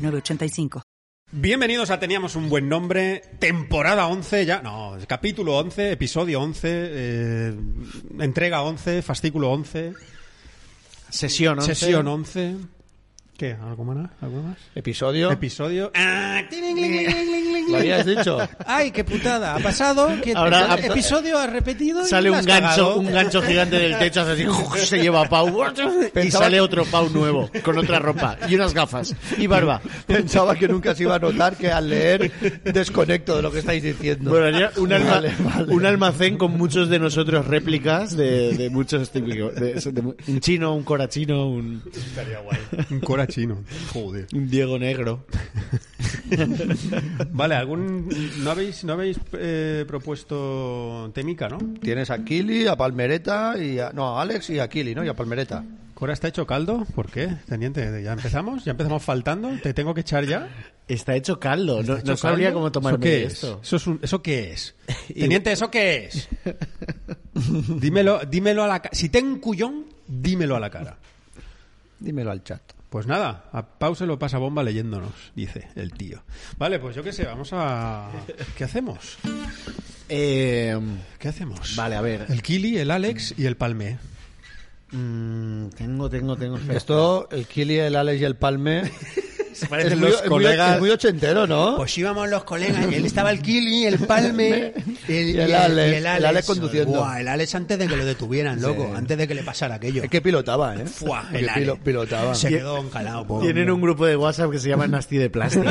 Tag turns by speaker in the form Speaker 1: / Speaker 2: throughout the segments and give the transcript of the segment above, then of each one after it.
Speaker 1: 985.
Speaker 2: Bienvenidos a Teníamos un buen nombre, temporada 11 ya, no, capítulo 11, episodio 11, eh, entrega 11, fascículo 11,
Speaker 3: Sesión 11.
Speaker 2: sesión 11. ¿Qué? ¿Algo más? ¿Algo más?
Speaker 3: Episodio.
Speaker 2: Episodio. Ah, tiling, ling, ling, ling, ling,
Speaker 3: Lo
Speaker 2: ling.
Speaker 3: habías dicho.
Speaker 4: Ay, qué putada. Ha pasado que
Speaker 3: Ahora-
Speaker 4: el episodio ha repetido. y
Speaker 3: Sale
Speaker 4: la
Speaker 3: un
Speaker 4: has
Speaker 3: gancho,
Speaker 4: cagado.
Speaker 3: un gancho gigante del techo, hace así, se lleva a Pau y
Speaker 5: Pensaba-
Speaker 3: sale otro Pau nuevo, con otra ropa y unas gafas y barba.
Speaker 5: Pensaba que nunca se iba a notar que al leer desconecto de lo que estáis diciendo.
Speaker 3: Bueno, haría un, alma-
Speaker 5: Vale, vale.
Speaker 3: un almacén con muchos de nosotros réplicas de, de muchos típicos. de- de un chino, un corachino, un,
Speaker 2: Un cora chino. Joder.
Speaker 3: un Diego negro.
Speaker 2: Vale, algún no habéis no habéis eh, propuesto temica, ¿no?
Speaker 5: Tienes a Kili, a Palmereta y a, no, a Alex y a Kili, ¿no? Y a Palmereta.
Speaker 2: Cora está hecho caldo, ¿por qué? Teniente, ya empezamos, ya empezamos faltando, te tengo que echar ya.
Speaker 3: Está hecho caldo, no, no
Speaker 2: ¿Hecho
Speaker 3: sabría
Speaker 2: caldo?
Speaker 3: cómo
Speaker 2: ¿Eso
Speaker 3: tomarme
Speaker 2: qué es?
Speaker 3: esto.
Speaker 2: ¿Eso, es un- ¿Eso qué es? Teniente, ¿eso qué es? dímelo, dímelo a la cara. Si tengo un cullón, dímelo a la cara.
Speaker 5: Dímelo al chat.
Speaker 2: Pues nada, a Pau se lo pasa bomba leyéndonos, dice el tío. Vale, pues yo qué sé, vamos a... ¿Qué hacemos?
Speaker 3: Eh,
Speaker 2: ¿Qué hacemos?
Speaker 3: Vale, a ver.
Speaker 2: El Kili, el Alex y el Palmé.
Speaker 3: mm, tengo, tengo, tengo. espera.
Speaker 5: Esto, el Kili, el Alex y el Palme.
Speaker 2: Se
Speaker 5: es, muy, es muy- es muy ochentero, ¿no?
Speaker 2: Pues íbamos los colegas, él estaba el Kili, el Palme
Speaker 5: Y el Alex, el Alex conduciendo.
Speaker 2: Buah, el Alex antes de que lo detuvieran, loco,
Speaker 5: Sí.
Speaker 2: antes de que le pasara aquello.
Speaker 5: es que pilotaba, ¿eh?
Speaker 2: Fuá,
Speaker 5: Es que
Speaker 2: el Ale.
Speaker 5: pilo- pilotaba.
Speaker 2: Se quedó encalado. po.
Speaker 3: Tienen un grupo de WhatsApp que se llama Nasty de Plástico.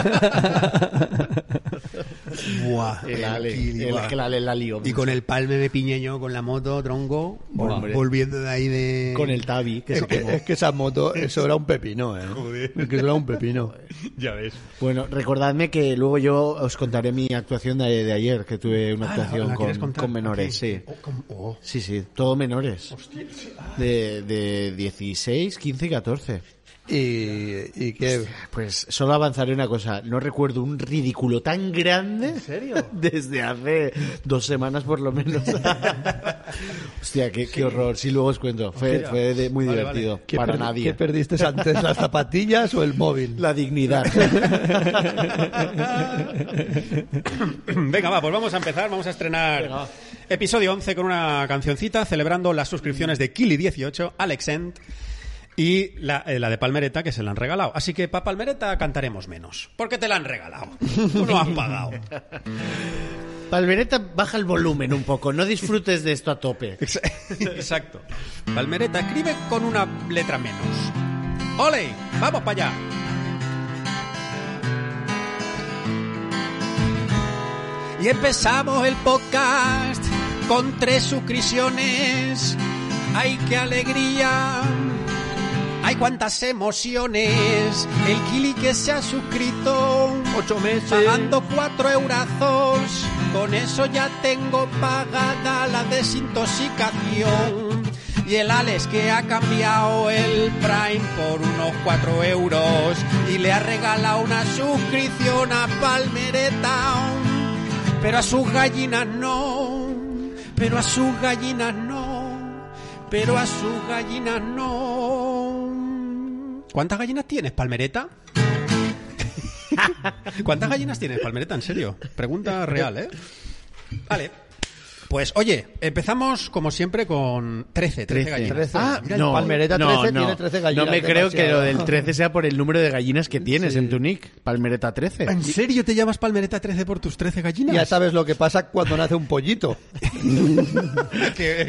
Speaker 2: Buah,
Speaker 3: El Ale,
Speaker 2: Kili,
Speaker 3: el-
Speaker 2: buah.
Speaker 3: que el Ale la lió.
Speaker 2: Y con el palme me piñé yo con la moto, tronco, vol-
Speaker 3: Hombre.
Speaker 2: volviendo de ahí de...
Speaker 3: Con el Tabi, que
Speaker 5: Es
Speaker 2: eh,
Speaker 3: se
Speaker 5: que,
Speaker 3: quemó.
Speaker 5: es que esa moto, eso era un pepino, ¿eh? Es que eso era un pepino.
Speaker 2: Ya ves.
Speaker 3: Bueno, recordadme que luego yo os contaré mi actuación de, de ayer, que tuve una
Speaker 2: Ah, ¿la-
Speaker 3: actuación
Speaker 2: la quieres
Speaker 3: con,
Speaker 2: contar?
Speaker 3: con menores,
Speaker 2: Aquí.
Speaker 3: sí.
Speaker 2: Oh, con- oh.
Speaker 3: Sí, sí, todo menores.
Speaker 2: Ah.
Speaker 3: De, de 16, 15 y 14.
Speaker 5: Y, y que...
Speaker 3: Pues solo avanzaré una cosa. No recuerdo un ridículo tan grande. Desde hace dos semanas por lo menos. Hostia, qué, qué horror. Sí, luego os cuento. Fue,
Speaker 2: Hostia.
Speaker 3: fue de- muy
Speaker 2: Vale,
Speaker 3: divertido.
Speaker 5: ¿qué
Speaker 3: Para
Speaker 5: perdi-
Speaker 3: nadie.
Speaker 5: ¿Qué perdiste antes, las zapatillas o el móvil?
Speaker 3: La dignidad.
Speaker 2: Venga, va, pues vamos a empezar, vamos a estrenar episodio 11 con una cancioncita celebrando las suscripciones de Kili18, Alex End y la, eh, la de Palmereta que se la han regalado. Así que para Palmereta cantaremos menos, porque te la han regalado. Tú no has pagado.
Speaker 3: Palmereta, baja el volumen un poco. No disfrutes de esto a tope.
Speaker 2: Ex- Exacto. Palmereta escribe con una letra menos. ¡Ole! ¡Vamos para allá! Y empezamos el podcast con tres suscripciones. ¡Ay, qué alegría! ¡Ay, cuántas emociones! El Kili que se ha suscrito.
Speaker 5: Ocho meses.
Speaker 2: Pagando cuatro eurazos, con eso ya tengo pagada la desintoxicación. Y el Alex que ha cambiado el Prime por unos cuatro euros y le ha regalado una suscripción a Palmereta. Pero a sus gallinas no, pero a sus gallinas no, pero a sus gallinas no. ¿Cuántas gallinas tienes, Palmereta? ¿Cuántas gallinas tienes, Palmereta? En serio. Pregunta real, ¿eh? Vale. Pues oye, empezamos como siempre con 13, 13, gallinas.
Speaker 5: 13.
Speaker 3: Ah,
Speaker 5: Mira, el
Speaker 3: no,
Speaker 5: Palmereta 13
Speaker 3: no,
Speaker 5: tiene
Speaker 3: no.
Speaker 5: 13 gallinas,
Speaker 3: No me creo que
Speaker 5: demasiado.
Speaker 3: lo del 13 sea por el número de gallinas que tienes en tu nick. Palmereta 13.
Speaker 2: ¿En serio te llamas Palmereta 13 por tus 13 gallinas?
Speaker 5: Ya sabes lo que pasa cuando nace un pollito.
Speaker 2: que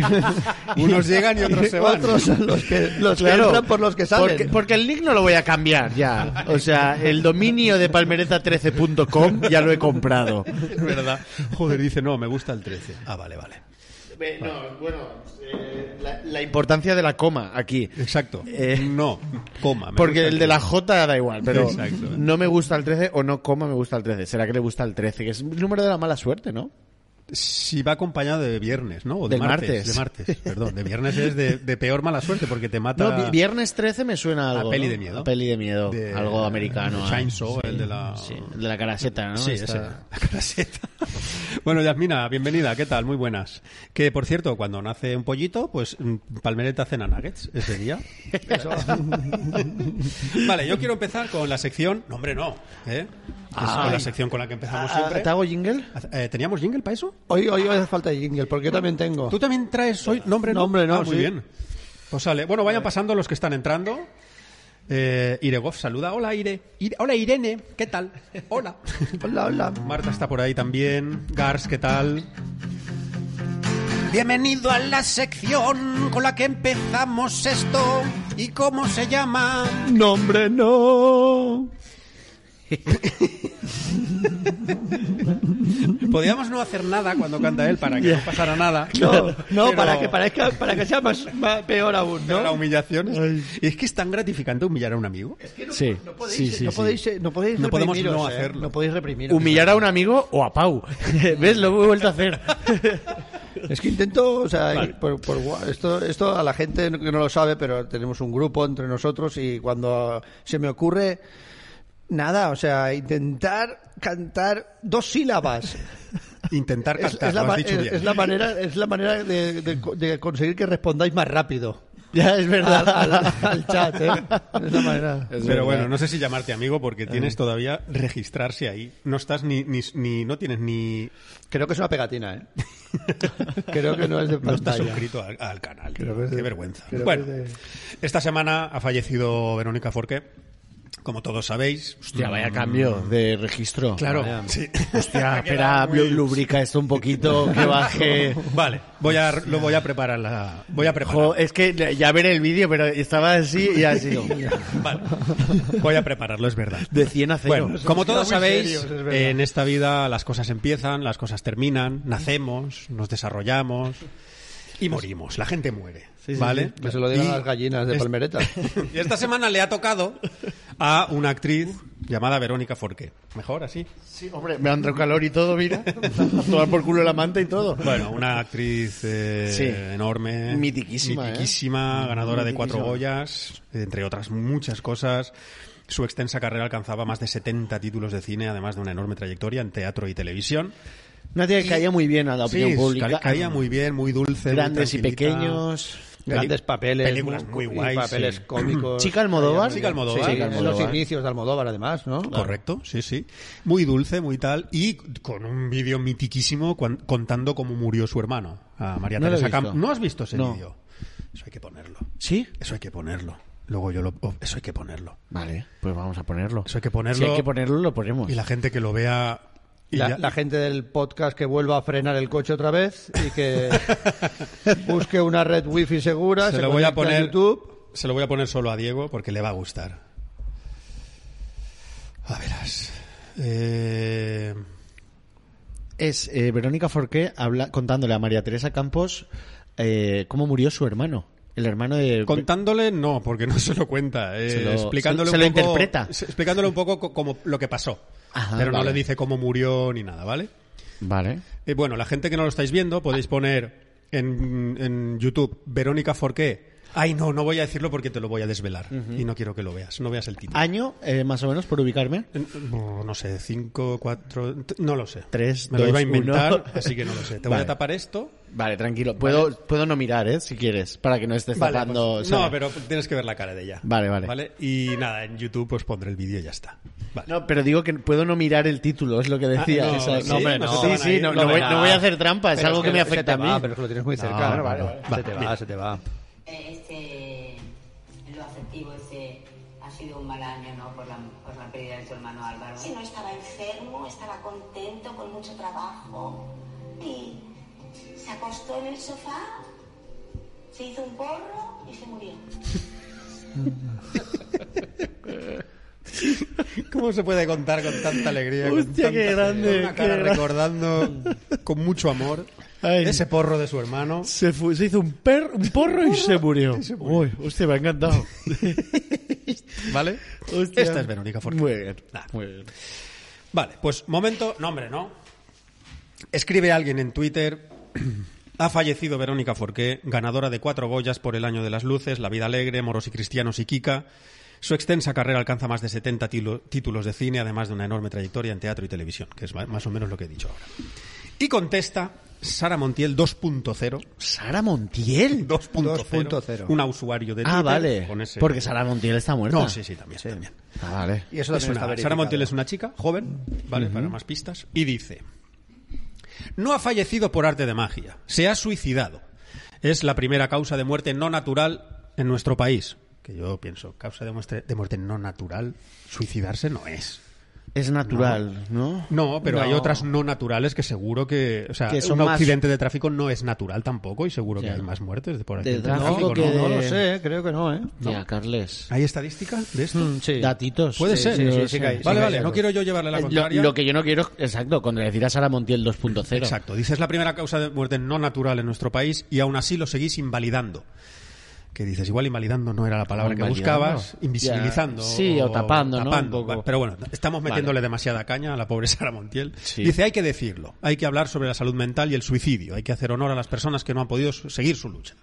Speaker 2: unos llegan y otros se van.
Speaker 5: Otros son los que, los que entran por los que salen.
Speaker 3: Porque, porque el nick no lo voy a cambiar ya. O sea, el dominio de palmereta13.com ya lo he comprado.
Speaker 2: Es verdad. Joder, dice, no, me gusta el 13. Ah, vale, vale.
Speaker 3: Eh, no, bueno, eh, la, la importancia de la coma aquí.
Speaker 2: Exacto.
Speaker 3: Eh,
Speaker 2: no, coma. me
Speaker 3: Porque
Speaker 2: gusta
Speaker 3: el de la J da igual, pero
Speaker 2: Exacto.
Speaker 3: no me gusta el 13 o no coma me gusta el 13. ¿Será que le gusta el 13? Que es el número de la mala suerte, ¿no?
Speaker 2: Si va acompañado de viernes, ¿no? O de
Speaker 3: Del
Speaker 2: martes.
Speaker 3: martes.
Speaker 2: De martes, perdón. De viernes es de, de peor mala suerte porque te
Speaker 3: No,
Speaker 2: mata.
Speaker 3: vi- viernes 13 me suena a
Speaker 2: A
Speaker 3: algo.
Speaker 2: peli
Speaker 3: ¿no?
Speaker 2: de miedo.
Speaker 3: A peli de miedo.
Speaker 2: de-
Speaker 3: algo americano. ¿eh?
Speaker 2: Chainsaw, el de la.
Speaker 3: Sí, de la caraseta, ¿no?
Speaker 2: Sí,
Speaker 3: Esta-
Speaker 2: ese, la caseta. bueno, Yasmina, bienvenida, ¿qué tal? Muy buenas. Que por cierto, cuando nace un pollito, pues mm, Palmereta cena nuggets ese día. Eso. vale, yo quiero empezar con la sección. No, hombre, no. ¿eh? Es con la sección con la que empezamos
Speaker 3: Ah,
Speaker 2: siempre.
Speaker 3: ¿Te hago jingle?
Speaker 2: Eh, ¿Teníamos jingle para eso?
Speaker 5: Hoy, hoy hace falta jingle, porque yo también tengo.
Speaker 2: ¿Tú también traes hoy nombre?
Speaker 5: No, hombre, no,
Speaker 2: Ah, muy
Speaker 5: sí. Eh.
Speaker 2: bien. Pues sale. Bueno, vayan pasando los que están entrando. Eh, Iregov saluda. Hola, Ire. Ire- Hola, Irene. ¿Qué tal? Hola.
Speaker 5: Hola, hola.
Speaker 2: Marta está por ahí también. Gars, ¿qué tal? Bienvenido a la sección con la que empezamos esto. ¿Y cómo se llama?
Speaker 5: Nombre no.
Speaker 2: Podíamos no hacer nada cuando canta él para que no pasara nada.
Speaker 5: No, no
Speaker 2: Pero-
Speaker 5: para, que, parezca- para que sea más, más- peor aún,
Speaker 2: pero La
Speaker 5: ¿no?
Speaker 2: humillación es- Y es que es tan gratificante humillar a un amigo.
Speaker 3: sí. sí, sí,
Speaker 5: no,
Speaker 3: sí.
Speaker 5: podéis, eh, no podéis
Speaker 2: No podemos
Speaker 5: reprimiros,
Speaker 2: no
Speaker 5: eh.
Speaker 2: hacerlo.
Speaker 5: No podéis reprimir.
Speaker 3: Humillar a un amigo o a Pau. ¿Ves? Lo he vuelto a hacer.
Speaker 5: Es que intento, o sea, por- por gua- esto, esto a la gente que no lo sabe, pero tenemos un grupo entre nosotros y cuando se me ocurre nada, o sea, intentar cantar dos sílabas.
Speaker 2: Intentar
Speaker 5: Es,
Speaker 2: cantar,
Speaker 5: es la,
Speaker 2: lo has
Speaker 5: ma-
Speaker 2: dicho
Speaker 5: es-
Speaker 2: bien.
Speaker 5: es la manera, es la manera de, de co- de conseguir que respondáis más rápido
Speaker 3: ya, es
Speaker 5: al,
Speaker 3: verdad.
Speaker 5: al- al chat, ¿eh? Es la manera.
Speaker 3: Es
Speaker 2: Pero
Speaker 3: verdad. Eh.
Speaker 2: bueno, no sé si llamarte amigo porque tienes todavía registrarse ahí. No estás ni, ni, ni- no tienes ni
Speaker 5: Creo que es una pegatina, ¿eh? Creo que no es de
Speaker 2: no estás
Speaker 5: pantalla.
Speaker 2: suscrito al, al canal.
Speaker 5: Creo que es
Speaker 2: Qué
Speaker 5: de-
Speaker 2: vergüenza.
Speaker 5: creo que
Speaker 2: Bueno,
Speaker 5: es
Speaker 2: esta semana ha fallecido Verónica Forqué, como todos sabéis.
Speaker 3: Hostia, vaya cambio de registro.
Speaker 2: Claro.
Speaker 3: Vaya.
Speaker 2: Sí.
Speaker 3: Hostia,
Speaker 2: Ha quedado
Speaker 3: espera,
Speaker 2: muy-
Speaker 3: lu- lubrica esto un poquito, que baje.
Speaker 2: Vale, voy a lo voy a preparar la voy a preparar.
Speaker 3: Jo, es que ya veré el vídeo, pero estaba así y así.
Speaker 2: Vale. Voy a prepararlo, es verdad.
Speaker 3: De 100 a 0.
Speaker 2: Bueno, como todos
Speaker 5: quedado muy
Speaker 2: sabéis,
Speaker 5: serios, es verdad.
Speaker 2: en esta vida las cosas empiezan, las cosas terminan, nacemos, nos desarrollamos y morimos. La gente muere, ¿vale?
Speaker 5: Que se lo digan
Speaker 2: Y-
Speaker 5: a las gallinas de
Speaker 2: es-
Speaker 5: Palmereta.
Speaker 2: Y esta semana le ha tocado a una actriz llamada Verónica Forqué. Mejor así.
Speaker 3: hombre, me han dado calor y todo, mira. A Tomar por culo la manta y todo.
Speaker 2: Bueno, una actriz eh,
Speaker 3: Sí.
Speaker 2: enorme.
Speaker 3: Mitiquísima, ¿eh?
Speaker 2: Mitiquísima, ganadora de cuatro
Speaker 3: Mitiquísima.
Speaker 2: Goyas, entre otras muchas cosas. Su extensa carrera alcanzaba más de 70 títulos de cine, además de una enorme trayectoria en teatro y televisión.
Speaker 3: Una tía que caía muy bien a la opinión
Speaker 2: Sí,
Speaker 3: pública.
Speaker 2: ca- caía muy bien, muy dulce. muy
Speaker 3: Grandes y
Speaker 2: tranquilita.
Speaker 3: pequeños.
Speaker 5: Grandes papeles.
Speaker 2: películas muy
Speaker 5: y
Speaker 2: guays,
Speaker 5: Papeles
Speaker 2: sí.
Speaker 5: cómicos.
Speaker 3: Chica Almodóvar.
Speaker 2: Chica Almodóvar.
Speaker 5: Sí,
Speaker 2: Chica
Speaker 5: en los inicios de Almodóvar, además, ¿no?
Speaker 2: Correcto, sí, sí. Muy dulce, muy tal. Y con un vídeo mitiquísimo cuan- contando cómo murió su hermano, a María
Speaker 3: No lo he
Speaker 2: Teresa
Speaker 3: visto.
Speaker 2: Camp. ¿No has visto ese
Speaker 3: No.
Speaker 2: vídeo? Eso hay que ponerlo.
Speaker 3: ¿Sí?
Speaker 2: Eso hay que ponerlo. Luego yo lo. oh, Eso hay que ponerlo.
Speaker 3: Vale, pues vamos a ponerlo.
Speaker 2: Eso hay que ponerlo.
Speaker 3: Si hay que ponerlo, lo ponemos.
Speaker 2: Y la gente que lo vea. y
Speaker 5: La,
Speaker 2: ya-
Speaker 5: la gente del podcast que vuelva a frenar el coche otra vez y que busque una red wifi segura.
Speaker 2: se, lo voy a
Speaker 5: conecte
Speaker 2: poner.
Speaker 5: YouTube.
Speaker 2: Se lo voy a poner solo a Diego porque le va a gustar. A verás. Eh,
Speaker 3: Es eh, Verónica Forqué habla, contándole a María Teresa Campos eh, cómo murió su hermano. El hermano de...
Speaker 2: Contándole no, porque no se lo cuenta. eh,
Speaker 3: Se lo-
Speaker 2: explicándole
Speaker 3: se-
Speaker 2: un
Speaker 3: se lo
Speaker 2: poco-
Speaker 3: interpreta.
Speaker 2: se- Explicándole un poco co- como lo que pasó.
Speaker 3: Ajá,
Speaker 2: pero no
Speaker 3: vale.
Speaker 2: le dice cómo murió ni nada, ¿vale?
Speaker 3: Vale.
Speaker 2: Eh, bueno, la gente que no lo estáis viendo, podéis poner en, en YouTube Verónica Forqué. Ay, no, no voy a decirlo porque te lo voy a desvelar. Y no quiero que lo veas. No veas el título.
Speaker 3: Año, eh, más o menos, por ubicarme.
Speaker 2: Eh, No, no sé, 5, 4, no lo sé.
Speaker 3: Tres,
Speaker 2: Me lo
Speaker 3: dos,
Speaker 2: iba a inventar,
Speaker 3: uno.
Speaker 2: así que no lo sé. Te voy
Speaker 3: Vale.
Speaker 2: a tapar esto.
Speaker 3: Vale, tranquilo. Puedo, puedo no mirar, ¿eh? Si quieres, para que no estés tapando...
Speaker 2: pues,
Speaker 3: o sea,
Speaker 2: no, pero tienes que ver la cara de ella.
Speaker 3: Vale, vale.
Speaker 2: Y nada, en YouTube pues pondré el vídeo y ya está. Vale.
Speaker 3: No, pero digo que puedo no mirar el título, es lo que decía.
Speaker 2: Ah, no,
Speaker 3: Eso-
Speaker 2: sí, hombre, no.
Speaker 3: Sí, sí, no, no voy, no voy a hacer trampa, es
Speaker 5: Pero
Speaker 3: algo
Speaker 5: es
Speaker 3: que, me
Speaker 5: se te
Speaker 3: afecta a mí.
Speaker 5: va, pero es que lo tienes muy
Speaker 3: No,
Speaker 5: cerca.
Speaker 3: no, vale,
Speaker 5: Se te va, se te va.
Speaker 6: Eh, Este, lo afectivo ese ha sido un mal año, ¿no? Por la, por la pérdida de tu hermano Álvaro.
Speaker 7: Si no estaba enfermo, estaba contento, con mucho trabajo. Y se acostó en el sofá, se hizo un porro y se murió.
Speaker 2: ¿Cómo se puede contar con tanta alegría? con
Speaker 3: Hostia, qué
Speaker 2: tanta-
Speaker 3: grande,
Speaker 2: con una cara
Speaker 3: qué gra-
Speaker 2: recordando con mucho amor.
Speaker 8: Ay.
Speaker 2: Ese porro de su hermano.
Speaker 8: Se, fu- se hizo un, per- un porro y se murió. Uy, hostia, me ha encantado.
Speaker 2: ¿Vale?
Speaker 8: Hostia.
Speaker 2: Esta es Verónica Forqué.
Speaker 8: Muy bien,
Speaker 2: Nah.
Speaker 8: muy bien.
Speaker 2: Vale, pues momento, nombre, ¿no? Escribe alguien en Twitter. Ha fallecido Verónica Forqué, ganadora de cuatro Goyas por El Año de las Luces, La Vida Alegre, Moros y Cristianos y Kika. Su extensa carrera alcanza más de 70 tilo- títulos de cine, además de una enorme trayectoria en teatro y televisión, que es ma- más o menos lo que he dicho ahora. Y contesta Sara Montiel 2.0.
Speaker 3: Sara Montiel.
Speaker 2: 2.0.
Speaker 5: 2.0.
Speaker 2: Una usuario de Twitter.
Speaker 3: Ah, vale.
Speaker 2: con ese-
Speaker 3: Porque Sara Montiel está muerta.
Speaker 2: No, sí, sí, también, también.
Speaker 3: Ah, vale.
Speaker 5: Y eso
Speaker 2: Es una-
Speaker 5: también está verificado.
Speaker 2: Sara Montiel es una chica joven, ¿vale? Para más pistas. Y dice, no ha fallecido por arte de magia, se ha suicidado. Es la primera causa de muerte no natural en nuestro país. Que yo pienso, causa de muerte, de muerte no natural, suicidarse no es.
Speaker 3: Es natural, ¿no?
Speaker 2: No, pero hay
Speaker 3: No.
Speaker 2: otras no naturales que seguro que... O sea,
Speaker 3: Que son
Speaker 2: un
Speaker 3: más-
Speaker 2: accidente de tráfico no es natural tampoco y seguro que
Speaker 3: Ya.
Speaker 2: hay más muertes de por
Speaker 3: De
Speaker 2: accidente
Speaker 3: tráfico
Speaker 2: ¿no?
Speaker 3: que
Speaker 5: No, no
Speaker 3: de-
Speaker 5: lo sé, creo que no, ¿eh?
Speaker 3: Ya, Carles.
Speaker 2: ¿Hay estadística de esto?
Speaker 3: Hmm,
Speaker 5: Mm, Sí.
Speaker 3: Datitos.
Speaker 2: Puede
Speaker 3: Sí,
Speaker 2: ser.
Speaker 3: sí, sí,
Speaker 2: no
Speaker 3: sí,
Speaker 2: sé.
Speaker 3: que hay-
Speaker 2: vale,
Speaker 3: sí,
Speaker 5: que hay
Speaker 2: vale, no
Speaker 5: datos.
Speaker 2: quiero yo llevarle la
Speaker 3: Lo,
Speaker 2: contraria.
Speaker 3: lo que yo no quiero, exacto, contradecir a Sara Montiel 2.0.
Speaker 2: Exacto. Dices la primera causa de muerte no natural en nuestro país y aún así lo seguís invalidando. Que dices, igual invalidando no era la palabra que
Speaker 3: Invalidando.
Speaker 2: buscabas, invisibilizando.
Speaker 3: Ya, sí, o tapando, ¿no? Un poco.
Speaker 2: Va- Pero bueno, estamos metiéndole demasiada caña a la pobre Sara Montiel.
Speaker 3: Sí.
Speaker 2: Dice, hay que decirlo, hay que hablar sobre la salud mental y el suicidio, hay que hacer honor a las personas que no han podido su- seguir su lucha.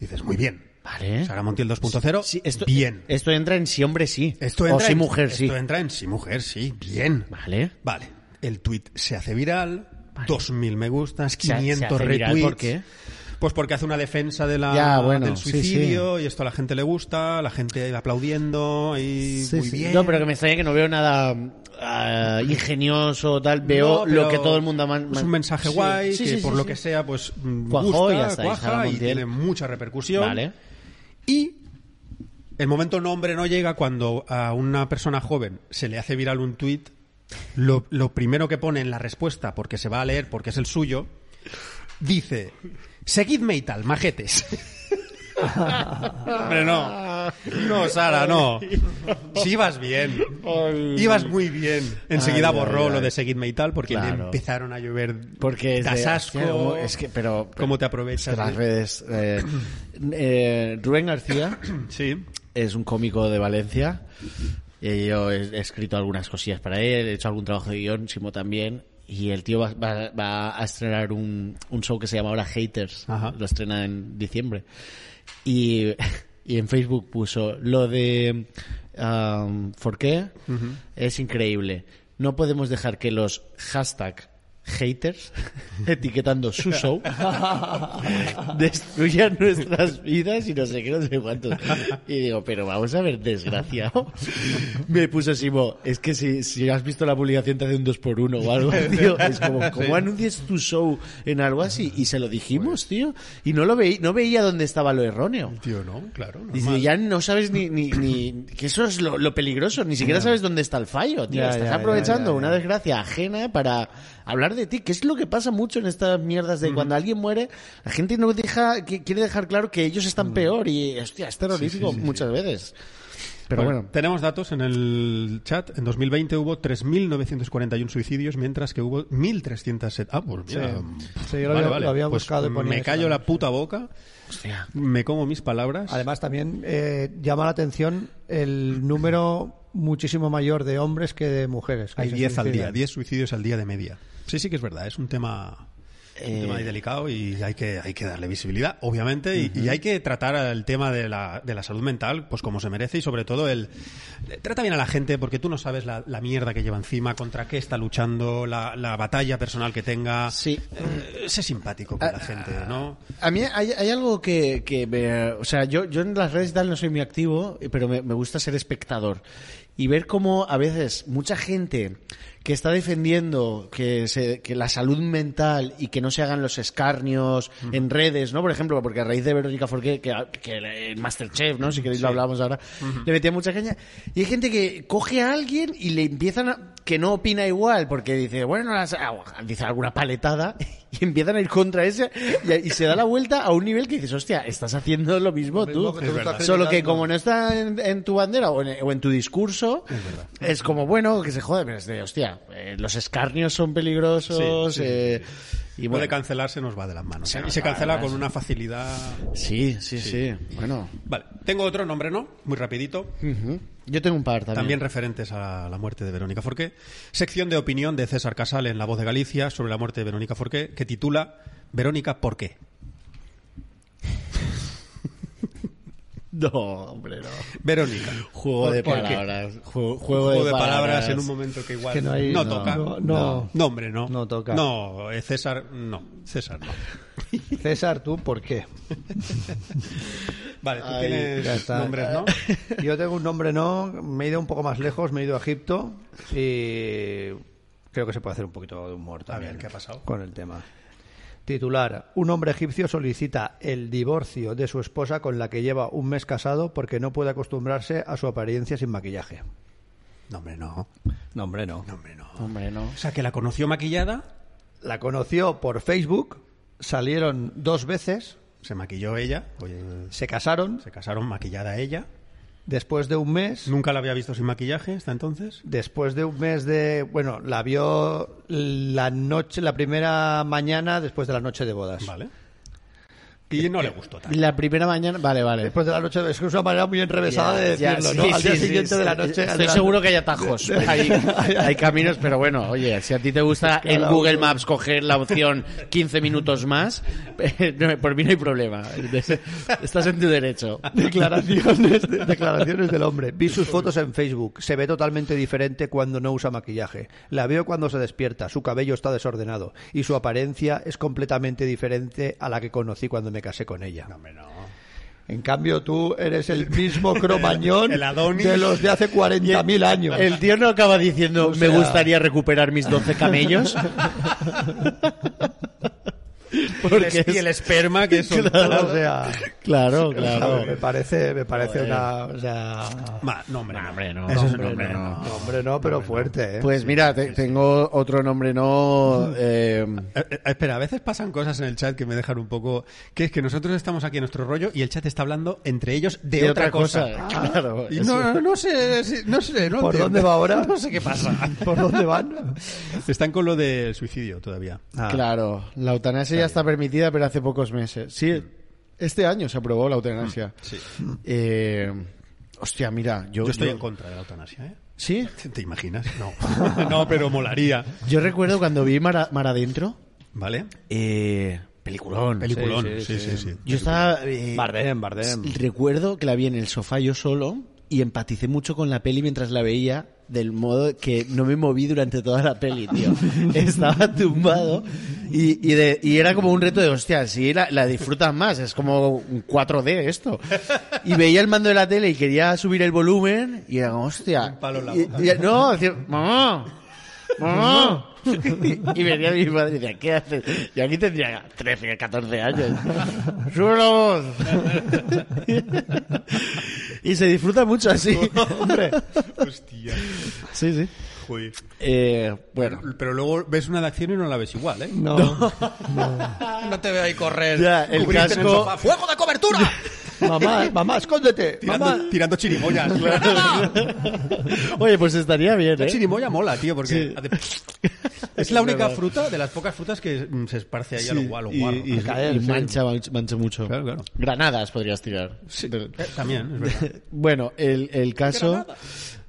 Speaker 2: Dices, muy bien.
Speaker 3: Vale.
Speaker 2: Sara Montiel 2.0,
Speaker 3: ¿Eh? Sí, esto,
Speaker 2: bien.
Speaker 3: Esto entra en sí, hombre, sí.
Speaker 2: Esto entra
Speaker 3: o sí,
Speaker 2: en-
Speaker 3: mujer, sí.
Speaker 2: Esto entra en sí, mujer, sí. Bien.
Speaker 3: Vale.
Speaker 2: Vale. El tweet se hace viral. 2.000 me gustas,
Speaker 3: Se ha- se
Speaker 2: 500
Speaker 3: hace viral,
Speaker 2: retweets.
Speaker 3: ¿por qué?
Speaker 2: Pues porque hace una defensa de la,
Speaker 3: Ya, bueno,
Speaker 2: del
Speaker 3: sí,
Speaker 2: suicidio y esto a la gente le gusta, la gente va aplaudiendo y
Speaker 3: Sí,
Speaker 2: muy
Speaker 3: sí.
Speaker 2: bien.
Speaker 3: No, pero que me extraña que no veo nada ah, ingenioso tal. Veo
Speaker 2: No, pero
Speaker 3: lo que todo el mundo... man-
Speaker 2: Es
Speaker 3: man-
Speaker 2: un mensaje
Speaker 3: Sí.
Speaker 2: guay
Speaker 3: Sí,
Speaker 2: que
Speaker 3: sí, sí,
Speaker 2: por lo
Speaker 3: sí.
Speaker 2: que sea pues mm,
Speaker 3: Cuajó
Speaker 2: gusta,
Speaker 3: y ya está, y Sara
Speaker 2: cuaja y
Speaker 3: Montiel.
Speaker 2: tiene mucha repercusión.
Speaker 3: Vale.
Speaker 2: Y el momento nombre no llega cuando a una persona joven se le hace viral un tuit. Lo, lo primero que pone en la respuesta, porque se va a leer, porque es el suyo, dice: Seguidme y tal, majetes. Hombre, no. No, Sara, no. Si ibas bien. Ibas muy bien. Enseguida
Speaker 3: Ay, ay,
Speaker 2: borró
Speaker 3: ay.
Speaker 2: lo de seguidme y tal, porque le
Speaker 3: Claro.
Speaker 2: empezaron a llover
Speaker 3: Porque es de,
Speaker 2: das asco.
Speaker 3: hostia, ¿cómo- es que, pero,
Speaker 2: ¿Cómo te
Speaker 3: es
Speaker 2: aprovechas?
Speaker 3: que las
Speaker 2: de-
Speaker 3: redes. eh, eh, Rubén García
Speaker 2: Sí.
Speaker 3: es un cómico de Valencia. Y yo he, he escrito algunas cosillas para él, he hecho algún trabajo de guión, Simo también. Y el tío va, va- va a estrenar un, un show que se llama ahora Haters.
Speaker 2: Ajá.
Speaker 3: Lo estrena en diciembre. Y, y en Facebook puso lo de um, ¿Por qué? Es increíble. No podemos dejar que los hashtag haters etiquetando su show destruyan nuestras vidas y no sé qué, no sé cuántos. Y digo, pero vamos a ver, desgraciado. Me puso Simo, es que si, si has visto la publicación te hace un 2 por 1 o algo, tío. Es como, ¿cómo anuncias tu show en algo así? Y se lo dijimos, tío. Y no lo veía, no veía dónde estaba lo erróneo.
Speaker 2: Tío, no, claro. normal.
Speaker 3: Dice, ya no sabes ni, ni, ni- que eso es lo, lo peligroso, ni siquiera sabes dónde está el fallo, tío.
Speaker 5: Ya,
Speaker 3: Estás
Speaker 5: ya, ya,
Speaker 3: aprovechando
Speaker 5: ya, ya.
Speaker 3: una desgracia ajena para hablar de ti, que es lo que pasa mucho en estas mierdas de cuando alguien muere, la gente no deja, que- quiere dejar claro que ellos están peor y, hostia, es terrorífico muchas veces. Pero bueno,
Speaker 2: Tenemos datos en el chat. En 2020 hubo 3.941 suicidios, mientras que hubo 1.307. Ah, pues mira. Pues
Speaker 5: Sí, yo lo había- lo había buscado y ponía
Speaker 2: Me
Speaker 5: eso
Speaker 2: callo
Speaker 5: también,
Speaker 2: la puta boca,
Speaker 3: hostia.
Speaker 2: me como mis palabras.
Speaker 5: Además, también eh, llama la atención el número muchísimo mayor de hombres que de mujeres. que
Speaker 2: hay
Speaker 5: se
Speaker 2: 10 al día,
Speaker 5: suicidan.
Speaker 2: 10 suicidios al día de media. Sí, sí que es verdad, es un tema. un
Speaker 3: Eh,
Speaker 2: tema ahí delicado y hay que, hay que darle visibilidad, obviamente, y, y hay que tratar el tema de la, de la salud mental pues como se merece y sobre todo el... eh, Trata bien a la gente porque tú no sabes la, la mierda que lleva encima, contra qué está luchando, la, la batalla personal que tenga.
Speaker 5: Ah.
Speaker 3: Sí. Ah,
Speaker 2: Eh, sé simpático con la gente, ¿no?
Speaker 3: A mí hay, hay algo que, que me- o sea, yo, yo en las redes y tal no soy muy activo, pero me, me gusta ser espectador y ver cómo a veces mucha gente que está defendiendo que, se- que la salud mental y que no se hagan los escarnios en redes, ¿no? Por ejemplo, porque a raíz de Verónica Forqué, que, que el Masterchef, ¿no? Si queréis lo hablamos ahora, le metía mucha caña. Y hay gente que coge a alguien y le empiezan a, que no opina igual, porque dice, bueno, las- ah, dice alguna paletada y empiezan a ir contra ese y, y se da la vuelta a un nivel que dices, hostia, estás haciendo lo mismo,
Speaker 5: mismo
Speaker 3: tú.
Speaker 5: que tú Es verdad. estás
Speaker 3: Solo que
Speaker 5: criticando.
Speaker 3: como no está en, en tu bandera o en, o en tu discurso, es, como, bueno, que se jode, pero es de, hostia, eh, los escarnios son peligrosos, eh, Y
Speaker 2: Lo
Speaker 3: bueno.
Speaker 2: de cancelar se nos va de las manos.
Speaker 3: Se
Speaker 2: ¿eh? Y
Speaker 3: nos
Speaker 2: se
Speaker 3: va de
Speaker 2: cancela
Speaker 3: las-
Speaker 2: con una facilidad.
Speaker 3: Sí, sí, sí, Bueno.
Speaker 2: Vale, tengo otro nombre, ¿no? Muy rapidito.
Speaker 3: Ujú. Yo tengo un par
Speaker 2: También
Speaker 3: también.
Speaker 2: referentes a la muerte de Verónica Forqué. Sección de opinión de César Casal en La Voz de Galicia sobre la muerte de Verónica Forqué, que titula Verónica, ¿por qué?
Speaker 3: No, hombre, no.
Speaker 2: Verónica.
Speaker 3: Juego de
Speaker 5: ¿Por qué?
Speaker 3: palabras. Ju- Juego,
Speaker 2: Juego de palabras en un momento que igual
Speaker 5: que no hay- no,
Speaker 2: toca.
Speaker 5: no, no.
Speaker 2: no, hombre, no.
Speaker 5: No toca.
Speaker 2: No, eh, César, no. César, no.
Speaker 5: César, ¿tú por qué?
Speaker 2: Vale, tú
Speaker 3: Ay,
Speaker 2: tienes
Speaker 5: Ya está.
Speaker 2: nombres, ¿no?
Speaker 5: Yo tengo un nombre, no. Me he ido un poco más lejos, me he ido a Egipto y creo que se puede hacer un poquito de humor también.
Speaker 2: ver, ¿qué ha pasado?
Speaker 5: Con el tema. Titular: Un hombre egipcio solicita el divorcio de su esposa con la que lleva un mes casado porque no puede acostumbrarse a su apariencia sin maquillaje.
Speaker 2: No, hombre, no.
Speaker 5: No, hombre, no.
Speaker 2: No, hombre, no.
Speaker 3: Hombre, no.
Speaker 2: O sea, que la conoció maquillada,
Speaker 5: La conoció por Facebook, salieron dos veces,
Speaker 2: se maquilló ella, oye,
Speaker 5: se casaron.
Speaker 2: se casaron maquillada ella.
Speaker 5: Después de un mes,
Speaker 2: Nunca la había visto sin maquillaje hasta entonces.
Speaker 5: Después de un mes de, bueno, la vio la noche, la primera mañana después de la noche de bodas.
Speaker 2: Vale. Eh, Y no le gustó tanto.
Speaker 3: La primera mañana. Vale, vale.
Speaker 5: Después de la noche, es que es una manera muy enrevesada de
Speaker 3: Ya,
Speaker 5: decirlo,
Speaker 3: sí,
Speaker 5: ¿no? Al
Speaker 3: sí,
Speaker 5: día
Speaker 3: sí,
Speaker 5: siguiente
Speaker 3: sí.
Speaker 5: de la noche.
Speaker 3: Estoy seguro que hay atajos. Hay, hay caminos, pero bueno, oye, si a ti te gusta
Speaker 5: Cada
Speaker 3: en Google
Speaker 5: uno.
Speaker 3: Maps coger la opción 15 minutos más, eh, no, por mí no hay problema. Estás en tu derecho.
Speaker 5: Declaraciones, de- declaraciones del hombre. Vi sus fotos en Facebook. Se ve totalmente diferente cuando no usa maquillaje. La veo cuando se despierta. Su cabello está desordenado. Y su apariencia es completamente diferente a la que conocí cuando me casé con ella.
Speaker 2: Hombre, no.
Speaker 5: En cambio, tú eres el mismo cromañón
Speaker 2: El Adonis.
Speaker 5: de los de hace 40.000 años.
Speaker 3: El tío no acaba diciendo,
Speaker 5: O
Speaker 3: me
Speaker 5: sea-
Speaker 3: gustaría recuperar mis 12 camellos. Porque
Speaker 2: y el esperma que son
Speaker 5: Claro,
Speaker 2: todos-
Speaker 5: o sea,
Speaker 3: Claro,
Speaker 5: claro,
Speaker 3: claro.
Speaker 5: me parece, me parece una, o sea,
Speaker 2: Ma- no, hombre,
Speaker 3: No,
Speaker 2: no.
Speaker 3: hombre, no.
Speaker 2: Eso es
Speaker 3: Hombre,
Speaker 2: nombre,
Speaker 3: no.
Speaker 2: no.
Speaker 5: no, hombre, no, pero fuerte, ¿eh?
Speaker 3: Pues mira, te- tengo otro nombre no... eh,
Speaker 2: Eh, eh, espera, a veces pasan cosas en el chat que me dejan un poco... Que es que nosotros estamos aquí en nuestro rollo y el chat está hablando entre ellos de,
Speaker 3: de
Speaker 2: otra, cosa.
Speaker 3: Claro.
Speaker 2: Y
Speaker 3: es-
Speaker 2: no, no, no sé, si- no sé. No
Speaker 5: ¿Por
Speaker 2: entiendo.
Speaker 5: dónde va ahora?
Speaker 2: No sé qué pasa.
Speaker 5: ¿Por dónde van?
Speaker 2: Están con lo del suicidio todavía.
Speaker 5: Ah,
Speaker 3: Claro, la eutanasia ya está permitida, pero hace pocos meses. Sí, este año se aprobó la eutanasia.
Speaker 2: Mm. Sí.
Speaker 3: Eh, hostia, mira, yo,
Speaker 2: Yo estoy en contra de la eutanasia, ¿eh?
Speaker 3: Sí,
Speaker 2: ¿Te imaginas? No. no, pero molaría.
Speaker 3: yo recuerdo cuando vi Mar, Mar Adentro.
Speaker 2: ¿Vale?
Speaker 3: eh, peliculón.
Speaker 2: Peliculón.
Speaker 5: sí,
Speaker 2: Sí, sí, sí.
Speaker 5: sí.
Speaker 3: Yo estaba. eh,
Speaker 5: Bardem, Bardem.
Speaker 3: Recuerdo que la vi en el sofá yo solo y empaticé mucho con la peli mientras la veía del modo que no me moví durante toda la peli, tío. Estaba tumbado y, y, de- y era como un reto de, hostia, si la, la disfrutas más, es como un 4D esto. Y veía el mando de la tele y quería subir el volumen y era como, hostia.
Speaker 2: Un palo en la
Speaker 3: Y-
Speaker 2: boca.
Speaker 3: y- no, decía, mamá, mamá. Y, y venía mi padre y decía, ¿qué haces? Y aquí tendría 13, 14 años. ¡Sube la voz! y se disfruta mucho así. Hombre.
Speaker 2: Hostia.
Speaker 3: Sí, sí.
Speaker 2: Joder.
Speaker 3: Eh, bueno.
Speaker 2: Pero luego ves una de acción y no la ves igual, ¿eh?
Speaker 5: No,
Speaker 2: No te veo ahí correr.
Speaker 3: Ya, el
Speaker 2: Cubrirte en
Speaker 3: casco-
Speaker 2: sofá. ¡Fuego de cobertura!
Speaker 5: mamá, mamá, escóndete, mamá.
Speaker 2: tirando, tirando chirimoyas.
Speaker 3: Oye, pues estaría bien,
Speaker 2: La
Speaker 3: ¿eh?
Speaker 2: chirimoya mola, tío, porque
Speaker 3: Sí.
Speaker 2: hace- es la única
Speaker 3: verdad.
Speaker 2: fruta, de las pocas frutas que mm, se esparce ahí a lo gualo, guarro.
Speaker 3: y, y-
Speaker 5: a caer,
Speaker 3: y
Speaker 5: sí.
Speaker 3: mancha, mancha- mancha mucho.
Speaker 2: Claro, claro.
Speaker 3: Granadas podrías tirar. Pero-
Speaker 2: Eh, También, es verdad.
Speaker 3: Bueno, el, el caso...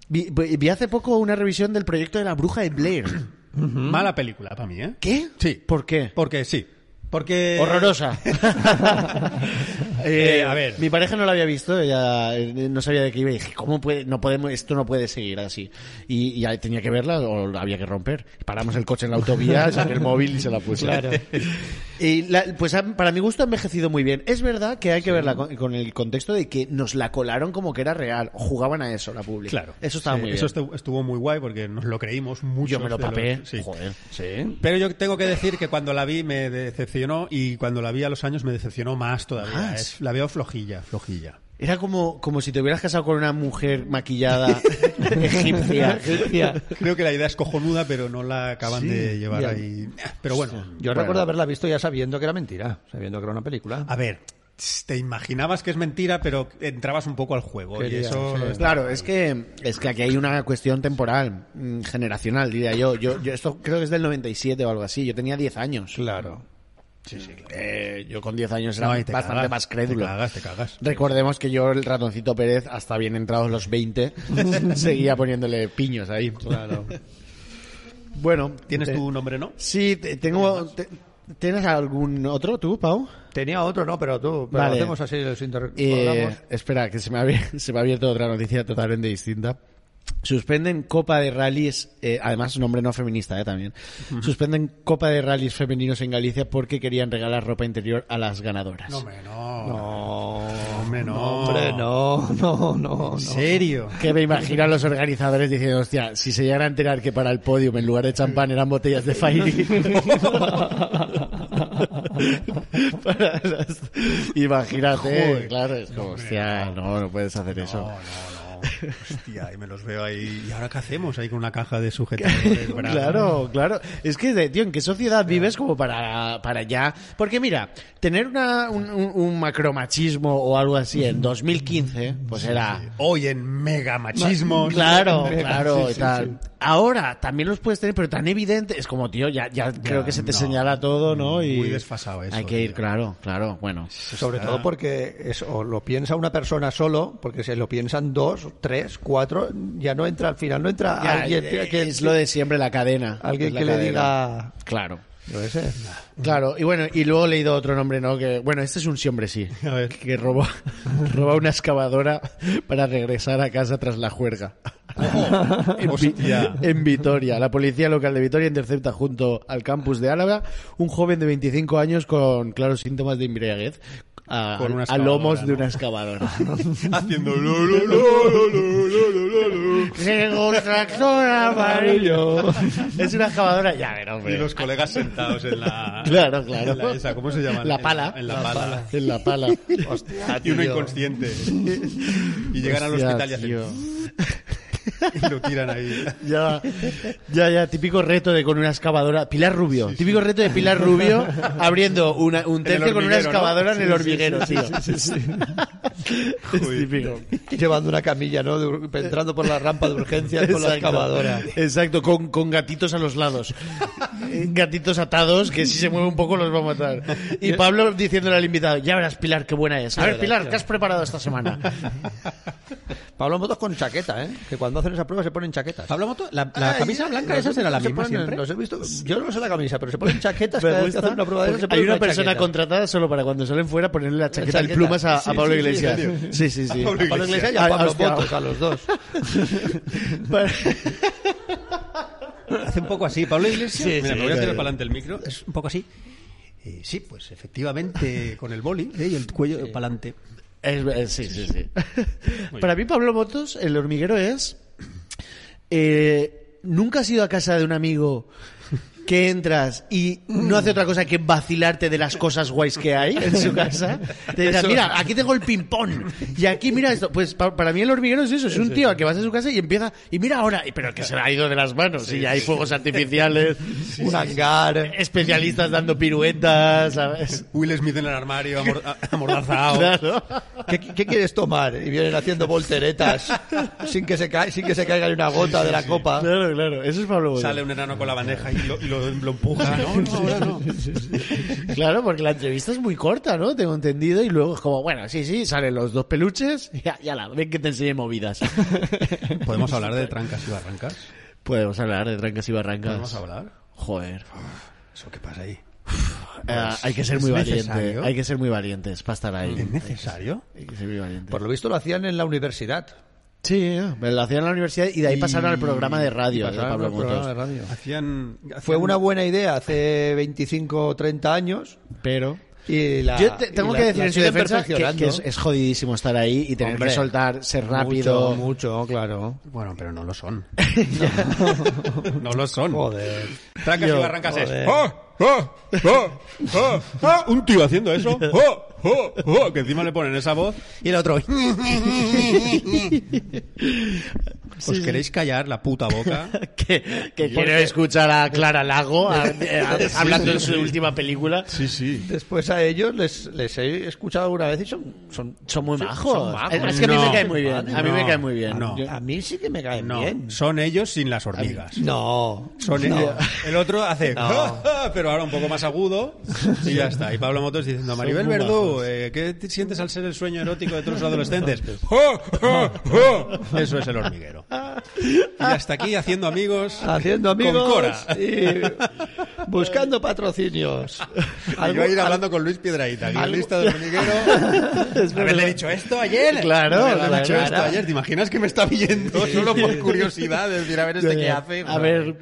Speaker 3: Vi, vi hace poco una revisión del proyecto de la bruja de Blair.
Speaker 2: Mala película para mí, ¿eh?
Speaker 3: ¿Qué?
Speaker 2: Sí.
Speaker 3: ¿Por qué?
Speaker 2: Porque sí. Porque...
Speaker 3: Horrorosa.
Speaker 2: Eh, a ver.
Speaker 3: Mi pareja no la había visto, ella eh, no sabía de qué iba y dije, ¿cómo puede, no podemos, esto no puede seguir así? Y, y ahí tenía que verla o la había que romper. Paramos el coche en la autovía, saqué el móvil y se la puse. Y la- pues ha- para mi gusto ha envejecido muy bien. Es verdad que hay que verla con, con el contexto de que nos la colaron como que era real, o jugaban a eso la pública.
Speaker 2: Claro.
Speaker 3: Eso estaba
Speaker 2: Sí,
Speaker 3: muy bien.
Speaker 2: Eso estu- estuvo muy guay porque nos lo creímos mucho.
Speaker 3: Yo me lo papé. Joder.
Speaker 5: Sí.
Speaker 2: Pero yo tengo que decir que cuando la vi me decepcionó y cuando la vi a los años me decepcionó más todavía.
Speaker 3: Más.
Speaker 2: Es- la veo flojilla, flojilla.
Speaker 3: Era como, como si te hubieras casado con una mujer maquillada egipcia.
Speaker 2: Creo que la idea es cojonuda, pero no la acaban
Speaker 5: Sí,
Speaker 2: de llevar
Speaker 5: ya.
Speaker 2: ahí. Pero bueno,
Speaker 5: Yo recuerdo haberla visto ya sabiendo que era mentira, sabiendo que era una película.
Speaker 2: a ver, te imaginabas que es mentira, pero entrabas un poco al juego.
Speaker 5: Quería,
Speaker 2: y eso.
Speaker 5: sí.
Speaker 3: Claro, es que, es que aquí hay una cuestión temporal, mm, generacional, diría yo. yo. Yo esto creo que es del 97 o algo así. Yo tenía 10 años.
Speaker 5: Claro.
Speaker 3: Eh, yo con 10 años era
Speaker 2: No, y te
Speaker 3: bastante
Speaker 2: cagas,
Speaker 3: más
Speaker 2: Te
Speaker 3: crédulo.
Speaker 2: cagas, te cagas.
Speaker 3: Recordemos que yo, el ratoncito Pérez, hasta bien entrados los 20, seguía poniéndole piños ahí. Claro. Bueno,
Speaker 2: ¿Tienes
Speaker 3: te-
Speaker 2: tu nombre, no?
Speaker 3: Sí, te- tengo. te- ¿Tienes algún otro tú, Pau?
Speaker 5: Tenía otro, no, pero tú. Pero
Speaker 3: Vale.
Speaker 5: hacemos así los intercambios.
Speaker 3: Eh, espera, que se me, ha, abier- se me ha abierto otra noticia totalmente distinta. Suspenden Copa de Rallies, eh, además nombre no feminista eh, también. Suspenden Copa de Rallies femeninos en Galicia porque querían regalar ropa interior a las ganadoras.
Speaker 2: No, hombre, no.
Speaker 5: No,
Speaker 2: hombre, no.
Speaker 5: Hombre, no, no, no. no.
Speaker 2: ¿En serio?
Speaker 3: Que me imagino a los organizadores diciendo, hostia, si se llegan a enterar que para el podium en lugar de champán eran botellas de Fairy. Para las- Imagínate,
Speaker 2: Joder,
Speaker 3: claro, es como,
Speaker 2: hombre,
Speaker 3: hostia, no, no puedes hacer
Speaker 2: No,
Speaker 3: eso.
Speaker 2: no, no. Hostia, y me los veo ahí. ¿Y ahora qué hacemos? Ahí con una caja de sujetadores. brazos.
Speaker 3: Claro, claro. Es que, de- tío, ¿en qué sociedad vives como para, para ya? Porque mira, tener una, un, un- un macromachismo o algo así en 2015, pues era...
Speaker 2: Hoy en mega machismos.
Speaker 3: Claro, claro, y tal. Ahora también los puedes tener, pero tan evidente. Es como, tío, ya, ya creo que se te
Speaker 2: no.
Speaker 3: señala todo, ¿no? Y
Speaker 2: Muy desfasado eso,
Speaker 3: Hay que ir,
Speaker 2: tío.
Speaker 3: claro, claro, bueno.
Speaker 5: Sobre todo porque es, o lo piensa una persona solo, porque si lo piensan dos, tres, cuatro, ya no entra, al final no entra
Speaker 3: Ya,
Speaker 5: alguien
Speaker 3: eh,
Speaker 5: que, que-
Speaker 3: es lo de siempre, la cadena.
Speaker 5: alguien
Speaker 3: Es la
Speaker 5: que le
Speaker 3: cadena.
Speaker 5: diga,
Speaker 3: Claro.
Speaker 5: yo qué sé.
Speaker 3: Claro, y bueno, y luego he leído otro nombre, ¿no? Que, bueno, este es un sí hombre sí.
Speaker 2: A ver.
Speaker 3: Que robó, roba una excavadora para regresar a casa tras la juerga. en, Vi-
Speaker 2: Hostia.
Speaker 3: en Vitoria. La policía local de Vitoria intercepta junto al campus de Álava un joven de 25 años con claros síntomas de embriaguez a,
Speaker 2: Con una
Speaker 3: a lomos
Speaker 2: excavadora,
Speaker 3: de
Speaker 2: ¿no?
Speaker 3: una excavadora.
Speaker 2: Haciendo. lo, lo, lo, lo, lo, lo, lo, lo, lo.
Speaker 3: Llegó un tractor amarillo. es una excavadora, ya ver,
Speaker 2: Y
Speaker 3: hombre.
Speaker 2: los colegas sentados en la.
Speaker 3: Claro, claro.
Speaker 2: en la esa, ¿Cómo se llama?
Speaker 3: La
Speaker 2: En
Speaker 3: pala.
Speaker 2: En la, pala.
Speaker 3: En la pala.
Speaker 2: Y uno inconsciente. Y llegan al
Speaker 3: Hostia,
Speaker 2: hospital y hacen.
Speaker 3: tío.
Speaker 2: Y lo tiran ahí.
Speaker 3: Ya, ya, ya, típico reto de con una excavadora. Pilar Rubio, típico reto de Pilar Rubio abriendo una- un
Speaker 2: el
Speaker 3: tercio con una
Speaker 2: hormiguero, ¿no?
Speaker 3: excavadora en
Speaker 2: Sí,
Speaker 3: el
Speaker 2: sí,
Speaker 3: hormiguero, tío. es
Speaker 2: Uy.
Speaker 3: típico.
Speaker 5: llevando una camilla, ¿no? De ur- entrando por la rampa de urgencias con la excavadora.
Speaker 3: Exacto, con, con gatitos a los lados. Eh, Gatitos atados que si se mueve un poco los va a matar. Y Pablo diciéndole al invitado, ya verás Pilar, qué buena es. A ver, Pilar, ¿qué has preparado esta semana?
Speaker 5: Pablo Motos con chaqueta, ¿eh? Que cuando hacen esa prueba se ponen chaquetas.
Speaker 2: Pablo Moto, la, la
Speaker 5: Ah,
Speaker 2: camisa
Speaker 5: y-
Speaker 2: blanca
Speaker 5: los
Speaker 2: esa será la
Speaker 5: se
Speaker 2: misma
Speaker 5: ponen-
Speaker 2: siempre.
Speaker 5: los he visto- yo no sé la camisa, pero se ponen chaquetas
Speaker 3: Me
Speaker 5: cada vez que
Speaker 3: gusta,
Speaker 5: hacen una prueba de
Speaker 3: porque
Speaker 5: esas, se
Speaker 3: Pues hay
Speaker 5: ponen
Speaker 3: una persona
Speaker 5: chaqueta.
Speaker 3: contratada solo para cuando salen fuera ponerle la chaqueta, en
Speaker 5: chaqueta.
Speaker 3: plumas a, a
Speaker 5: Sí, sí,
Speaker 3: Pablo
Speaker 5: sí,
Speaker 3: Iglesias.
Speaker 5: en
Speaker 3: Sí, sí, sí.
Speaker 2: Pablo
Speaker 5: A Pablo Iglesias y a
Speaker 3: Ay,
Speaker 2: Ah,
Speaker 5: Pablo
Speaker 3: hostia.
Speaker 5: Motos, a los dos.
Speaker 3: Para-
Speaker 2: Hace un poco así, Pablo Iglesias.
Speaker 3: Sí,
Speaker 2: Mira,
Speaker 3: sí,
Speaker 2: me voy a
Speaker 3: sí,
Speaker 2: tirar
Speaker 3: sí.
Speaker 2: para adelante el micro. Es un poco así. Eh, sí, pues efectivamente con el boli ¿eh? y el cuello para adelante.
Speaker 3: Es- es- sí, sí, sí. Para mí, Pablo Motos, el hormiguero es. eh, Nunca has ido a casa de un amigo que entras y no hace otra cosa que vacilarte de las cosas guays que hay en su casa. Te dirás, mira, aquí tengo el ping-pong y aquí mira esto. Pues pa- para mí el hormiguero es eso, es un tío al que vas a su casa y empieza, y mira ahora, y- pero que se le ha ido de las manos y hay fuegos artificiales,
Speaker 5: Un hangar.
Speaker 3: especialistas dando piruetas, ¿sabes?
Speaker 2: Will Smith en el armario, amor- a- amordazado.
Speaker 3: Claro.
Speaker 5: ¿Qué, qué quieres tomar? Y vienen haciendo volteretas sin que se, ca- sin que se caiga ni una gota de la copa.
Speaker 3: Claro, claro. Eso es Pablo Motos.
Speaker 2: Sale un enano con la bandeja y lo, y lo- lo empuja. No, no, ahora no.
Speaker 3: Claro, porque la entrevista es muy corta, ¿no? Tengo entendido. Y luego es como, bueno, sí, sí, salen los dos peluches. Ya, ya la, ven que te enseñe movidas.
Speaker 2: ¿Podemos hablar de trancas y barrancas?
Speaker 3: Podemos hablar de trancas y
Speaker 2: ¿Podemos
Speaker 3: barrancas.
Speaker 2: hablar?
Speaker 3: Joder.
Speaker 5: Ah,
Speaker 2: ¿Eso qué pasa ahí?
Speaker 3: Eh,
Speaker 5: pues,
Speaker 3: hay que ser
Speaker 2: ¿es
Speaker 3: muy valiente.
Speaker 2: necesario?
Speaker 3: Hay que ser muy valientes para estar
Speaker 2: ¿Es
Speaker 3: ahí.
Speaker 2: necesario?
Speaker 3: Hay que ser muy valientes.
Speaker 5: Por lo visto lo hacían en la universidad.
Speaker 3: Sí, eh, me lo hacían en la universidad y de ahí pasaron al programa de radio
Speaker 5: Y
Speaker 3: de
Speaker 5: pasaron
Speaker 3: Pablo
Speaker 5: al programa
Speaker 3: Motos.
Speaker 5: de radio.
Speaker 2: Hacían, hacían-
Speaker 5: ¿eh, Fue una buena idea hace 25 o 30 años.
Speaker 3: Pero...
Speaker 5: Y la,
Speaker 3: Yo te- tengo
Speaker 5: y la-
Speaker 3: que decir
Speaker 5: la
Speaker 3: en su
Speaker 5: siguen
Speaker 3: defensa que,
Speaker 5: perfeccionando.
Speaker 3: que es, es jodidísimo estar ahí y tener
Speaker 5: Hombre,
Speaker 3: que soltar, ser rápido.
Speaker 5: Mucho, mucho, claro.
Speaker 2: Bueno, pero no lo son. No, lo son.
Speaker 5: Joder.
Speaker 2: Trancas y barrancas
Speaker 5: joder.
Speaker 2: es. ¡Oh! ¡Oh! ¡Oh! ¡Oh! ¡Oh! Un tío haciendo eso. ¡Oh! ¡Oh! ¡Oh! Que encima le ponen esa voz.
Speaker 5: Y el otro.
Speaker 2: ¿Os queréis callar la puta boca?
Speaker 3: que, que quiero escuchar a Clara Lago a- a- hablando de su última película.
Speaker 9: Sí, sí.
Speaker 5: Después a ellos les, les he escuchado alguna vez y son, son,
Speaker 3: Son muy majos.
Speaker 5: son majos.
Speaker 3: Es que a mí me
Speaker 2: No.
Speaker 3: cae muy bien. A mí me
Speaker 2: No.
Speaker 3: cae muy bien.
Speaker 2: No.
Speaker 3: Yo-
Speaker 5: A mí sí que me caen
Speaker 2: No,
Speaker 5: bien.
Speaker 2: son ellos sin las hormigas.
Speaker 5: No,
Speaker 2: Son
Speaker 5: no.
Speaker 2: ellos. El otro hace,
Speaker 5: No.
Speaker 2: pero ahora un poco más agudo y ya está. Y Pablo Motos diciendo, Maribel
Speaker 3: muy
Speaker 2: Verdú, eh, ¿qué te sientes al ser el sueño erótico de todos los adolescentes? ¡Jo, jo, jo! Eso es el hormiguero. Y hasta aquí haciendo amigos.
Speaker 5: Haciendo amigos
Speaker 2: Con Cora.
Speaker 5: y buscando patrocinios.
Speaker 2: Y yo a ir hablando con Luis Piedraíta, guionista del hormiguero. Haberle dicho esto ayer.
Speaker 3: Claro,
Speaker 2: Haberle
Speaker 3: claro,
Speaker 2: dicho esto
Speaker 3: claro.
Speaker 2: ayer. ¿Te imaginas que me está viendo solo por curiosidad? Es decir, a ver este qué hace.
Speaker 3: A ver,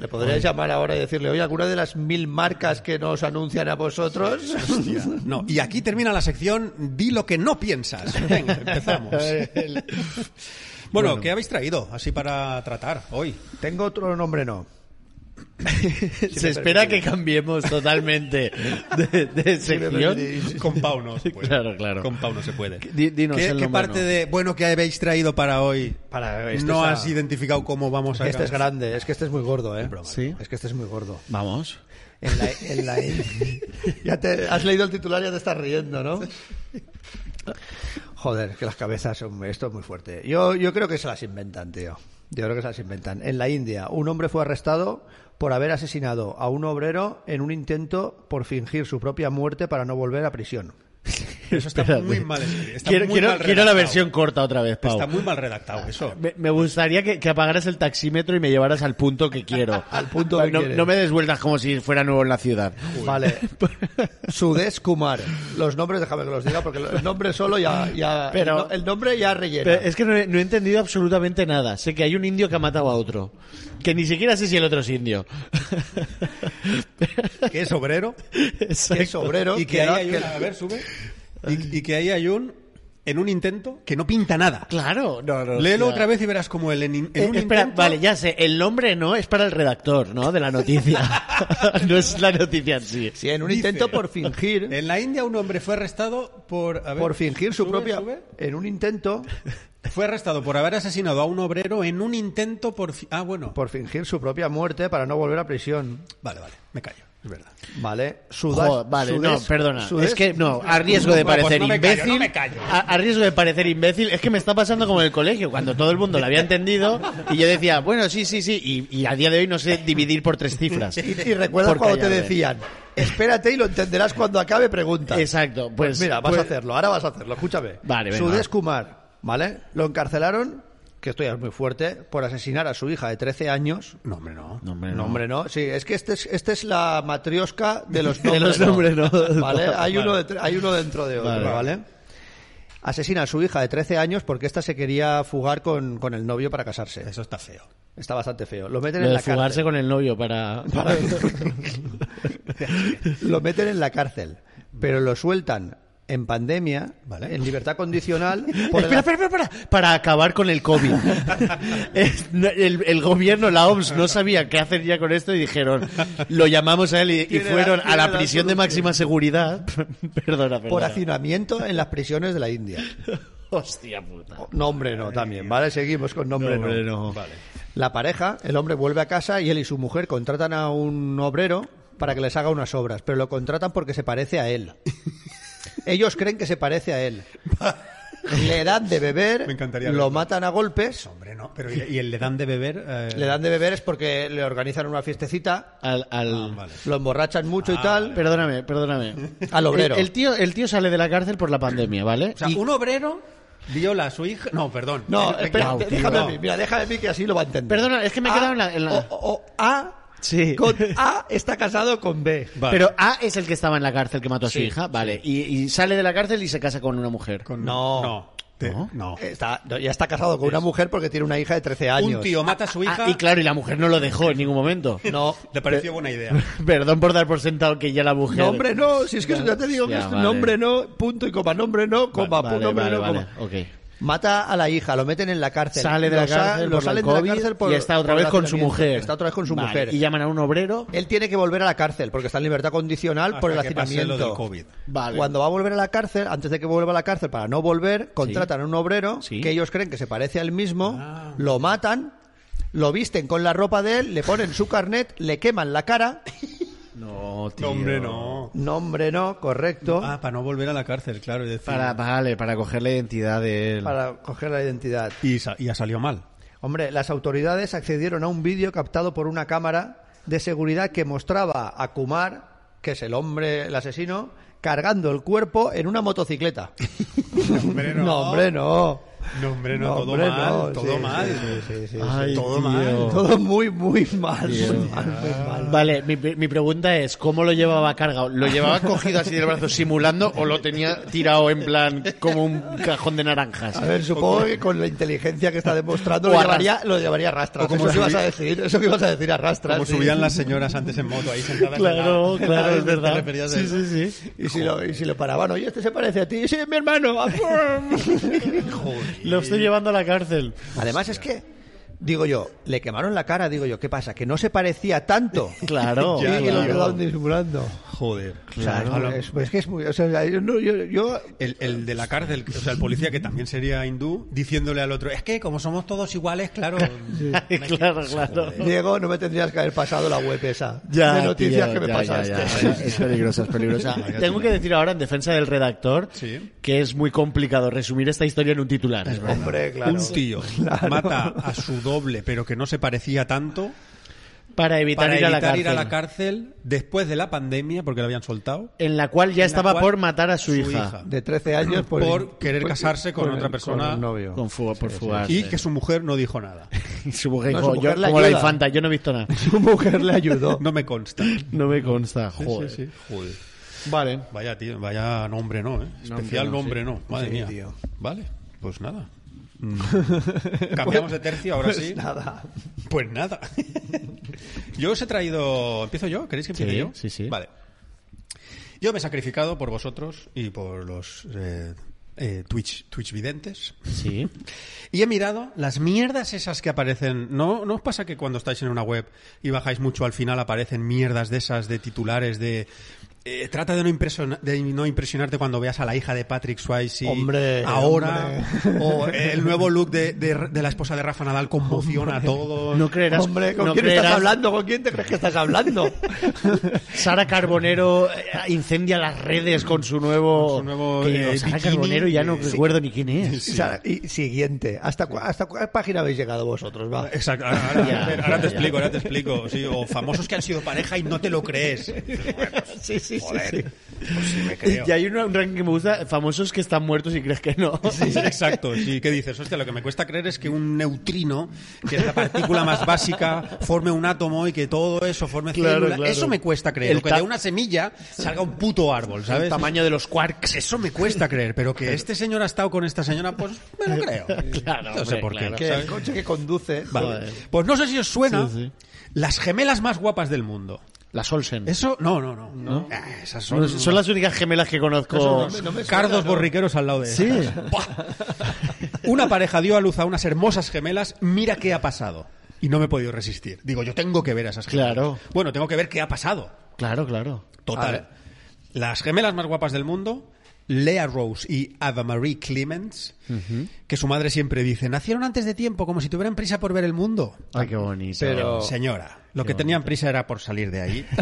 Speaker 5: le podrías llamar ahora y decirle, oye, alguna de las mil marcas que nos anuncian a vosotros.
Speaker 2: No, y aquí termina la sección Di lo que no piensas. Venga, empezamos. bueno, ¿qué habéis traído así para tratar hoy?
Speaker 5: Tengo otro nombre, no.
Speaker 3: se espera que cambiemos totalmente de, de sección.
Speaker 2: Con Pau no se puede.
Speaker 3: Claro, claro.
Speaker 2: Con Pau no se puede.
Speaker 3: Di- dinos
Speaker 2: ¿Qué,
Speaker 3: el
Speaker 2: qué
Speaker 3: nombre,
Speaker 2: parte
Speaker 3: no.
Speaker 2: de bueno que habéis traído para hoy
Speaker 5: Para este
Speaker 2: no
Speaker 5: está-
Speaker 2: has identificado cómo vamos a
Speaker 5: Este es
Speaker 2: acabar?
Speaker 5: grande, es que este es muy gordo, ¿eh?
Speaker 3: Sí.
Speaker 5: Es que este es muy gordo.
Speaker 3: Vamos.
Speaker 5: En la- en la- ya te, has leído el titular y ya te estás riendo, ¿no? Joder, que las cabezas son esto es muy fuerte. Yo, yo creo que se las inventan, tío. Yo creo que se las inventan. En la India, un hombre fue arrestado por haber asesinado a un obrero en un intento por fingir su propia muerte para no volver a prisión.
Speaker 2: Eso está
Speaker 3: Espérate.
Speaker 2: muy mal escrito. Está
Speaker 3: Quiero,
Speaker 2: muy
Speaker 3: quiero-
Speaker 2: mal
Speaker 3: quiero la
Speaker 2: redactado.
Speaker 3: versión corta otra vez, Pau.
Speaker 2: Está muy mal redactado eso.
Speaker 3: Me, me gustaría que, que apagaras el taxímetro y me llevaras al punto que quiero.
Speaker 5: Al punto
Speaker 3: no,
Speaker 5: que quieres.
Speaker 3: no me des vueltas como si fuera nuevo en la ciudad.
Speaker 5: Vale. Sudesh Kumar. Los nombres, déjame que los diga, porque el nombre solo ya... ya
Speaker 3: Pero-
Speaker 5: el, no- el nombre ya rellena.
Speaker 3: Pero es que no he, no he entendido absolutamente nada. Sé que hay un indio que ha matado a otro. Que ni siquiera sé si el otro es indio.
Speaker 2: Que es obrero
Speaker 5: Que es obrero.
Speaker 2: y que,
Speaker 5: no-
Speaker 2: ahí hay un, a ver, sube. Y, y que ahí hay un en un intento que no pinta nada.
Speaker 3: Claro, no, no.
Speaker 2: Léelo
Speaker 3: hostia.
Speaker 2: otra vez y verás como el en, en
Speaker 3: Eh,
Speaker 2: un
Speaker 3: espera,
Speaker 2: intento-
Speaker 3: vale, ya sé. El nombre no es para el redactor, ¿no? De la noticia. no es la noticia en sí.
Speaker 5: Sí, en un
Speaker 2: Dice-
Speaker 5: intento por fingir...
Speaker 2: En la India un hombre fue arrestado por a ver,
Speaker 5: por fingir su
Speaker 2: sube,
Speaker 5: propia
Speaker 2: sube.
Speaker 5: en un intento
Speaker 2: Fue arrestado por haber asesinado a un obrero en un intento por fi- ah bueno
Speaker 5: por fingir su propia muerte para no volver a prisión
Speaker 2: vale vale me callo es verdad
Speaker 5: vale Sudas-
Speaker 3: Jo, vale, no,
Speaker 5: Sudesh-
Speaker 3: perdona.
Speaker 5: Sudesh-
Speaker 3: es que no, a riesgo de
Speaker 2: No, pues
Speaker 3: parecer
Speaker 2: no me callo,
Speaker 3: imbécil.
Speaker 2: no me callo.
Speaker 3: A, a riesgo de parecer imbécil, es que me está pasando como en el colegio, cuando todo el mundo lo había entendido y yo decía, bueno, sí, sí, sí, y, y a día de hoy no sé dividir por tres cifras.
Speaker 5: y, y recuerda
Speaker 3: Por
Speaker 5: cuando te
Speaker 3: callarme.
Speaker 5: decían espérate y lo entenderás cuando acabe pregunta
Speaker 3: Exacto, pues,
Speaker 5: Pues mira vas
Speaker 3: pues-
Speaker 5: a hacerlo ahora vas a hacerlo escúchame
Speaker 3: Vale, venga.
Speaker 5: Sudesh Kumar vale lo encarcelaron que esto ya es muy fuerte por asesinar a su hija de 13 años
Speaker 2: no hombre no,
Speaker 3: No, hombre,
Speaker 5: No,
Speaker 3: no.
Speaker 5: hombre, no. Sí, es que este es, este es la matriosca de los
Speaker 3: De
Speaker 5: nombres.
Speaker 3: los nombres, ¿no?
Speaker 5: Vale, hay, Uno, de- hay uno dentro de otro,
Speaker 3: Vale.
Speaker 5: ¿vale? Asesina a su hija de 13 años porque ésta se quería fugar con, con el novio para casarse.
Speaker 2: eso está feo
Speaker 5: Está bastante feo. Lo meten
Speaker 3: Lo
Speaker 5: en
Speaker 3: de
Speaker 5: la
Speaker 3: fugarse
Speaker 5: cárcel.
Speaker 3: con el novio para...
Speaker 5: Lo meten en la cárcel, pero lo sueltan en pandemia,
Speaker 2: Vale.
Speaker 5: en libertad condicional. por el-
Speaker 3: Espera, espera, espera, espera. para acabar con el COVID. Es- no, el, el gobierno, la OMS, no sabía qué hacer ya con esto y dijeron, lo llamamos a él y- y,
Speaker 5: Tiene la-
Speaker 3: fueron a
Speaker 5: tiene
Speaker 3: la
Speaker 5: la
Speaker 3: prisión de
Speaker 5: solución.
Speaker 3: máxima seguridad. perdona,
Speaker 5: por
Speaker 3: perdona.
Speaker 5: hacinamiento en las prisiones de la India.
Speaker 3: Hostia puta.
Speaker 5: Nombre no, también, ¿vale? Seguimos con nombre no.
Speaker 3: Hombre, no.
Speaker 5: La pareja, el hombre vuelve a casa y él y su mujer contratan a un obrero para que les haga unas obras, pero lo contratan porque se parece a él. Ellos creen que se parece a él. Le dan de beber,
Speaker 2: Me encantaría
Speaker 5: lo
Speaker 2: verlo.
Speaker 5: matan a golpes.
Speaker 2: hombre no pero y, y el le dan de beber eh,
Speaker 5: Le dan de beber es porque le organizan una fiestecita,
Speaker 3: Al, al-
Speaker 2: vale.
Speaker 5: lo emborrachan mucho y tal.
Speaker 3: Perdóname, perdóname.
Speaker 5: Ah, Al obrero.
Speaker 3: El, el tío, el tío sale de la cárcel por la pandemia, ¿vale?
Speaker 2: o sea
Speaker 3: Y-
Speaker 2: un obrero viola a su hija no perdón
Speaker 5: No,
Speaker 2: Venga,
Speaker 5: espera,
Speaker 2: tío,
Speaker 5: déjame
Speaker 2: no.
Speaker 5: a mí, mira, déjame a mí que así lo va a entender.
Speaker 3: Perdona, es que me he
Speaker 5: A-
Speaker 3: quedado en la- en la-
Speaker 5: O, o- A,
Speaker 3: Sí.
Speaker 5: Ah, oh, con A está casado con B.
Speaker 2: Vale.
Speaker 3: Pero A es el que estaba en la cárcel que mató a su
Speaker 5: Sí,
Speaker 3: hija, vale. Y, y sale de la cárcel y se casa con una mujer.
Speaker 2: Con-
Speaker 5: No.
Speaker 2: no te- no,
Speaker 5: Está, no, ya está casado con una mujer porque tiene una hija de 13 años.
Speaker 2: un tío mata a su hija
Speaker 3: Ah, y claro, y la mujer no lo dejó en ningún momento.
Speaker 5: No.
Speaker 2: le
Speaker 5: eh,
Speaker 2: pareció buena idea
Speaker 3: Perdón por dar por sentado que ya la mujer.
Speaker 5: No, hombre, no. Si es que ya te digo que
Speaker 3: Hostia,
Speaker 5: es
Speaker 3: vale.
Speaker 5: nombre no, punto y coma, nombre no, coma,
Speaker 3: Vale,
Speaker 5: nombre
Speaker 3: vale,
Speaker 5: no,
Speaker 3: vale,
Speaker 5: coma.
Speaker 3: ok.
Speaker 5: Mata a la hija, lo meten en la cárcel.
Speaker 3: Sale de
Speaker 5: Lo
Speaker 3: la
Speaker 5: sa-
Speaker 3: cárcel,
Speaker 5: lo
Speaker 3: por
Speaker 5: salen
Speaker 3: la
Speaker 5: de la
Speaker 3: COVID
Speaker 5: cárcel por-
Speaker 3: y está otra
Speaker 5: por
Speaker 3: vez con su
Speaker 5: hacimiento.
Speaker 3: mujer.
Speaker 5: Está otra vez con su
Speaker 3: Vale,
Speaker 5: mujer.
Speaker 3: Y llaman a un obrero.
Speaker 5: Él tiene que volver a la cárcel porque está en libertad condicional por el
Speaker 2: Hasta que pase
Speaker 5: hacinamiento.
Speaker 2: lo del COVID.
Speaker 3: Vale.
Speaker 5: Cuando va a volver a la cárcel, antes de que vuelva a la cárcel, para no volver, contratan a un obrero
Speaker 3: Sí.
Speaker 5: que ellos creen que se parece al mismo,
Speaker 2: Ah.
Speaker 5: lo matan, lo visten con la ropa de él, le ponen su carnet, le queman la cara.
Speaker 3: No, tío.
Speaker 2: No, hombre, no.
Speaker 5: Nombre no, correcto.
Speaker 2: Ah, para no volver a la cárcel, claro. y decir-
Speaker 3: Para, vale, para coger la identidad de él.
Speaker 5: Para coger la identidad.
Speaker 2: Y, sa- y ha salido mal.
Speaker 5: Hombre, las autoridades accedieron a un vídeo captado por una cámara de seguridad que mostraba a Kumar, que es el hombre, el asesino, cargando el cuerpo en una motocicleta.
Speaker 2: hombre, no.
Speaker 5: No, hombre, no.
Speaker 2: No, hombre, no,
Speaker 5: No,
Speaker 2: todo
Speaker 5: hombre,
Speaker 2: mal,
Speaker 5: no,
Speaker 2: todo
Speaker 5: sí,
Speaker 2: mal.
Speaker 5: sí, sí, sí, sí.
Speaker 3: Ay,
Speaker 2: todo
Speaker 3: tío.
Speaker 2: mal.
Speaker 5: Todo muy, muy mal.
Speaker 3: Dios.
Speaker 5: muy mal, muy mal.
Speaker 3: Vale, mi, mi pregunta es, ¿cómo lo llevaba cargado? ¿Lo llevaba cogido así del brazo simulando o lo tenía tirado en plan como un cajón de naranjas?
Speaker 5: A ver, supongo que con la inteligencia que está demostrando
Speaker 3: O
Speaker 5: lo
Speaker 3: arras-
Speaker 5: llevaría, lo llevaría arrastra.
Speaker 2: O como
Speaker 5: eso que
Speaker 2: subí-
Speaker 5: ibas a decir, eso que ibas a decir arrastra.
Speaker 2: Como
Speaker 5: sí.
Speaker 2: subían las señoras antes en moto, ahí sentadas. en la-
Speaker 3: Claro,
Speaker 2: en la-
Speaker 3: claro,
Speaker 2: en
Speaker 3: es
Speaker 2: las
Speaker 3: verdad.
Speaker 2: teleferías de-
Speaker 3: Sí, sí, sí.
Speaker 5: Y si, lo, y si lo paraban, oye, este se parece a ti, sí, es mi hermano.
Speaker 2: Joder.
Speaker 3: Lo estoy llevando a la cárcel.
Speaker 5: Además es que, digo yo, le quemaron la cara, digo yo, ¿qué pasa? Que no se parecía tanto.
Speaker 3: Claro,
Speaker 5: Y lo
Speaker 3: claro.
Speaker 5: quedaron disimulando.
Speaker 2: Joder.
Speaker 5: O sea, es, es que es muy... O sea, yo, no- yo- yo-
Speaker 2: El, el de la cárcel, o sea, el policía que también sería hindú, diciéndole al otro, es que como somos todos iguales, claro.
Speaker 3: claro, claro.
Speaker 5: Diego, no me tendrías que haber pasado la web esa
Speaker 3: Ya,
Speaker 5: de noticias
Speaker 3: tío,
Speaker 5: que me
Speaker 3: ya, ya,
Speaker 5: pasaste.
Speaker 3: ya. Es peligrosa, es peligrosa. Tengo que decir ahora en defensa del redactor
Speaker 2: Sí.
Speaker 3: que es muy complicado resumir esta historia en un titular.
Speaker 5: Hombre, claro.
Speaker 2: Un tío mata a su doble, pero que no se parecía tanto,
Speaker 3: Para evitar,
Speaker 2: para
Speaker 3: ir, a la
Speaker 2: evitar
Speaker 3: cárcel,
Speaker 2: ir a la cárcel después de la pandemia, porque lo habían soltado.
Speaker 3: En la cual ya
Speaker 2: la
Speaker 3: estaba
Speaker 2: cual
Speaker 3: por matar a su,
Speaker 2: su
Speaker 3: hija.
Speaker 2: hija.
Speaker 5: De 13 años por,
Speaker 2: Por querer casarse con otra persona.
Speaker 5: el novio.
Speaker 3: Con fu- por fugarse.
Speaker 2: Y que su mujer no dijo nada.
Speaker 3: Y su mujer,
Speaker 5: No, su
Speaker 3: dijo,
Speaker 5: mujer
Speaker 3: yo,
Speaker 5: le
Speaker 3: como la
Speaker 5: ayuda.
Speaker 3: infanta, yo no he visto nada.
Speaker 5: Su mujer le ayudó.
Speaker 2: No me consta.
Speaker 3: No me consta, joder.
Speaker 2: Sí, sí, sí. Joder.
Speaker 3: Vale.
Speaker 2: Vaya, tío, vaya nombre no, ¿eh? Especial nombre no. Madre
Speaker 5: Sí,
Speaker 2: mía.
Speaker 5: tío.
Speaker 2: Vale, pues nada. Mm. Cambiamos de tercio ahora sí.
Speaker 5: Pues nada.
Speaker 2: Pues nada. yo os he traído. ¿Empiezo yo? ¿Queréis que empiece
Speaker 3: Sí,
Speaker 2: yo?
Speaker 3: sí, sí.
Speaker 2: Vale. Yo me he sacrificado por vosotros y por los eh, eh, Twitch, Twitch videntes.
Speaker 3: Sí.
Speaker 2: Y he mirado las mierdas esas que aparecen. ¿No, ¿No os pasa que cuando estáis en una web y bajáis mucho al final aparecen mierdas de esas de titulares de... eh, trata de no, impresiona- de no impresionarte cuando veas a la hija de Patrick Swayze
Speaker 5: Hombre,
Speaker 2: ahora o el nuevo look de, de- de la esposa de Rafa Nadal conmociona a todos.
Speaker 3: No creerás.
Speaker 5: Hombre, ¿con
Speaker 3: no
Speaker 5: quién
Speaker 3: creerás-
Speaker 5: estás hablando? ¿Con quién te crees que estás hablando?
Speaker 3: Sara Carbonero eh, incendia las redes con su nuevo.
Speaker 2: Con su nuevo,
Speaker 3: que
Speaker 2: eh,
Speaker 3: digo, Sara
Speaker 2: bikini,
Speaker 3: Carbonero ya no
Speaker 2: eh, sí.
Speaker 3: recuerdo ni quién es.
Speaker 5: O sea, y siguiente. ¿Hasta, cu- ¿Hasta cuál página habéis llegado vosotros? Va.
Speaker 2: Exacto, ahora, ahora-
Speaker 3: Ya,
Speaker 2: a ver, ahora te
Speaker 3: ya.
Speaker 2: explico, ahora te explico. Sí, o famosos que han sido pareja y no te lo crees.
Speaker 3: Sí, sí, sí, sí.
Speaker 2: Pues sí me creo.
Speaker 3: Y hay un, un ranking que me gusta, famosos que están muertos y crees que no.
Speaker 2: Sí, sí, exacto. Sí, ¿qué dices? Hostia, lo que me cuesta creer es que un neutrino, que es la partícula más básica, forme un átomo y que todo eso forme
Speaker 3: Claro,
Speaker 2: células.
Speaker 3: claro.
Speaker 2: Eso me cuesta creer.
Speaker 3: El
Speaker 2: O que
Speaker 3: ta-
Speaker 2: de una semilla salga un puto árbol, ¿sabes?
Speaker 3: tamaño de los quarks.
Speaker 2: Eso me cuesta creer, pero que este señor ha estado con esta señora, pues me lo creo.
Speaker 3: Claro,
Speaker 2: no sé
Speaker 3: hombre,
Speaker 2: por qué.
Speaker 3: claro.
Speaker 5: Que el coche que conduce.
Speaker 2: Vale. Pues no sé si os suena
Speaker 3: Sí, sí.
Speaker 2: las gemelas más guapas del mundo.
Speaker 3: Las Olsen.
Speaker 2: Eso, no, no, no. Ah, esas son,
Speaker 3: son, son las únicas gemelas que conozco.
Speaker 2: con cardos borriqueros al lado de
Speaker 3: Sí.
Speaker 2: ellas. Buah. Una pareja dio a luz a unas hermosas gemelas, mira qué ha pasado. Y no me he podido resistir. Digo, yo tengo que ver a esas gemelas.
Speaker 3: Claro.
Speaker 2: Bueno, tengo que ver qué ha pasado.
Speaker 3: Claro, claro.
Speaker 5: A
Speaker 2: Total.
Speaker 5: ver.
Speaker 2: Las gemelas más guapas del mundo, Lea Rose y Ava Marie Clemens, que su madre siempre dice, nacieron antes de tiempo, como si tuvieran prisa por ver el mundo.
Speaker 3: Ay, qué bonito.
Speaker 5: Pero-
Speaker 2: Señora, lo que tenían prisa era por salir de ahí.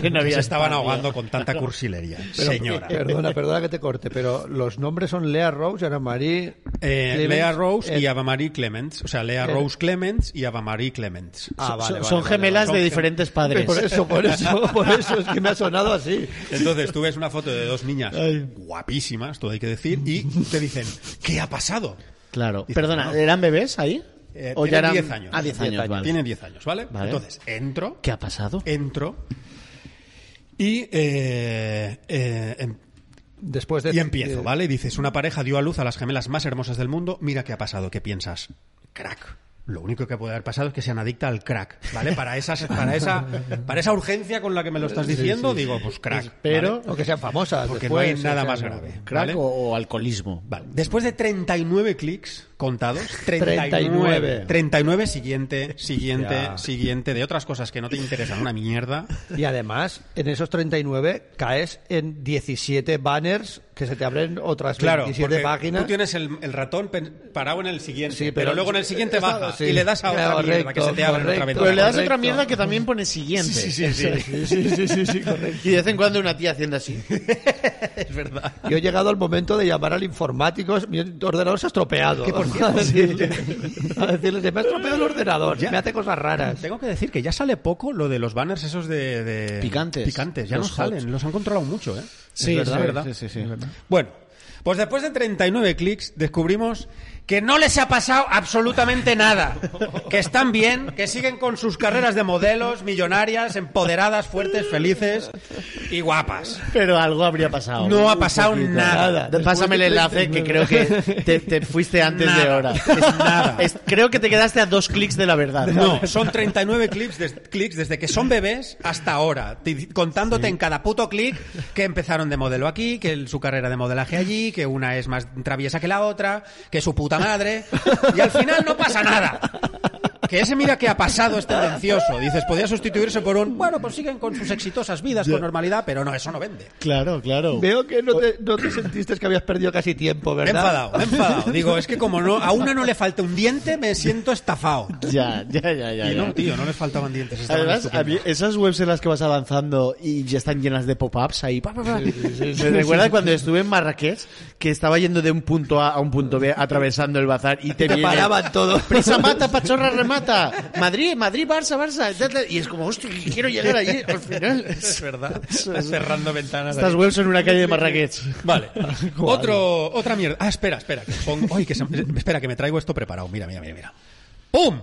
Speaker 3: que no
Speaker 2: Que
Speaker 3: había
Speaker 2: se estaban
Speaker 3: espacio.
Speaker 2: ahogando con tanta cursilería.
Speaker 5: Pero-
Speaker 2: Señora.
Speaker 5: Perdona, perdona que te corte, pero los nombres son Lea Rose, Ana Marie.
Speaker 2: Eh,
Speaker 5: Clemens,
Speaker 2: Lea Rose
Speaker 5: eh,
Speaker 2: y Ava Marie Clements. O sea, Lea
Speaker 5: eh,
Speaker 2: Rose Clements y Ava Marie Clements.
Speaker 5: Ah,
Speaker 3: Son-
Speaker 5: vale, vale,
Speaker 3: son
Speaker 5: vale,
Speaker 3: gemelas
Speaker 2: vale.
Speaker 3: de diferentes
Speaker 5: vale.
Speaker 3: padres.
Speaker 5: Por eso, por eso, por eso es que me ha sonado así.
Speaker 2: Entonces tú ves una foto de dos niñas
Speaker 3: Ay.
Speaker 2: guapísimas, todo hay que decir, y te dicen, ¿qué ha pasado?
Speaker 3: Claro.
Speaker 2: Dice,
Speaker 3: Perdona,
Speaker 2: no.
Speaker 3: ¿eran bebés ahí?
Speaker 2: Eh,
Speaker 3: ¿O
Speaker 2: tienen
Speaker 3: ya eran
Speaker 2: 10 años. Eh,
Speaker 3: Ah, 10 años, vale.
Speaker 2: Tienen 10 años, ¿vale?
Speaker 3: Vale.
Speaker 2: Entonces entro,
Speaker 3: ¿Qué ha pasado?
Speaker 2: entro, y, eh, eh, em-
Speaker 5: Después de.
Speaker 2: y empiezo,
Speaker 5: de-
Speaker 2: ¿vale? Y dices, una pareja dio a luz a las gemelas más hermosas del mundo, mira qué ha pasado, ¿qué piensas? Crack. Lo único que puede haber pasado es que sean adicta al crack, ¿vale? Para, esas, para, esa, para esa urgencia con la que me lo estás diciendo, digo, pues crack.
Speaker 3: Pero-
Speaker 2: ¿vale?
Speaker 5: O que sean famosas.
Speaker 2: Porque
Speaker 5: después,
Speaker 2: no hay
Speaker 5: o sea,
Speaker 2: nada más grave.
Speaker 3: Crack
Speaker 2: ¿vale?
Speaker 3: o, o alcoholismo.
Speaker 2: Vale. Después de 39 clics contados, 39,
Speaker 5: 39.
Speaker 2: 39, siguiente, siguiente,
Speaker 5: Ya.
Speaker 2: siguiente, de otras cosas que no te interesan una mierda.
Speaker 5: Y además, en esos 39 caes en 17 banners que se te abren otras
Speaker 2: Claro,
Speaker 5: 27
Speaker 2: porque
Speaker 5: páginas.
Speaker 2: tú tienes el, el ratón pen- parado en el siguiente,
Speaker 5: Sí,
Speaker 2: pero,
Speaker 5: pero-
Speaker 2: luego en el siguiente baja
Speaker 5: Sí.
Speaker 2: y le das a otra
Speaker 5: Correcto,
Speaker 2: mierda que se te abre en otra
Speaker 5: correcto.
Speaker 2: ventana.
Speaker 3: Pero le das
Speaker 5: Correcto.
Speaker 3: otra mierda que también pone siguiente.
Speaker 2: Sí, sí, sí, sí.
Speaker 3: Y de vez en cuando una tía haciendo así.
Speaker 5: Yo he llegado al momento de llamar al informático, mi ordenador se ha estropeado. a, decirle, a decirle, me ha estropeado el ordenador, me hace cosas raras.
Speaker 2: Tengo que decir que ya sale poco lo de los banners esos de... de-
Speaker 3: Picantes.
Speaker 2: Picantes, ya
Speaker 3: Los
Speaker 2: no
Speaker 3: hot.
Speaker 2: salen, los han controlado mucho, ¿eh?
Speaker 3: Sí,
Speaker 2: Es verdad,
Speaker 3: sí,
Speaker 2: ¿verdad?
Speaker 3: sí, sí, sí.
Speaker 2: Es verdad. Bueno, pues después de 39 clics descubrimos que no les ha pasado absolutamente nada. Que están bien, que siguen con sus carreras de modelos, millonarias, empoderadas, fuertes, felices y guapas.
Speaker 3: Pero algo habría pasado.
Speaker 2: No ha pasado nada.
Speaker 3: De- Pásame el enlace que creo que te, te fuiste antes de
Speaker 2: Nada.
Speaker 3: hora.
Speaker 2: Es nada.
Speaker 3: Es- creo que te quedaste a dos clics de la verdad.
Speaker 2: No, son 39 clips, des- clics desde que son bebés hasta ahora, ti- contándote en cada puto clic que empezaron de modelo aquí, que el- su carrera de modelaje allí, que una es más traviesa que la otra, que su puta madre, y al final no pasa nada. Que ese mira que ha pasado es tendencioso. Dices, podría sustituirse por un, bueno, pues siguen con sus exitosas vidas con normalidad, pero no, eso no vende.
Speaker 3: Claro, claro.
Speaker 5: Veo que no te, no te sentiste que habías perdido casi tiempo,
Speaker 2: Me he
Speaker 5: ¿verdad?
Speaker 2: enfadado, me he enfadado. Digo, es que como no, a una no le falta un diente, me siento estafado.
Speaker 3: Ya, ya, ya, ya.
Speaker 2: Y
Speaker 3: ya.
Speaker 2: no, tío, no les faltaban dientes. estaban
Speaker 3: Además, a
Speaker 2: estupendos.
Speaker 3: mí esas webs en las que vas avanzando y ya están llenas de pop-ups ahí. pa, pa, pa. Me recuerda cuando estuve en Marrakech, que estaba yendo de un punto A a un punto B atravesando el bazar y te,
Speaker 5: Te
Speaker 3: viene,
Speaker 5: paraban todo.
Speaker 3: Prisa mata, pachorra remata. Madrid, Madrid, Barça, Barça. ta, ta. Y es como, hostia, que quiero llegar allí al final.
Speaker 2: Es verdad. Cerrando ventanas.
Speaker 3: Estas
Speaker 2: ahí.
Speaker 3: webs son una calle de Marrakech.
Speaker 2: Vale. Otro, otra mierda. Ah, espera, espera. que pongo- Ay, que se- espera, que me traigo esto preparado. Mira, mira, mira, mira. ¡Pum!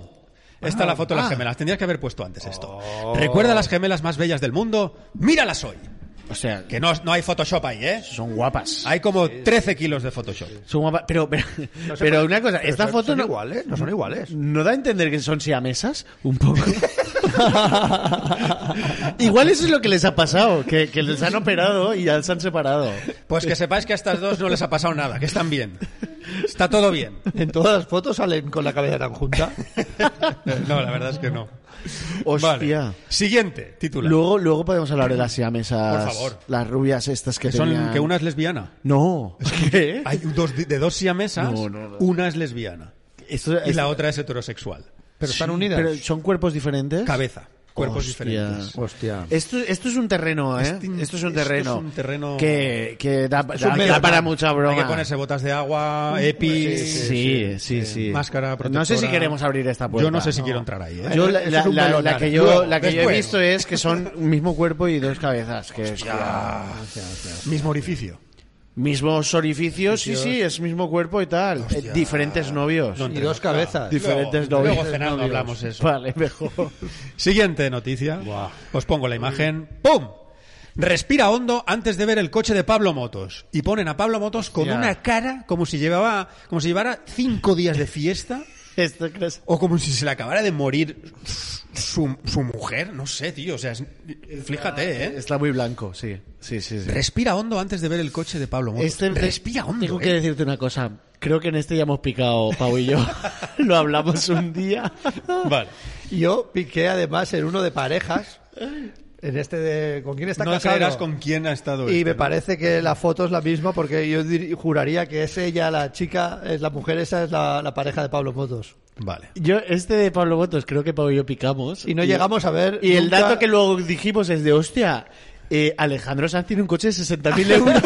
Speaker 2: Esta es la foto de las gemelas. Tendrías que haber puesto antes esto. Recuerda las gemelas más bellas del mundo. Míralas hoy.
Speaker 3: O sea, que
Speaker 2: Que no, no hay Photoshop ahí, ¿eh?
Speaker 3: son guapas.
Speaker 2: Hay como 13 kilos de Photoshop.
Speaker 3: Son guapas. Pero, pero,
Speaker 5: No sé,
Speaker 3: pero una cosa, esta
Speaker 5: son-
Speaker 3: foto
Speaker 5: son
Speaker 3: no,
Speaker 5: iguales, no son iguales.
Speaker 3: ¿No da a entender que son siamesas? Un poco. Igual eso es lo que les ha pasado, que, que les han operado y ya se han separado.
Speaker 2: Pues que sepáis que a estas dos no les ha pasado nada, que están bien. Está todo bien.
Speaker 5: En todas las fotos salen con la cabeza tan junta.
Speaker 2: No, la verdad es que no.
Speaker 3: Hostia.
Speaker 2: Vale. Siguiente título.
Speaker 3: Luego, luego podemos hablar de las siamesas.
Speaker 2: Por favor.
Speaker 3: Las rubias estas que,
Speaker 2: que, son,
Speaker 3: tenían.
Speaker 2: que una es lesbiana.
Speaker 3: No. ¿Qué?
Speaker 2: Hay dos, de dos siamesas,
Speaker 3: No, no, no.
Speaker 2: una es lesbiana
Speaker 3: Esto-
Speaker 2: y la
Speaker 3: esto-
Speaker 2: otra es heterosexual.
Speaker 5: Pero están unidas.
Speaker 3: Pero son cuerpos diferentes.
Speaker 2: Cabeza, cuerpos
Speaker 3: Hostia.
Speaker 2: diferentes.
Speaker 5: Hostia.
Speaker 3: Esto, esto es un terreno, ¿eh?
Speaker 2: Este-
Speaker 3: esto es un
Speaker 2: esto es
Speaker 3: terreno.
Speaker 2: un terreno-
Speaker 3: Que, que da,
Speaker 5: un
Speaker 3: da-
Speaker 5: medio
Speaker 3: da para
Speaker 5: campo.
Speaker 3: mucha broma.
Speaker 2: Hay que ponerse botas de agua, EPI,
Speaker 3: Sí, sí, sí, sí.
Speaker 2: máscara protectora.
Speaker 3: No sé si queremos abrir esta puerta.
Speaker 2: Yo no sé si quiero entrar ahí. ¿eh?
Speaker 3: Yo la,
Speaker 5: Eso
Speaker 3: la-
Speaker 5: es un
Speaker 3: la-
Speaker 5: melonar.
Speaker 3: la que yo,
Speaker 5: Luego,
Speaker 3: la que yo he
Speaker 2: después.
Speaker 3: visto es que son un mismo cuerpo y dos cabezas. Que es-
Speaker 2: Mismo orificio.
Speaker 3: mismos orificios, sí, sí, es mismo cuerpo y tal. Eh, diferentes novios.
Speaker 5: Y dos cabezas.
Speaker 3: diferentes
Speaker 2: Luego-
Speaker 3: novios.
Speaker 2: luego cenando hablamos eso.
Speaker 3: Vale, mejor.
Speaker 2: Siguiente noticia. Os pongo la imagen. ¡Pum! Respira hondo antes de ver el coche de Pablo Motos. Y ponen a Pablo Motos con
Speaker 3: Hostia.
Speaker 2: una cara como si llevaba, como si llevara cinco días de fiesta.
Speaker 3: Esto crees-
Speaker 2: O como si se le acabara de morir su, su mujer, no sé, tío. O sea, es-
Speaker 5: Ah,
Speaker 2: fíjate, ¿eh?
Speaker 3: Está muy blanco, sí. Sí, sí, sí.
Speaker 2: Respira hondo antes de ver el coche de Pablo Motos.
Speaker 3: Este-
Speaker 2: Respira hondo.
Speaker 3: Tengo
Speaker 2: ¿eh?
Speaker 3: que decirte una cosa. Creo que en este ya hemos picado, Pau y yo. Lo hablamos un día.
Speaker 2: Vale.
Speaker 5: Yo piqué además en uno de parejas. En este de. ¿Con quién está
Speaker 2: No
Speaker 5: casado?
Speaker 2: creerás con quién ha estado
Speaker 5: Y
Speaker 2: este,
Speaker 5: me
Speaker 2: ¿no?
Speaker 5: parece que la foto es la misma porque yo dir- juraría que es ella, la chica, es la mujer, esa es la, la pareja de Pablo Motos.
Speaker 2: Vale.
Speaker 3: Yo, este de Pablo Botos, creo que Pau y yo picamos.
Speaker 5: Y no llegamos a ver.
Speaker 3: Y el
Speaker 5: nunca-
Speaker 3: dato que luego dijimos es de hostia. eh, Alejandro Sanz tiene un coche de 60.000 euros.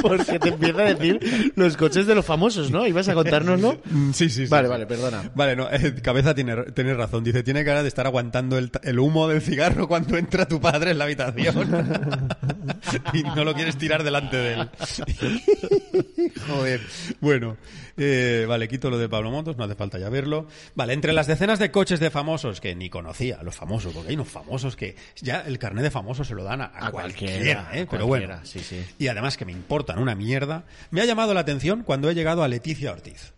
Speaker 3: Porque te empieza a decir los coches de los famosos, ¿no? ¿Ibas a contárnoslo?
Speaker 2: Mm, Sí, sí, sí.
Speaker 3: Vale,
Speaker 2: sí.
Speaker 3: vale, perdona.
Speaker 2: Vale, no, eh, cabeza tiene, tiene razón. Dice, tiene cara de estar aguantando el, ta- el humo del cigarro cuando entra tu padre en la habitación. y no lo quieres tirar delante de él. Joder. Bueno, eh, vale, quito lo de Pablo Motos, no hace falta ya verlo. Vale, entre las decenas de coches de famosos que ni conocía, los famosos, porque hay unos famosos que ya el carnet de famosos se lo dan a, a
Speaker 3: A cualquiera,
Speaker 2: cualquiera, ¿eh?
Speaker 3: a
Speaker 2: Pero
Speaker 3: cualquiera,
Speaker 2: bueno.
Speaker 3: sí, sí.
Speaker 2: Y además que me importan una mierda. Me ha llamado la atención cuando he llegado a Leticia Ortiz.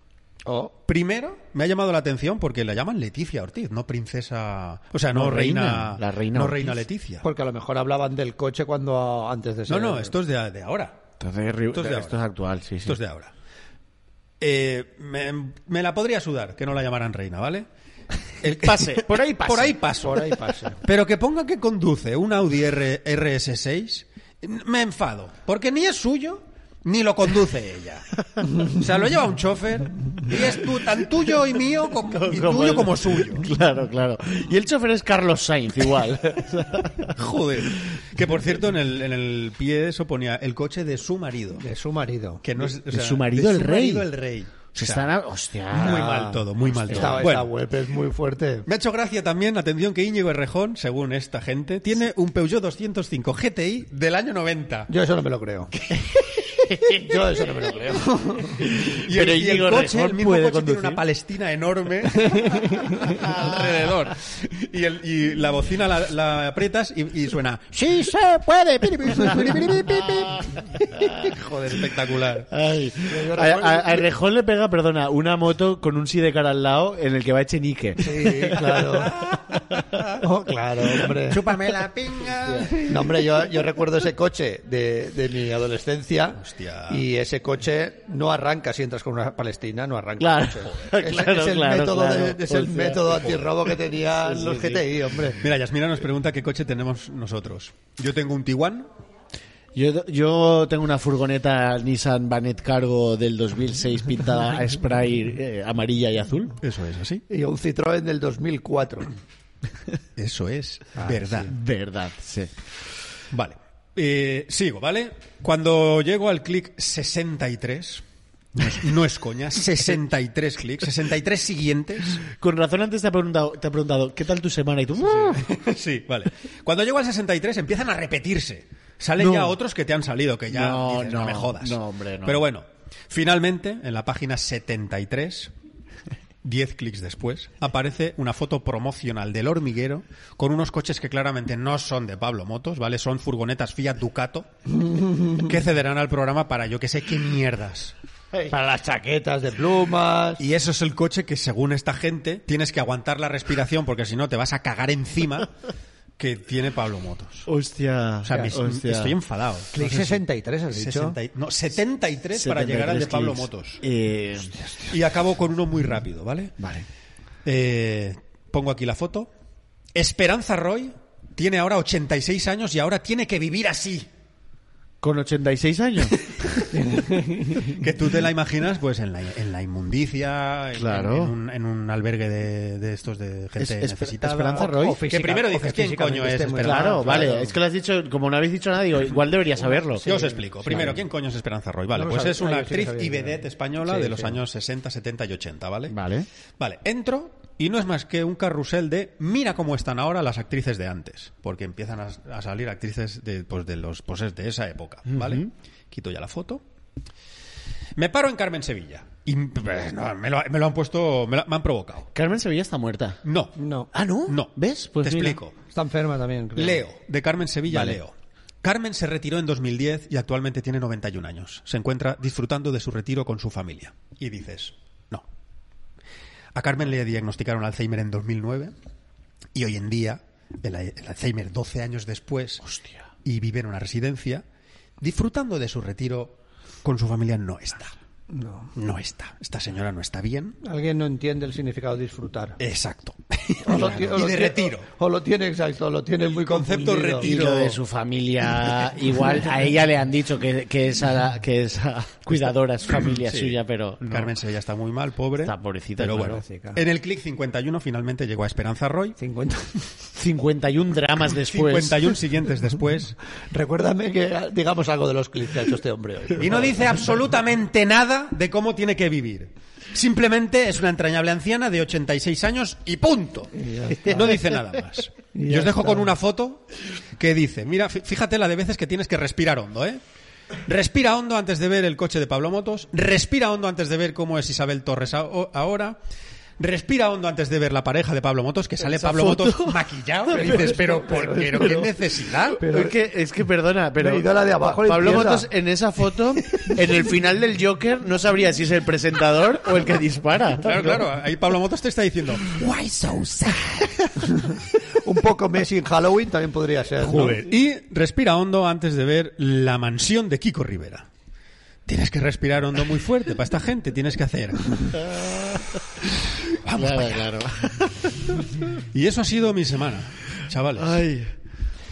Speaker 5: Oh.
Speaker 2: Primero, me ha llamado la atención porque la llaman Leticia Ortiz, no princesa. O sea, no,
Speaker 3: No,
Speaker 2: reina,
Speaker 3: reina, la reina
Speaker 2: No
Speaker 3: Ortiz.
Speaker 2: reina Leticia.
Speaker 5: Porque a lo mejor hablaban del coche cuando antes de
Speaker 2: No,
Speaker 5: ser.
Speaker 2: no, esto es de, de ahora.
Speaker 3: Entonces,
Speaker 2: Esto es de
Speaker 3: esto es
Speaker 2: ahora.
Speaker 3: actual, sí, sí.
Speaker 2: Esto es de ahora. Eh, me, me la podría sudar que no la llamaran reina, ¿vale? El pase, por ahí pase. Por ahí paso.
Speaker 5: Por ahí pasa.
Speaker 2: Pero que ponga que conduce un Audi R- RS6, me enfado. Porque ni es suyo, ni lo conduce ella. O sea, lo lleva un chofer y es tu- tan tuyo y mío como, y tuyo
Speaker 3: el-
Speaker 2: como suyo.
Speaker 3: Claro, claro. Y el chofer es Carlos Sainz, igual.
Speaker 2: Joder. Que por cierto, en el, en el pie eso ponía el coche de su marido.
Speaker 5: De su marido.
Speaker 2: Que no es, o
Speaker 3: ¿De
Speaker 2: sea,
Speaker 3: su marido
Speaker 2: de
Speaker 3: el rey?
Speaker 2: marido el rey. O
Speaker 3: Se
Speaker 2: sea,
Speaker 3: están. Ah, a- Hostia.
Speaker 2: muy mal todo, muy mal todo.
Speaker 5: Esta, esta
Speaker 2: Bueno,
Speaker 5: web es muy fuerte.
Speaker 2: Me ha hecho gracia también, atención, que Íñigo Errejón, según esta gente, tiene un Peugeot 205 GTI del año 90.
Speaker 5: Yo eso no me lo creo. Yo eso no me lo creo.
Speaker 2: Y el,
Speaker 3: Pero
Speaker 2: y el
Speaker 3: Íñigo
Speaker 2: coche,
Speaker 3: Errejón
Speaker 2: el mismo
Speaker 3: puede
Speaker 2: coche tiene
Speaker 3: conducir.
Speaker 2: una palestina enorme alrededor. Y, el- y la bocina la, la aprietas y, y suena ¡Sí se puede! Piri, piri, piri, piri, piri, piri. Joder, espectacular.
Speaker 3: Ay. A, a- a Errejón le pega, perdona, una moto con un sidecar al lado en el que va Echenique.
Speaker 5: Sí, claro. Oh, claro, hombre.
Speaker 2: ¡Chúpame la pinga!
Speaker 5: No, hombre, yo, yo recuerdo ese coche de, de mi adolescencia.
Speaker 2: Hostia.
Speaker 5: Y ese coche no arranca si entras con una palestina, no arranca.
Speaker 3: Claro,
Speaker 5: el coche. Es,
Speaker 3: claro,
Speaker 5: es el
Speaker 3: claro,
Speaker 5: método, de-
Speaker 3: claro.
Speaker 5: es el
Speaker 3: Hostia.
Speaker 5: método antirrobo que tenían los GTI, hombre.
Speaker 2: Mira, Yasmina nos pregunta qué coche tenemos nosotros. Yo tengo un Tiguan,
Speaker 3: Yo, yo tengo una furgoneta Nissan Banet Cargo del 2006 pintada a spray eh, amarilla y azul.
Speaker 2: eso es así.
Speaker 5: Y un Citroën del 2004.
Speaker 2: Eso es verdad.
Speaker 3: Verdad, sí.
Speaker 2: Vale. Eh, sigo, ¿vale? Cuando llego al clic 63, no es, no es coña, 63 clics, 63 siguientes.
Speaker 3: Con razón antes te ha preguntado, te ha preguntado ¿qué tal tu semana? Y tú,
Speaker 2: Sí, vale. Cuando llego al 63 empiezan a repetirse. Salen ya otros que te han salido, que ya
Speaker 3: No,
Speaker 2: dices, no,
Speaker 3: no,
Speaker 2: me jodas.
Speaker 3: no, hombre, no.
Speaker 2: Pero bueno, finalmente, en la página 73, 10 clics después, aparece una foto promocional del hormiguero con unos coches que claramente no son de Pablo Motos, ¿vale? Son furgonetas Fiat Ducato que cederán al programa para yo que sé qué mierdas.
Speaker 5: Para las chaquetas de plumas.
Speaker 2: Y eso es el coche que, según esta gente, tienes que aguantar la respiración porque si no te vas a cagar encima que tiene Pablo Motos.
Speaker 3: hostia.
Speaker 2: O sea, mis-
Speaker 3: hostia.
Speaker 2: estoy enfadado.
Speaker 5: Clic 63, has dicho.
Speaker 2: 60 ¿eh, y- no, 73 para llegar al de
Speaker 3: 73
Speaker 2: Pablo
Speaker 3: clics.
Speaker 2: Motos.
Speaker 3: Eh,
Speaker 2: Y acabo con uno muy rápido, ¿vale?
Speaker 3: vale.
Speaker 2: Eh, pongo aquí la foto. Esperanza Roy tiene ahora 86 años y ahora tiene que vivir así.
Speaker 3: ¿Con 86 años? Pues
Speaker 2: Que tú te la imaginas pues en la, en la inmundicia, en,
Speaker 3: Claro.
Speaker 2: en un, en un albergue de, de estos de gente
Speaker 3: Es- es-
Speaker 2: necesitada.
Speaker 3: Esperanza Roy.
Speaker 5: O física-
Speaker 2: que primero dices,
Speaker 5: o que
Speaker 2: ¿quién coño
Speaker 5: físicamente
Speaker 2: es
Speaker 5: esté muy-
Speaker 2: Esperanza?
Speaker 3: Claro,
Speaker 5: Claro,
Speaker 3: vale.
Speaker 5: claro.
Speaker 3: Es que lo has dicho, como no habéis dicho nada, digo, igual debería saberlo.
Speaker 2: Yo os explico. Primero, ¿quién coño es Esperanza Roy? Vale,
Speaker 5: No lo
Speaker 2: pues
Speaker 5: sabía.
Speaker 2: es una
Speaker 5: Ah, yo sí que
Speaker 2: actriz
Speaker 5: sabía
Speaker 2: y
Speaker 5: quién era.
Speaker 2: vedette española
Speaker 5: Sí,
Speaker 2: de los
Speaker 5: sí.
Speaker 2: años 60, 70 y 80, ¿vale?
Speaker 3: Vale.
Speaker 2: Vale, entro y no es más que un carrusel de mira cómo están ahora las actrices de antes, porque empiezan a, a salir actrices de, pues, de los poses de esa época, ¿vale? Quito ya la foto. Me paro en Carmen Sevilla. Y pues, no, me, lo, me lo han puesto, me, lo- me han provocado.
Speaker 3: Carmen Sevilla está muerta.
Speaker 2: No.
Speaker 5: No.
Speaker 3: Ah, ¿no?
Speaker 2: No.
Speaker 3: ¿Ves? Pues
Speaker 2: Te
Speaker 3: mira.
Speaker 2: explico.
Speaker 5: Está enferma también, creo.
Speaker 2: Leo, de Carmen Sevilla
Speaker 3: Vale.
Speaker 2: Leo. Carmen se retiró en 2010 y actualmente tiene 91 años. Se encuentra disfrutando de su retiro con su familia. Y dices, no. A Carmen le diagnosticaron Alzheimer en 2009 y hoy en día, el, el Alzheimer 12 años después, y vive en una residencia, disfrutando de su retiro con su familia no está.
Speaker 5: No.
Speaker 2: No está. Esta señora no está bien.
Speaker 5: Alguien no entiende el significado de disfrutar.
Speaker 2: Exacto.
Speaker 5: O lo ti-
Speaker 2: Eh,
Speaker 5: o
Speaker 2: y
Speaker 5: lo
Speaker 2: de
Speaker 5: ti-
Speaker 2: retiro.
Speaker 5: O lo tiene exacto, o lo tiene muy
Speaker 2: concepto
Speaker 5: confundido.
Speaker 2: retiro.
Speaker 3: Y lo de su familia, igual a ella le han dicho que, que esa, que esa cuidadora es familia
Speaker 2: Sí.
Speaker 3: suya, pero no.
Speaker 2: Carmen Sevilla está muy mal, pobre.
Speaker 3: Está pobrecita,
Speaker 2: Pero
Speaker 3: claro.
Speaker 2: bueno,
Speaker 5: Pobrecita.
Speaker 2: en el clic 51 finalmente llegó a Esperanza Roy.
Speaker 5: 50.
Speaker 3: 51 dramas después.
Speaker 2: 51 siguientes después.
Speaker 5: Recuérdame que digamos algo de los clics que ha hecho este hombre hoy.
Speaker 2: Y no dice absolutamente nada de cómo tiene que vivir. Simplemente es una entrañable anciana de 86 años y punto. No dice nada más.
Speaker 5: Y
Speaker 2: Y
Speaker 5: ya
Speaker 2: os dejo
Speaker 5: está.
Speaker 2: con una foto que dice, mira, fí- fíjate la de veces que tienes que respirar hondo, ¿eh? Respira hondo antes de ver el coche de Pablo Motos, respira hondo antes de ver cómo es Isabel Torres a- ahora, Respira hondo antes de ver la pareja de Pablo Motos, que sale Pablo Motos maquillado. Y dices, pero, ¿por qué? ¿Pero ¿Qué necesidad?
Speaker 3: es, que, es que, perdona, pero.
Speaker 5: Me he ido a la de abajo,
Speaker 3: Pa- Pablo
Speaker 5: limpieza.
Speaker 3: Motos en esa foto, en el final del Joker, no sabría si es el presentador o el que dispara.
Speaker 2: Claro, claro. Ahí Pablo Motos te está diciendo, why so sad?
Speaker 5: Un poco Messi en Halloween también podría ser. ¿no?
Speaker 2: Joder. Y respira hondo antes de ver la mansión de Kiko Rivera. Tienes que respirar hondo muy fuerte para esta gente. Tienes que hacer. Vamos para allá.
Speaker 3: claro.
Speaker 2: Y eso ha sido mi semana, chavales.
Speaker 3: Ay.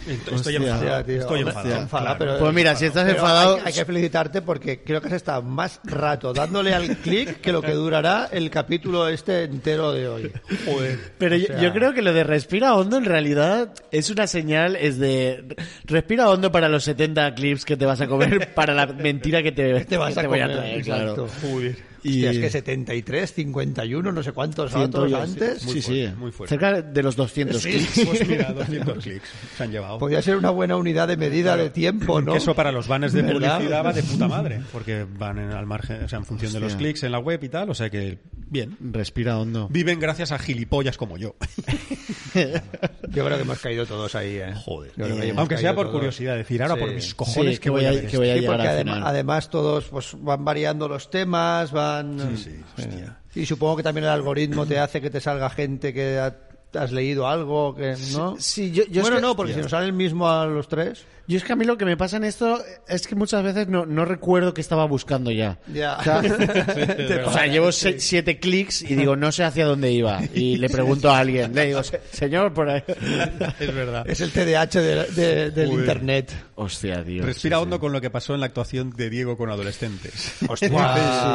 Speaker 2: Estoy estoy
Speaker 3: hostia.
Speaker 2: enfadado.
Speaker 5: Hostia, tío.
Speaker 2: Estoy
Speaker 5: Hombre,
Speaker 2: enfadado.
Speaker 5: te enfada,
Speaker 2: claro.
Speaker 5: pero-
Speaker 3: Pues mira, si estás
Speaker 5: pero
Speaker 3: enfadado-
Speaker 5: Hay, hay que felicitarte porque creo que has estado más rato dándole al clic que lo que durará el capítulo este entero de hoy. Joder.
Speaker 3: Pero
Speaker 5: O
Speaker 3: yo,
Speaker 5: sea,
Speaker 3: yo creo que lo de respira hondo en realidad es una señal, es de respira hondo para los 70 clips que te vas a comer, para la mentira que te,
Speaker 5: te vas
Speaker 3: que
Speaker 5: a
Speaker 3: voy
Speaker 5: comer.
Speaker 3: traer, claro.
Speaker 5: exacto.
Speaker 3: Y-
Speaker 5: Hostia, es que 73, 51, no sé cuántos
Speaker 3: Ciento-
Speaker 5: otros antes.
Speaker 3: sí, sí,
Speaker 2: fuerte, muy fuerte.
Speaker 3: cerca de los 200 clips.
Speaker 2: Pues mira, 200 clics se han llevado.
Speaker 5: Podría ser una buena unidad de medida de tiempo, Pues, ¿no?
Speaker 2: Que Eso para los banners de
Speaker 5: ¿Verdad?
Speaker 2: publicidad va de puta madre, porque van en- al margen, o sea, en función de los clics en la web y tal, o sea que bien.
Speaker 3: Respira hondo.
Speaker 2: Viven gracias a gilipollas como yo.
Speaker 5: Yo creo que hemos caído todos ahí, ¿eh?
Speaker 2: Joder.
Speaker 5: Yo creo que hemos
Speaker 2: Aunque sea
Speaker 5: caído
Speaker 2: por
Speaker 5: todos.
Speaker 2: curiosidad, decir ahora
Speaker 5: ¿eh? Sí.
Speaker 2: por mis cojones
Speaker 3: Sí,
Speaker 2: que voy a, ver
Speaker 3: que voy a
Speaker 5: Sí,
Speaker 3: llegar
Speaker 5: porque
Speaker 3: al
Speaker 5: adem-
Speaker 3: final.
Speaker 5: además todos pues, van variando los temas, van... eh,
Speaker 2: Sí, sí, hostia.
Speaker 5: Y supongo que también el algoritmo te hace que te salga gente que ha- has leído algo, que no...
Speaker 3: sí, yo- yo es
Speaker 5: bueno,
Speaker 3: que-
Speaker 5: no, porque si nos sale el mismo a los tres...
Speaker 3: Yo es que a mí lo que me pasa en esto es que muchas veces no, no recuerdo qué estaba buscando ya.
Speaker 5: Ya.
Speaker 3: O sea,
Speaker 5: Te
Speaker 3: o sea,
Speaker 5: pasa,
Speaker 3: llevo
Speaker 5: sí.
Speaker 3: se- siete clics y digo, no sé hacia dónde iba. Y le pregunto a alguien, le digo, "Se- señor, por ahí.
Speaker 2: Es verdad.
Speaker 5: Es el TDAH de- de- del
Speaker 2: Joder.
Speaker 5: internet.
Speaker 3: Hostia, tío.
Speaker 2: Respira
Speaker 3: sí, sí.
Speaker 2: hondo con lo que pasó en la actuación de Diego con adolescentes.
Speaker 5: Hostia,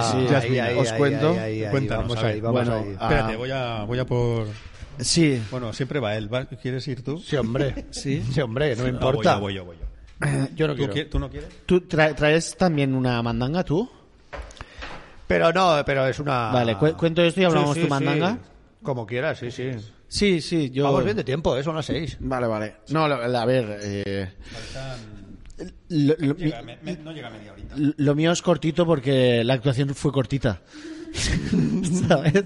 Speaker 3: sí, sí.
Speaker 5: ahí, ahí,
Speaker 3: Os
Speaker 5: ahí,
Speaker 3: cuento.
Speaker 5: ahí, ahí, ahí,
Speaker 2: Cuéntanos,
Speaker 5: vamos
Speaker 2: a ver.
Speaker 5: ahí, vamos
Speaker 3: Bueno,
Speaker 5: ahí.
Speaker 3: ah.
Speaker 2: Espérate, voy a, voy a por...
Speaker 3: Sí.
Speaker 2: Bueno, siempre va él. ¿va? ¿Quieres ir tú?
Speaker 5: Sí, hombre.
Speaker 3: Sí.
Speaker 5: Sí, hombre, no me
Speaker 2: Ah, voy
Speaker 5: importa.
Speaker 2: yo, voy yo, voy yo.
Speaker 5: Yo no
Speaker 2: ¿Tú,
Speaker 5: quiero.
Speaker 2: qui- tú no quieres?
Speaker 3: Eh, ¿Tú tra- traes también una mandanga, tú?
Speaker 5: Pero no, pero es una...
Speaker 3: Vale, cu- cuento esto y hablamos tu mandanga.
Speaker 5: Como quieras, sí, sí.
Speaker 3: Sí, sí, yo...
Speaker 5: Vamos bien de tiempo, ¿eh? son las seis.
Speaker 3: Vale, vale. No, la- la- a ver... eh, lo- lo- mi-
Speaker 2: Llega, me- me- no llega media horita.
Speaker 3: Lo mío es cortito porque la actuación fue cortita. ¿Sabes?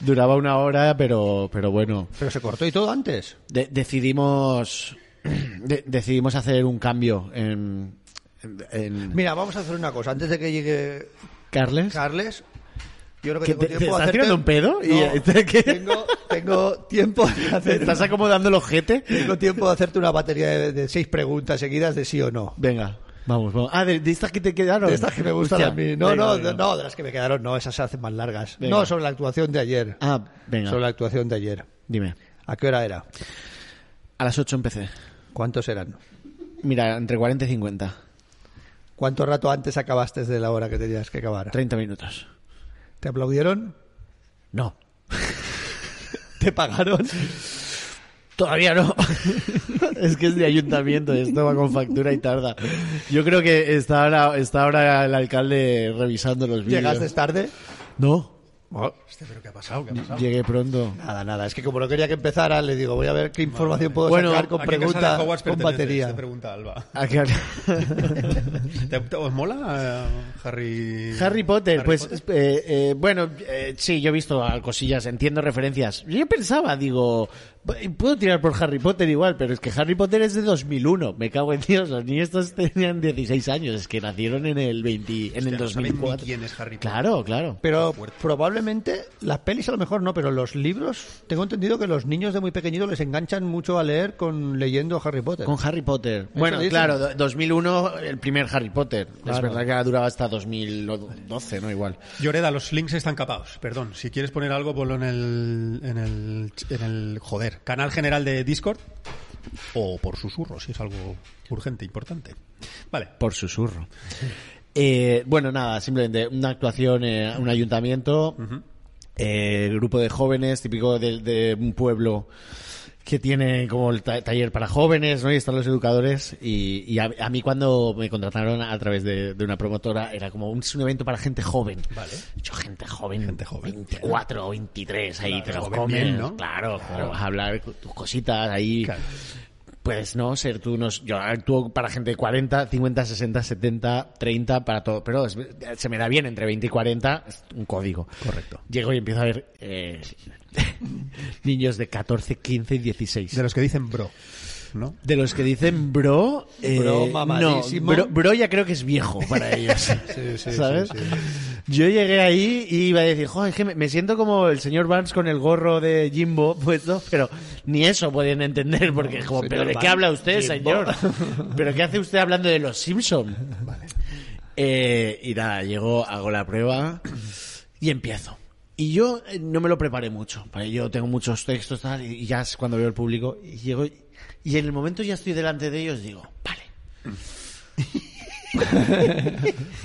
Speaker 3: Duraba una hora, pero, pero bueno.
Speaker 5: Pero se cortó y todo antes.
Speaker 3: De- decidimos, de- decidimos hacer un cambio en, en, en-
Speaker 5: Mira, vamos a hacer una cosa. Antes de que llegue
Speaker 3: Carles.
Speaker 5: Carles, yo creo que
Speaker 3: ¿Que
Speaker 5: tengo
Speaker 3: te-
Speaker 5: tiempo
Speaker 3: te
Speaker 5: de
Speaker 3: estás
Speaker 5: hacerte-
Speaker 3: tirando un pedo?
Speaker 5: No,
Speaker 3: ¿Y- te- qué?
Speaker 5: tengo, tengo tiempo de
Speaker 3: ¿Te
Speaker 5: hacer-
Speaker 3: estás acomodando el ojete?
Speaker 5: tengo tiempo de hacerte una batería de, de seis preguntas seguidas de sí o no.
Speaker 3: Venga, vamos, vamos. Ah, de, de estas que te quedaron.
Speaker 5: De estas que me gustan
Speaker 3: Hostia.
Speaker 5: a mí. No,
Speaker 3: Venga,
Speaker 5: no,
Speaker 3: venga.
Speaker 5: no, de las que me quedaron, no, esas se hacen más largas.
Speaker 3: Venga.
Speaker 5: No, sobre la actuación de ayer.
Speaker 3: Ah, venga.
Speaker 5: Sobre la actuación de ayer.
Speaker 3: Dime.
Speaker 5: ¿A qué hora era?
Speaker 3: A las 8 empecé.
Speaker 5: ¿Cuántos eran?
Speaker 3: Mira, entre 40 y 50.
Speaker 5: ¿Cuánto rato antes acabaste de la hora que tenías que acabar?
Speaker 3: 30 minutos.
Speaker 5: ¿Te aplaudieron?
Speaker 3: No.
Speaker 5: ¿Te pagaron?
Speaker 3: Todavía no. es que es de ayuntamiento, esto va con factura y tarda. Yo creo que está ahora, está ahora el alcalde revisando los vídeos.
Speaker 5: ¿Llegaste tarde?
Speaker 3: No,
Speaker 2: Hostia, pero ¿qué ha pasado? ¿Qué ha pasado?
Speaker 3: llegué pronto.
Speaker 5: Nada, nada. Es que como no quería que empezara, le digo, voy a ver qué información puedo
Speaker 3: Bueno,
Speaker 5: sacar con
Speaker 2: ¿A qué casa
Speaker 5: pregunta,
Speaker 2: de Hogwarts
Speaker 5: con
Speaker 2: perteneces?
Speaker 5: batería.
Speaker 2: Te pregunta Alba.
Speaker 3: ¿A qué hora?
Speaker 2: ¿Te, te- os mola eh, Harry
Speaker 3: Harry Potter,
Speaker 2: Harry
Speaker 3: pues eh, eh, bueno, eh, sí, yo he visto ah, cosillas, entiendo referencias. Yo pensaba, digo, p- puedo tirar por Harry Potter igual, pero es que Harry Potter es de 2001, me cago en Dios, los niños estos tenían 16 años, es que nacieron en el 20, en el
Speaker 2: Hostia, no saben ni
Speaker 3: 2004.
Speaker 2: quién es Harry Potter.
Speaker 3: Claro, claro.
Speaker 5: Pero probablemente, las pelis a lo mejor no, pero los libros, tengo entendido que los niños de muy pequeñitos les enganchan mucho a leer con leyendo Harry Potter.
Speaker 3: Con Harry Potter.
Speaker 5: Eso
Speaker 3: Bueno,
Speaker 5: dicen.
Speaker 3: claro, do- 2001, el primer Harry Potter. Es
Speaker 5: Claro.
Speaker 3: verdad que duraba hasta 2012, ¿no? Igual.
Speaker 2: Lloreda, los links están capados. Perdón, si quieres poner algo, ponlo en el, en el, en el joder, canal general de Discord o por susurro, si es algo urgente, importante. Vale.
Speaker 3: Por susurro. Eh, bueno, nada, simplemente una actuación, eh, un ayuntamiento, eh, grupo de jóvenes, típico de, de un pueblo que tiene como el ta- taller para jóvenes, ¿no? Y están los educadores. Y, y a, a mí cuando me contrataron a través de, de una promotora era como un, es un evento para gente joven.
Speaker 2: Vale.
Speaker 3: Yo, gente joven,
Speaker 2: Gente joven.
Speaker 3: 24 o 23, ahí
Speaker 2: Claro,
Speaker 3: te los
Speaker 2: joven
Speaker 3: comen,
Speaker 2: bien, ¿no?
Speaker 3: Claro, claro, vas a hablar tus cositas ahí.
Speaker 2: Claro.
Speaker 3: Puedes pues no ser tú unos. Yo actúo para gente de 40, 50, 60, 70, 30, para todo. Pero es- se me da bien entre 20 y 40, es un código. Correcto. Llego y empiezo a ver eh, niños de 14, 15 y 16.
Speaker 9: De los que dicen bro, ¿no?
Speaker 3: De los que dicen bro, eh, no,
Speaker 5: Bro, mamadísimo.
Speaker 3: bro, bro ya creo que es viejo para ellos,
Speaker 9: sí,
Speaker 3: ¿sabes?
Speaker 9: sí,
Speaker 3: Yo llegué ahí y iba a decir, joder, es que me, me siento como el señor Barnes con el gorro de Jimbo puesto, pero ni eso podían entender porque es como,
Speaker 5: señor
Speaker 3: pero ¿de qué
Speaker 5: Barnes,
Speaker 3: habla usted,
Speaker 5: Jimbo?"
Speaker 3: señor? ¿Pero qué hace usted hablando de los Simpson? Eh, y nada, llego, hago la prueba y empiezo. Y yo eh, no me lo preparé mucho. Vale, Yo tengo muchos textos tal, y ya es cuando veo el público. Y llego y y en el momento ya estoy delante de ellos digo, vale.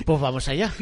Speaker 3: pues vamos allá.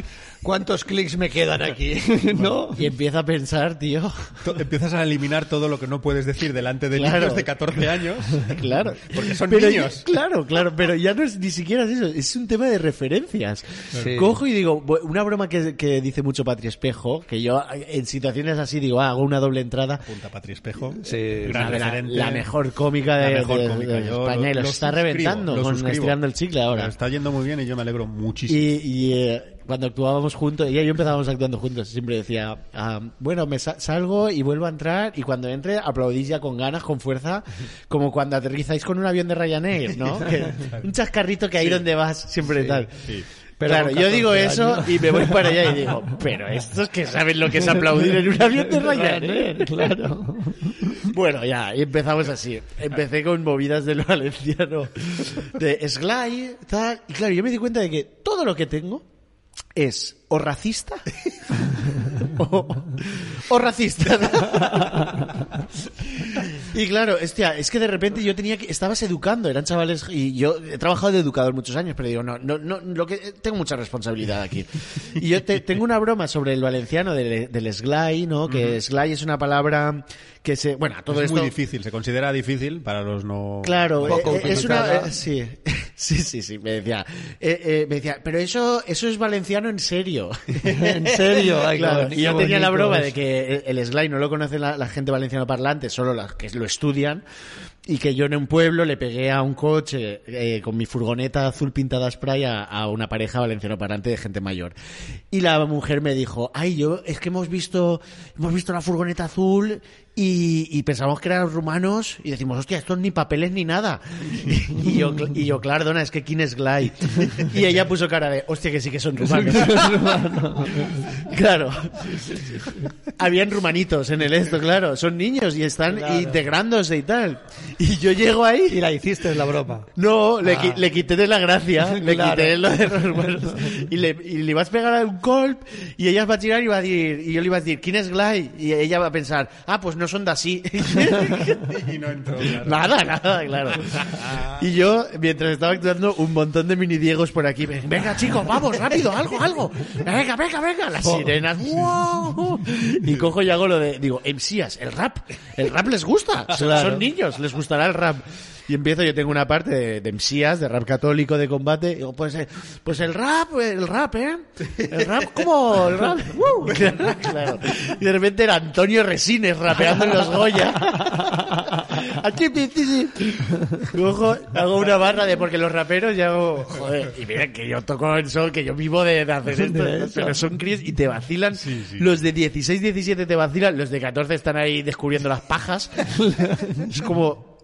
Speaker 5: ¿Cuántos clics me quedan aquí? ¿No?
Speaker 3: Y empiezo a pensar, tío.
Speaker 9: To- Empiezas a eliminar todo lo que no puedes decir delante de
Speaker 3: Claro.
Speaker 9: niños de 14 años.
Speaker 3: Claro.
Speaker 9: Porque son
Speaker 3: Pero
Speaker 9: niños.
Speaker 3: ya- claro, claro, pero ya no es ni siquiera es eso, es un tema de referencias.
Speaker 5: Sí.
Speaker 3: Cojo y digo, bu- una broma que, que dice mucho Patri Espejo, que yo en situaciones así digo, ah, hago una doble entrada.
Speaker 9: Punta Patri Espejo.
Speaker 5: Sí,
Speaker 9: gran
Speaker 3: la,
Speaker 9: Pues, referente.
Speaker 3: la mejor cómica de,
Speaker 9: La mejor
Speaker 3: de-
Speaker 9: cómica.
Speaker 3: de
Speaker 9: Yo
Speaker 3: España. y
Speaker 9: lo-
Speaker 3: Los
Speaker 9: lo
Speaker 3: está
Speaker 9: suscribo,
Speaker 3: reventando,
Speaker 9: lo
Speaker 3: con
Speaker 9: suscribo.
Speaker 3: estirando el chicle
Speaker 9: Me
Speaker 3: ahora.
Speaker 9: Está yendo muy bien y yo me alegro muchísimo.
Speaker 3: Y, y, eh, cuando actuábamos juntos, ella y yo empezábamos actuando juntos, siempre decía, ah, bueno, me sa- salgo y vuelvo a entrar y cuando entre aplaudís ya con ganas, con fuerza, como cuando aterrizáis con un avión de Ryanair, ¿no? Que- un chascarrito que ahí donde vas siempre tal.
Speaker 5: Pero
Speaker 3: claro,
Speaker 5: con
Speaker 3: yo digo
Speaker 5: 14
Speaker 3: eso
Speaker 5: años.
Speaker 3: y me voy para allá y digo, pero estos que saben lo que es aplaudir en un avión de Ryanair, claro. Bueno, ya, y empezamos así. Empecé con movidas del valenciano de Sly, tal. Y claro, yo me di cuenta de que todo lo que tengo es o racista o, o racista. Y claro, hostia, es que de repente yo tenía que. Estabas educando, eran chavales. Y yo he trabajado de educador muchos años, pero digo, no, no, no, lo que. Tengo mucha responsabilidad aquí. Y yo te- tengo una broma sobre el valenciano del, del sglai, ¿no? Que sglai es una palabra que se. Bueno, a todo
Speaker 9: es
Speaker 3: esto.
Speaker 9: muy difícil, se considera difícil para los no.
Speaker 3: Claro,
Speaker 5: poco
Speaker 3: eh, eh, es una.
Speaker 5: utilizada.
Speaker 3: eh, sí. Sí, sí, sí, me decía, eh, eh, me decía, pero eso, eso es valenciano en serio.
Speaker 5: En serio, ay,
Speaker 3: Claro,
Speaker 5: qué
Speaker 3: y yo tenía la
Speaker 5: bonito
Speaker 3: broma
Speaker 5: es.
Speaker 3: de que el el slime no lo conoce la, la gente valenciano parlante, solo las que lo estudian. Y que yo en un pueblo le pegué a un coche eh, con mi furgoneta azul pintada spray a, a una pareja valenciano parlante de gente mayor. Y la mujer me dijo, ay, yo, es que hemos visto, hemos visto la furgoneta azul y, y pensamos que eran rumanos y decimos, hostia, estos ni papeles ni nada. Y, yo, cl- y yo, claro, dona, es que quién es Glay. Y ella puso cara de, hostia, que sí que son rumanos. Claro. Habían rumanitos en el esto, claro. Son niños y están integrándose y tal. Y yo llego ahí
Speaker 5: Y la hiciste es la broma.
Speaker 3: no, le, qui- le quité de la gracia, le
Speaker 5: Claro.
Speaker 3: quité lo de los hermanos y le, y le ibas a pegar a un golpe y ella va a tirar y va a decir, y yo le iba a decir, ¿quién es Glay? Y ella va a pensar, ah, pues no son de así.
Speaker 9: Y no entró.
Speaker 3: eh, nada, nada, claro. Y yo, mientras estaba actuando, un montón de mini Diegos por aquí, ven- venga chicos, vamos, rápido, algo, algo. Venga, venga, venga, las sirenas. ¡wow! Y cojo y hago lo de, digo, MCs, el rap, el rap les gusta, son- son niños, les gustará el rap. Y empiezo, yo tengo una parte de, de MCs, de rap católico, de combate. y digo, pues, eh, pues el rap, el rap, ¿eh? El rap, como El rap, ¡wow! Claro, claro. Y de repente era Antonio Resines rapeando en los Goya. Aquí, ti, ti, ti. Cojo, hago una barra de porque los raperos ya hago, joder, y mira que yo toco en sol, que yo vivo de, de hacer esto,
Speaker 5: De eso.
Speaker 3: pero son críos y te vacilan.
Speaker 9: Sí, sí.
Speaker 3: Los de 16, 17 te vacilan, los de 14 están ahí descubriendo las pajas. es como,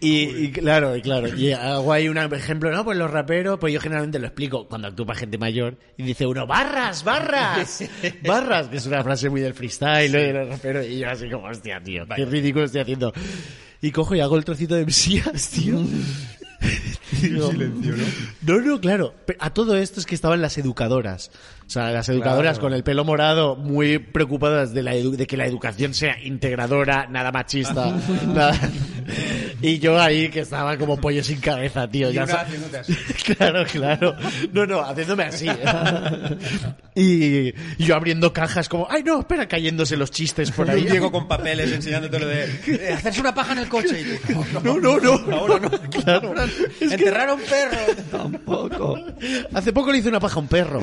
Speaker 3: y, y claro, y claro. Y hago ahí un ejemplo, ¿no? Pues los raperos, pues yo generalmente lo explico cuando actúa para gente mayor y dice uno, barras, barras, barras, que es una frase muy del freestyle, ¿no? Y los raperos, y yo así como, hostia, tío, qué ridículo estoy haciendo. Y cojo y hago el trocito de mesías, tío. Y digo,
Speaker 9: silencio, ¿no?
Speaker 3: no, no, claro. Pe- A todo esto es que estaban las educadoras. O sea, las educadoras con el pelo morado muy preocupadas de, la edu- de que la educación sea integradora, nada machista. nada- Y yo ahí que estaba como pollo sin cabeza, tío. ya
Speaker 9: una
Speaker 3: sa-
Speaker 9: haciéndote así.
Speaker 3: claro, claro. No, no, haciéndome así. y yo abriendo cajas como, ay, no, espera, cayéndose los chistes por ahí.
Speaker 9: Y Diego con papeles enseñándote lo de, eh, hacerse una paja en el coche. Y tú,
Speaker 3: No, no, no.
Speaker 9: Ahora no.
Speaker 3: Claro. Es que
Speaker 9: Enterrar a un perro.
Speaker 5: Tampoco.
Speaker 3: hace poco le hice una paja a un perro.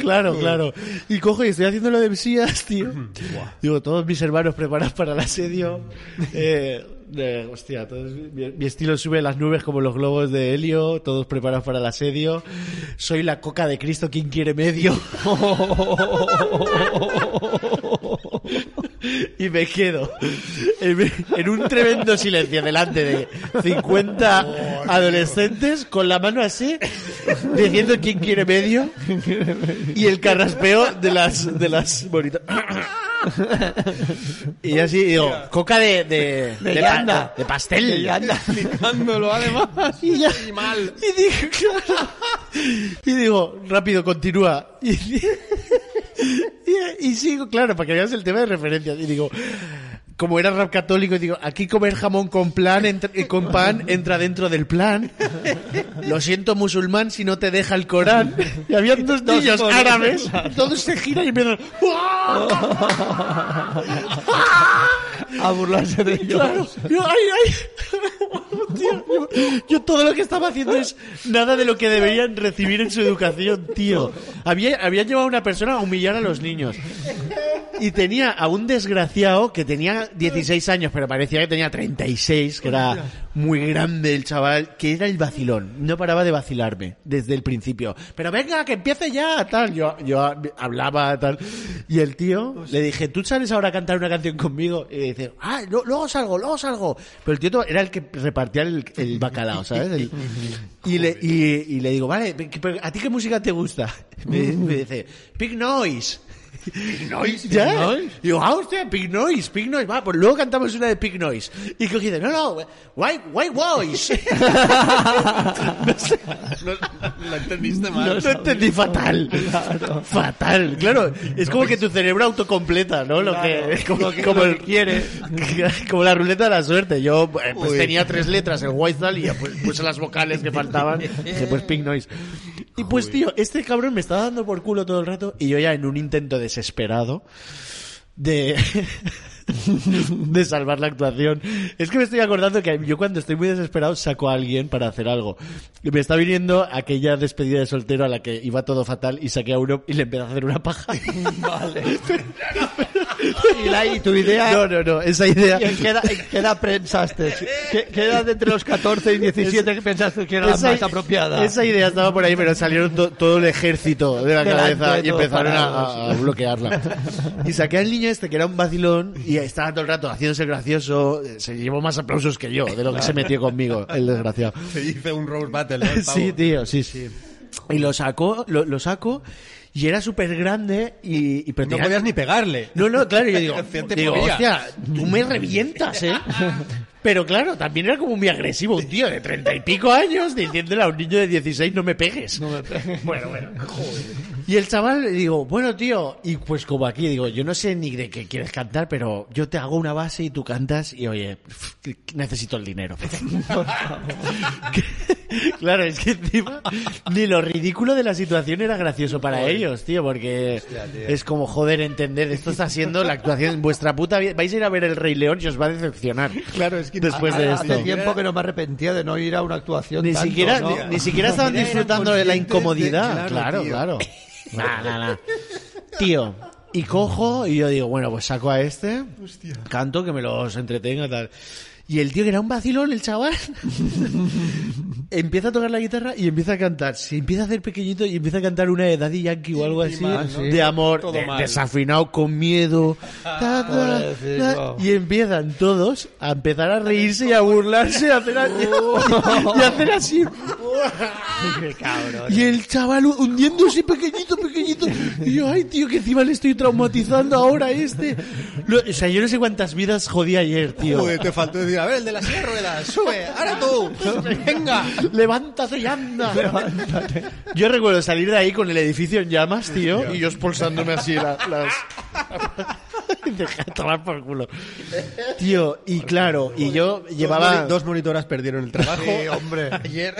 Speaker 3: Claro, claro. Y cojo y estoy haciendo lo de sillas, tío. Digo, todos mis hermanos preparados para el asedio. Eh, eh, hostia, todos- mi, mi estilo sube a las nubes como los globos de helio, todos preparados para el asedio. Soy la coca de Cristo, quien quiere medio. Y me quedo en, en un tremendo silencio delante de 50 adolescentes con la mano así, diciendo quién quiere medio y el carraspeo de las de las bonitas. Y así digo, coca de de,
Speaker 5: De
Speaker 3: de pa-
Speaker 5: llanda.
Speaker 3: de pastel.
Speaker 5: Que ya anda.
Speaker 2: Dándolo además.
Speaker 3: Y ya-
Speaker 2: Y mal.
Speaker 3: y digo, claro. Y digo, rápido, continúa. Y, y- y sigo, claro, para que veas el tema de referencia. Y digo, como era rap católico, digo, aquí comer jamón con, plan entra- eh, con pan entra dentro del plan. Lo siento, musulmán, si no te deja el Corán. Y habían dos niños árabes, todos se giran y empiezan...
Speaker 5: A burlarse de ellos.
Speaker 3: Claro. Yo, ay, ay. Tío, yo, yo todo lo que estaba haciendo es nada de lo que deberían recibir en su educación, tío. Había, había llevado a una persona a humillar a los niños. Y tenía a un desgraciado que tenía 16 años, pero parecía que tenía 36, que era muy grande el chaval, que era el vacilón. No paraba de vacilarme desde el principio. Pero venga, que empiece ya, tal. Yo, yo hablaba, tal. Y el tío, le dije, ¿tú sales ahora a cantar una canción conmigo? Y dice, ah, lo- luego salgo, luego salgo. Pero el tío to- era el que repartía el, el bacalao, ¿sabes? El- y, le, y, y le digo, vale, pero ¿a ti qué música te gusta? Me, me dice, Pig Noise. Noise, ¿Ya? Digo, ah, hostia, Pig Noise, Pig Noise, va, pues luego cantamos una de Pig Noise. Y cogí dice, no, no, White, white Voice. no sé,
Speaker 9: Lo entendiste
Speaker 3: no,
Speaker 9: mal.
Speaker 3: lo entendí fatal. Fatal, claro. Es como que tu cerebro autocompleta, ¿no? Lo que, como, como el- Como la ruleta de la suerte. Yo eh, pues, tenía tres letras, el White Zal, y ya, pues, puse las vocales que faltaban. Dije, pues Pink Noise. Y pues, tío, este cabrón me estaba dando por culo todo el rato y yo ya en un intento desesperado de de salvar la actuación. Es que me estoy acordando que yo cuando estoy muy desesperado saco a alguien para hacer algo. Y Me está viniendo aquella despedida de soltero a la que iba todo fatal y saqué a uno y le empecé a hacer una paja. Vale.
Speaker 5: Y, la- y tu idea.
Speaker 3: No, no, no, esa idea.
Speaker 5: ¿En qué, edad, en qué edad pensaste? ¿Qué, qué edad entre los 14 y 17 que pensaste que era la más apropiada?
Speaker 3: esa idea estaba por ahí, pero salieron to- todo el ejército de la
Speaker 5: Delante
Speaker 3: cabeza
Speaker 5: de
Speaker 3: y
Speaker 5: todo
Speaker 3: empezaron a,
Speaker 5: parados.
Speaker 3: a- a bloquearla. Y saqué al niño este, que era un vacilón, y estaba todo el rato haciéndose el gracioso. eh, Se llevó más aplausos que yo de lo que se metió conmigo, el desgraciado.
Speaker 9: Se dice un Rose Battle, ¿no? El pavo.
Speaker 3: Sí, tío, sí, sí. Y lo sacó, lo, lo saco, y era súper grande, y, y pero
Speaker 9: No
Speaker 3: tenía-
Speaker 9: podías ni pegarle.
Speaker 3: no, no, claro, yo digo,
Speaker 9: Te
Speaker 3: digo,
Speaker 9: movía.
Speaker 3: hostia, tú me revientas, ¿eh? Pero claro, también era como muy agresivo un tío de treinta y pico años diciéndole a un niño de 16, no me pegues. Bueno, bueno, joder. Y el chaval le digo, bueno, tío, y pues como aquí, digo, yo no sé ni de qué quieres cantar, pero yo te hago una base y tú cantas y oye, pf, necesito el dinero. claro, es que encima ni lo ridículo de la situación era gracioso para ellos, tío, porque es como joder, entender, esto está siendo la actuación en vuestra puta vida. Vais a ir a ver el Rey León y os va a decepcionar. Claro, es que después
Speaker 9: Ah,
Speaker 3: de
Speaker 5: Hace
Speaker 3: esto.
Speaker 5: tiempo que no me arrepentía de no ir a una actuación
Speaker 3: Ni
Speaker 5: tanto,
Speaker 3: siquiera,
Speaker 5: ¿no?
Speaker 3: ni, ni siquiera estaban
Speaker 2: Mira, eran
Speaker 3: disfrutando de la
Speaker 2: conscientes de-
Speaker 3: incomodidad. claro,
Speaker 2: claro, tío.
Speaker 3: claro. Nah, nah, nah. Tío, y cojo y yo digo, bueno, pues saco a este, canto que me los entretenga tal. Y el tío que era un vacilón, el chaval, empieza a tocar la guitarra y empieza a cantar. Se empieza a hacer pequeñito y empieza a cantar una de Daddy Yankee o algo así,
Speaker 5: mal, ¿no?
Speaker 3: de amor,
Speaker 2: Todo
Speaker 3: de-
Speaker 2: mal.
Speaker 3: desafinado, con miedo. ta, ta,
Speaker 5: Pobrecito.
Speaker 3: ta. Y empiezan todos a empezar a reírse y a burlarse y a hacer, a- y a hacer así. Y el chaval hundiéndose pequeñito, pequeñito. Y yo, ay, tío, que encima le estoy traumatizando ahora a este. Lo- o sea, yo no sé cuántas vidas jodí ayer, tío.
Speaker 9: Joder, te faltó decir, a ver, el de las silla de ruedas, sube, ahora tú, venga.
Speaker 3: Levántate y anda. Yo recuerdo salir de ahí con el edificio en llamas, tío, y yo expulsándome así la- las. Deja de tomar por culo. Tío, y claro, y yo llevaba.
Speaker 9: Dos monitoras perdieron el trabajo.
Speaker 5: Sí, hombre.
Speaker 9: Ayer.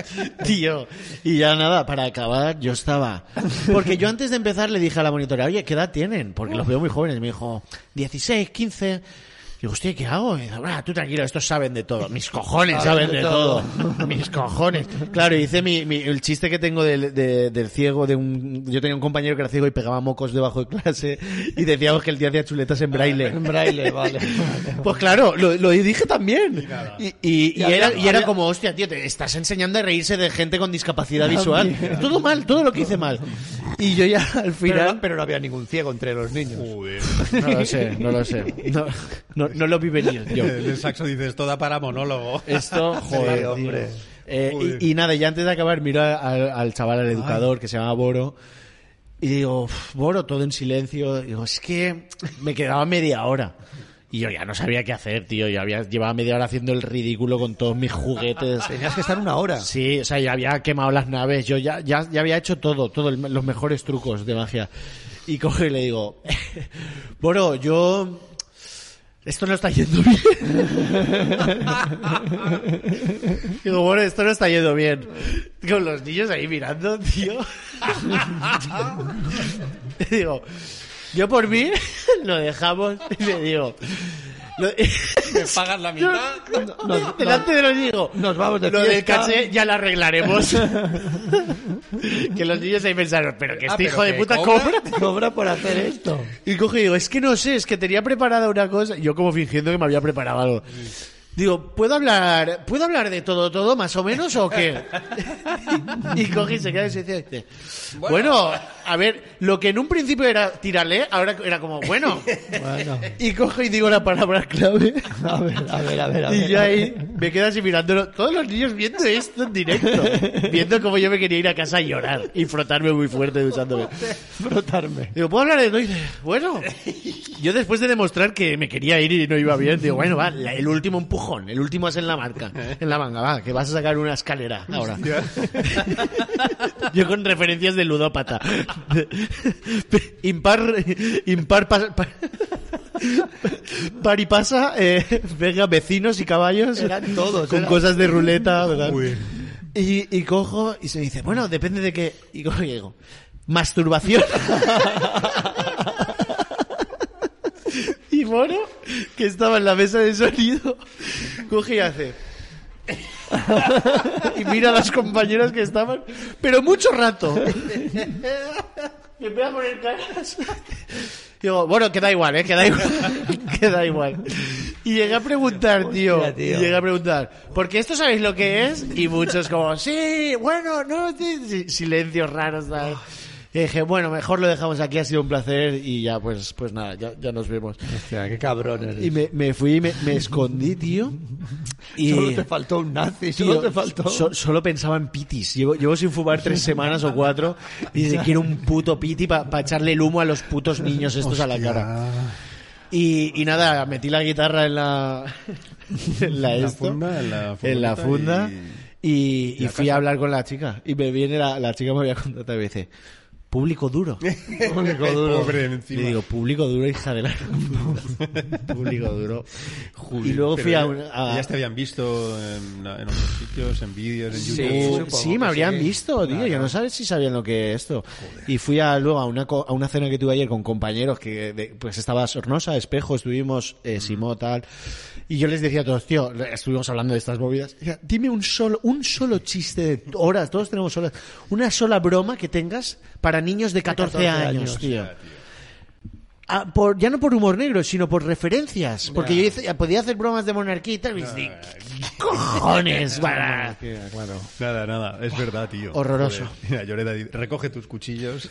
Speaker 3: Tío, y ya nada, para acabar, yo estaba. Porque yo antes de empezar le dije a la monitora, oye, ¿qué edad tienen? Porque los veo muy jóvenes. Y me dijo, 16, 15. Digo, hostia, ¿qué hago? Y dice, "Bah, tú tranquilo, estos saben de todo. Mis cojones saben de todo. Mis cojones. Claro, hice mi, mi- el chiste que tengo del, de- del ciego, de un, yo tenía un compañero que era ciego y pegaba mocos debajo de clase y decíamos que el tío hacía chuletas en braille.
Speaker 5: En braille, vale.
Speaker 3: Pues claro, lo, lo dije también. Y, y- y
Speaker 5: Y
Speaker 3: era,
Speaker 5: había-
Speaker 3: y era
Speaker 5: había-
Speaker 3: como, hostia, tío, te estás enseñando a reírse de gente con discapacidad visual. Todo mal, todo lo que hice mal. Y yo ya al
Speaker 5: Pero,
Speaker 3: final...
Speaker 5: no, pero no había ningún ciego entre los niños.
Speaker 3: No lo sé, no lo sé. No, no- no lo vi venir yo.
Speaker 9: El saxo dices, toda para monólogo.
Speaker 3: Esto, joder, tío.
Speaker 5: hombre.
Speaker 3: Eh, y, y nada, y antes de acabar, miro a- al, al chaval, al educador, que se llama Boro, y digo, "Uf, Boro, todo en silencio. Digo, es que me quedaba media hora. Y yo ya no sabía qué hacer, tío. Yo había llevaba media hora haciendo el ridículo con todos mis juguetes.
Speaker 5: Tenías que estar una hora.
Speaker 3: Sí, o sea, ya había quemado las naves, yo ya, ya, ya había hecho todo, todos los mejores trucos de magia. Y coge y le digo, Boro, yo... Esto no está yendo bien. digo, Boro, esto no está yendo bien. Con los niños ahí mirando, tío. Y digo, yo por mí lo dejamos y le digo... lo-
Speaker 9: Me pagas la mitad.
Speaker 3: no, delante de los digo.
Speaker 5: nos vamos de
Speaker 3: Lo del
Speaker 5: fiesta.
Speaker 3: caché ya lo arreglaremos. que los niños ahí pensaron, pero que este
Speaker 9: pero
Speaker 3: hijo de
Speaker 9: que
Speaker 3: puta
Speaker 9: cobra.
Speaker 3: cobra.
Speaker 5: Cobra por hacer esto.
Speaker 3: Y coge y digo, es que no sé, es que tenía preparada una cosa. Yo como fingiendo que me había preparado algo. Digo, ¿puedo hablar, ¿puedo hablar de todo, todo, más o menos, o qué? y coge y se queda en silencio y dice, bueno, a ver, lo que en un principio era tirarle, ahora era como, bueno.
Speaker 5: Bueno,
Speaker 3: Y cojo y digo la palabra clave.
Speaker 5: a ver, a ver, a ver. A ver.
Speaker 3: Y yo ahí me quedo así mirándolo. Todos los niños viendo esto en directo. Viendo cómo yo me quería ir a casa a llorar y frotarme muy fuerte duchándome.
Speaker 5: Frotarme.
Speaker 3: Digo, ¿puedo hablar de esto? Y dice, bueno. Yo después de demostrar que me quería ir y no iba bien, digo, bueno, va, la- el último empujón. El último es en la marca. En la manga, va, que vas a sacar una escalera ahora. Yo con referencias de ludópata. Impar, impar, pas- pa- par y pasa, eh, venga, vecinos y caballos.
Speaker 5: Eran todos,
Speaker 3: Con
Speaker 5: eran-
Speaker 3: cosas de ruleta, ¿verdad?
Speaker 9: Uy.
Speaker 3: Y, y cojo y se dice, bueno, depende de qué. Y cojo y digo, masturbación. y Moro, que estaba en la mesa de sonido, coge y hace. y mira a las compañeras que estaban, pero mucho rato. y empieza a poner caras. Digo, bueno, que da igual, ¿eh? Que da igual. que da igual. Y llegué a preguntar, tío.
Speaker 5: Hostia, tío.
Speaker 3: y Llegué a preguntar, porque esto sabéis lo que es? Y muchos como, sí, bueno, no, sí, sí, silencios raros, tal. Y dije, bueno, mejor lo dejamos aquí, ha sido un placer y ya, pues, pues nada, ya, ya nos vemos.
Speaker 5: Hostia, qué cabrón eres.
Speaker 3: Y me, me fui y me, me escondí, tío. Y,
Speaker 5: Solo te faltó un nazi,
Speaker 3: tío,
Speaker 5: solo te faltó.
Speaker 3: so- solo pensaba en pitis. Llevo, llevo sin fumar tres semanas o cuatro y dice, quiero un puto piti para echarle el humo a los putos niños estos a la cara. Y, y nada, metí la guitarra en la... En la, esto,
Speaker 9: funda, en la
Speaker 3: en la
Speaker 9: furgoneta
Speaker 3: funda, y, y
Speaker 9: a
Speaker 3: fui a hablar con la chica. Y me viene la, la chica, me había contratado y me dice, público duro.
Speaker 9: El Pobre
Speaker 3: Y
Speaker 9: encima.
Speaker 3: digo, público duro, hija de la puta. público duro. y luego
Speaker 9: Pero
Speaker 3: fui a,
Speaker 9: ya-
Speaker 3: una- a-
Speaker 9: Ya te habían visto en, en otros sitios, en vídeos, en
Speaker 3: Sí,
Speaker 9: YouTube.
Speaker 5: supongo
Speaker 3: sí,
Speaker 5: que
Speaker 3: me habrían
Speaker 5: sí.
Speaker 3: visto, tío. Yo no sabes si sabían lo que es esto. Y fui a, luego a una, co- a una cena que tuve ayer con compañeros que de- pues estaba Sornosa, Espejo, estuvimos, eh, Simó, tal. Y yo les decía a todos, tío, le- estuvimos hablando de estas movidas. Decía, Dime un solo, un solo chiste de horas, todos tenemos horas. Una sola broma que tengas para niños de 14,
Speaker 5: 14
Speaker 3: años,
Speaker 5: años.
Speaker 3: tío. Ah, por, ya no por humor negro, sino por referencias. Porque yo hice- podía hacer bromas de monarquía y tal. y dije, "¿Qué cojones? para-?"
Speaker 9: Nada, nada, es verdad, tío.
Speaker 3: Horroroso.
Speaker 9: Joder. Mira, Lloreda, di- recoge tus cuchillos.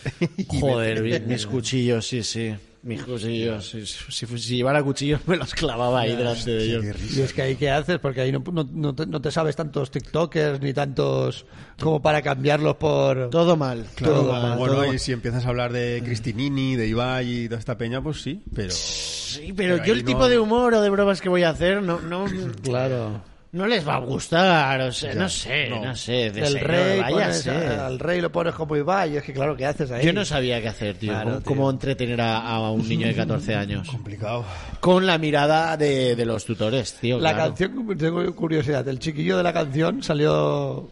Speaker 3: Joder, mi- mis cuchillos, sí, sí. Mis cuchillos. sí, sí. Si, fu- si llevara cuchillos me los clavaba ahí delante de ellos.
Speaker 5: Y es que ahí qué haces, porque ahí no, no, no te, no te sabes tantos TikTokers ni tantos como para cambiarlos por...
Speaker 3: Todo mal,
Speaker 5: Todo
Speaker 3: todo Mm. mal.
Speaker 9: bueno,
Speaker 3: todo
Speaker 9: y
Speaker 3: mal.
Speaker 9: si empiezas a hablar de Cristinini, de Ibai y toda esta peña, pues sí, pero...
Speaker 3: Sí,
Speaker 9: pero
Speaker 3: pero yo
Speaker 9: ahí no-
Speaker 3: el tipo de humor o de bromas que voy a hacer no, no,
Speaker 5: Claro.
Speaker 3: no les va a gustar. O sea, no sé, no, sé. de
Speaker 5: El
Speaker 3: señor,
Speaker 5: rey,
Speaker 3: vaya a
Speaker 5: pones,
Speaker 3: ser.
Speaker 5: a- al rey lo pones como Ibai, y es que claro, ¿qué haces ahí?
Speaker 3: Yo no sabía qué hacer, tío.
Speaker 5: Claro,
Speaker 3: cómo,
Speaker 5: tío.
Speaker 3: cómo entretener a, a un niño de 14 años.
Speaker 9: Complicado.
Speaker 3: Con la mirada de, de los tutores, tío.
Speaker 5: La
Speaker 3: claro.
Speaker 5: canción, tengo curiosidad, el chiquillo de la canción salió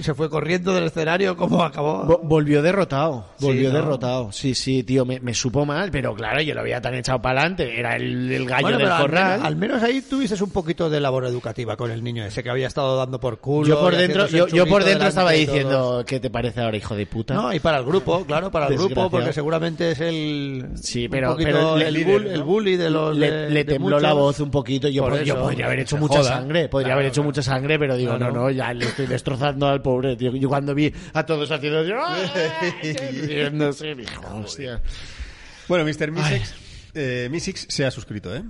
Speaker 5: Se fue corriendo del escenario como acabó.
Speaker 3: Vo- volvió derrotado, volvió
Speaker 5: ¿no?
Speaker 3: derrotado. Sí, sí, tío, me, me supo mal, pero claro, yo lo había tan echado para adelante. Era el, el gallo
Speaker 5: Bueno,
Speaker 3: del
Speaker 5: pero al
Speaker 3: corral.
Speaker 5: menos- Al, menos ahí tuviste un poquito de labor educativa con el niño ese que había estado dando por culo.
Speaker 3: yo por
Speaker 5: y
Speaker 3: dentro,
Speaker 5: haciéndose
Speaker 3: yo, yo
Speaker 5: el
Speaker 3: por
Speaker 5: chulito
Speaker 3: dentro estaba
Speaker 5: delante de
Speaker 3: diciendo,
Speaker 5: todos.
Speaker 3: ¿qué te parece ahora, hijo de puta?
Speaker 5: No, y para el grupo, claro, para el grupo,
Speaker 3: Desgraciado.
Speaker 5: porque seguramente es el.
Speaker 3: Sí,
Speaker 5: un
Speaker 3: pero-
Speaker 5: poquito
Speaker 3: pero le-
Speaker 5: el,
Speaker 3: líder,
Speaker 5: bull-
Speaker 3: ¿no?
Speaker 5: el bully de los.
Speaker 3: le,
Speaker 5: de-
Speaker 3: le
Speaker 5: de
Speaker 3: tembló
Speaker 5: muchos.
Speaker 3: la voz un poquito. Yo,
Speaker 5: Por
Speaker 3: pod- yo
Speaker 5: eso,
Speaker 3: podría haber hecho
Speaker 5: se
Speaker 3: mucha
Speaker 5: joda.
Speaker 3: sangre, podría
Speaker 5: Claro,
Speaker 3: haber hecho
Speaker 5: claro.
Speaker 3: mucha sangre, pero digo,
Speaker 5: Claro.
Speaker 3: no, no, ya le estoy destrozando al pobre, tío. Yo cuando vi a todos haciendo. yo, ¡ah! no sé, dije, hostia.
Speaker 2: Bueno, Mr. Misix, eh, Misix se ha suscrito, ¿eh?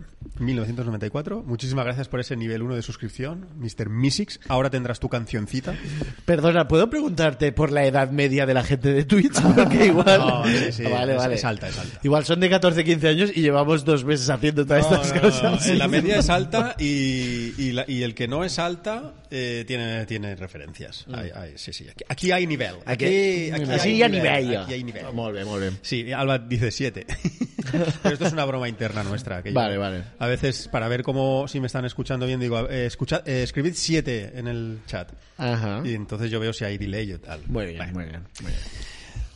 Speaker 2: 1994. Muchísimas gracias por ese nivel 1 de suscripción, Mr. Misix. Ahora tendrás tu cancioncita.
Speaker 3: Perdona, ¿puedo preguntarte por la edad media de la gente de Twitch? Porque igual. Ah,
Speaker 2: No, sí, sí,
Speaker 3: vale,
Speaker 2: es-
Speaker 3: vale.
Speaker 2: es alta, es alta.
Speaker 3: Igual son de 14, 15 años y llevamos dos meses haciendo todas
Speaker 2: No,
Speaker 3: estas
Speaker 2: no, no,
Speaker 3: cosas.
Speaker 2: no. La media es alta y, y la- y el que no es alta eh, tiene, tiene referencias.
Speaker 3: Mm.
Speaker 2: Hay- hay- sí, sí. Aquí, aquí hay nivel.
Speaker 3: Aquí-
Speaker 2: aquí
Speaker 3: Así
Speaker 2: hay
Speaker 3: ya
Speaker 2: nivel, Ah,
Speaker 3: nivel.
Speaker 2: Aquí hay nivel.
Speaker 3: Molt bé, molt bé.
Speaker 2: Sí, Alba dice 7. Pero esto es una broma interna nuestra. que yo-
Speaker 3: Vale, vale.
Speaker 2: A veces, para ver cómo si me están escuchando bien, digo, eh, escuchad, eh, escribid 7 en el chat.
Speaker 3: Ajá.
Speaker 2: Y entonces yo veo si hay delay o tal.
Speaker 3: Muy bien,
Speaker 2: Vale.
Speaker 3: muy bien, muy bien.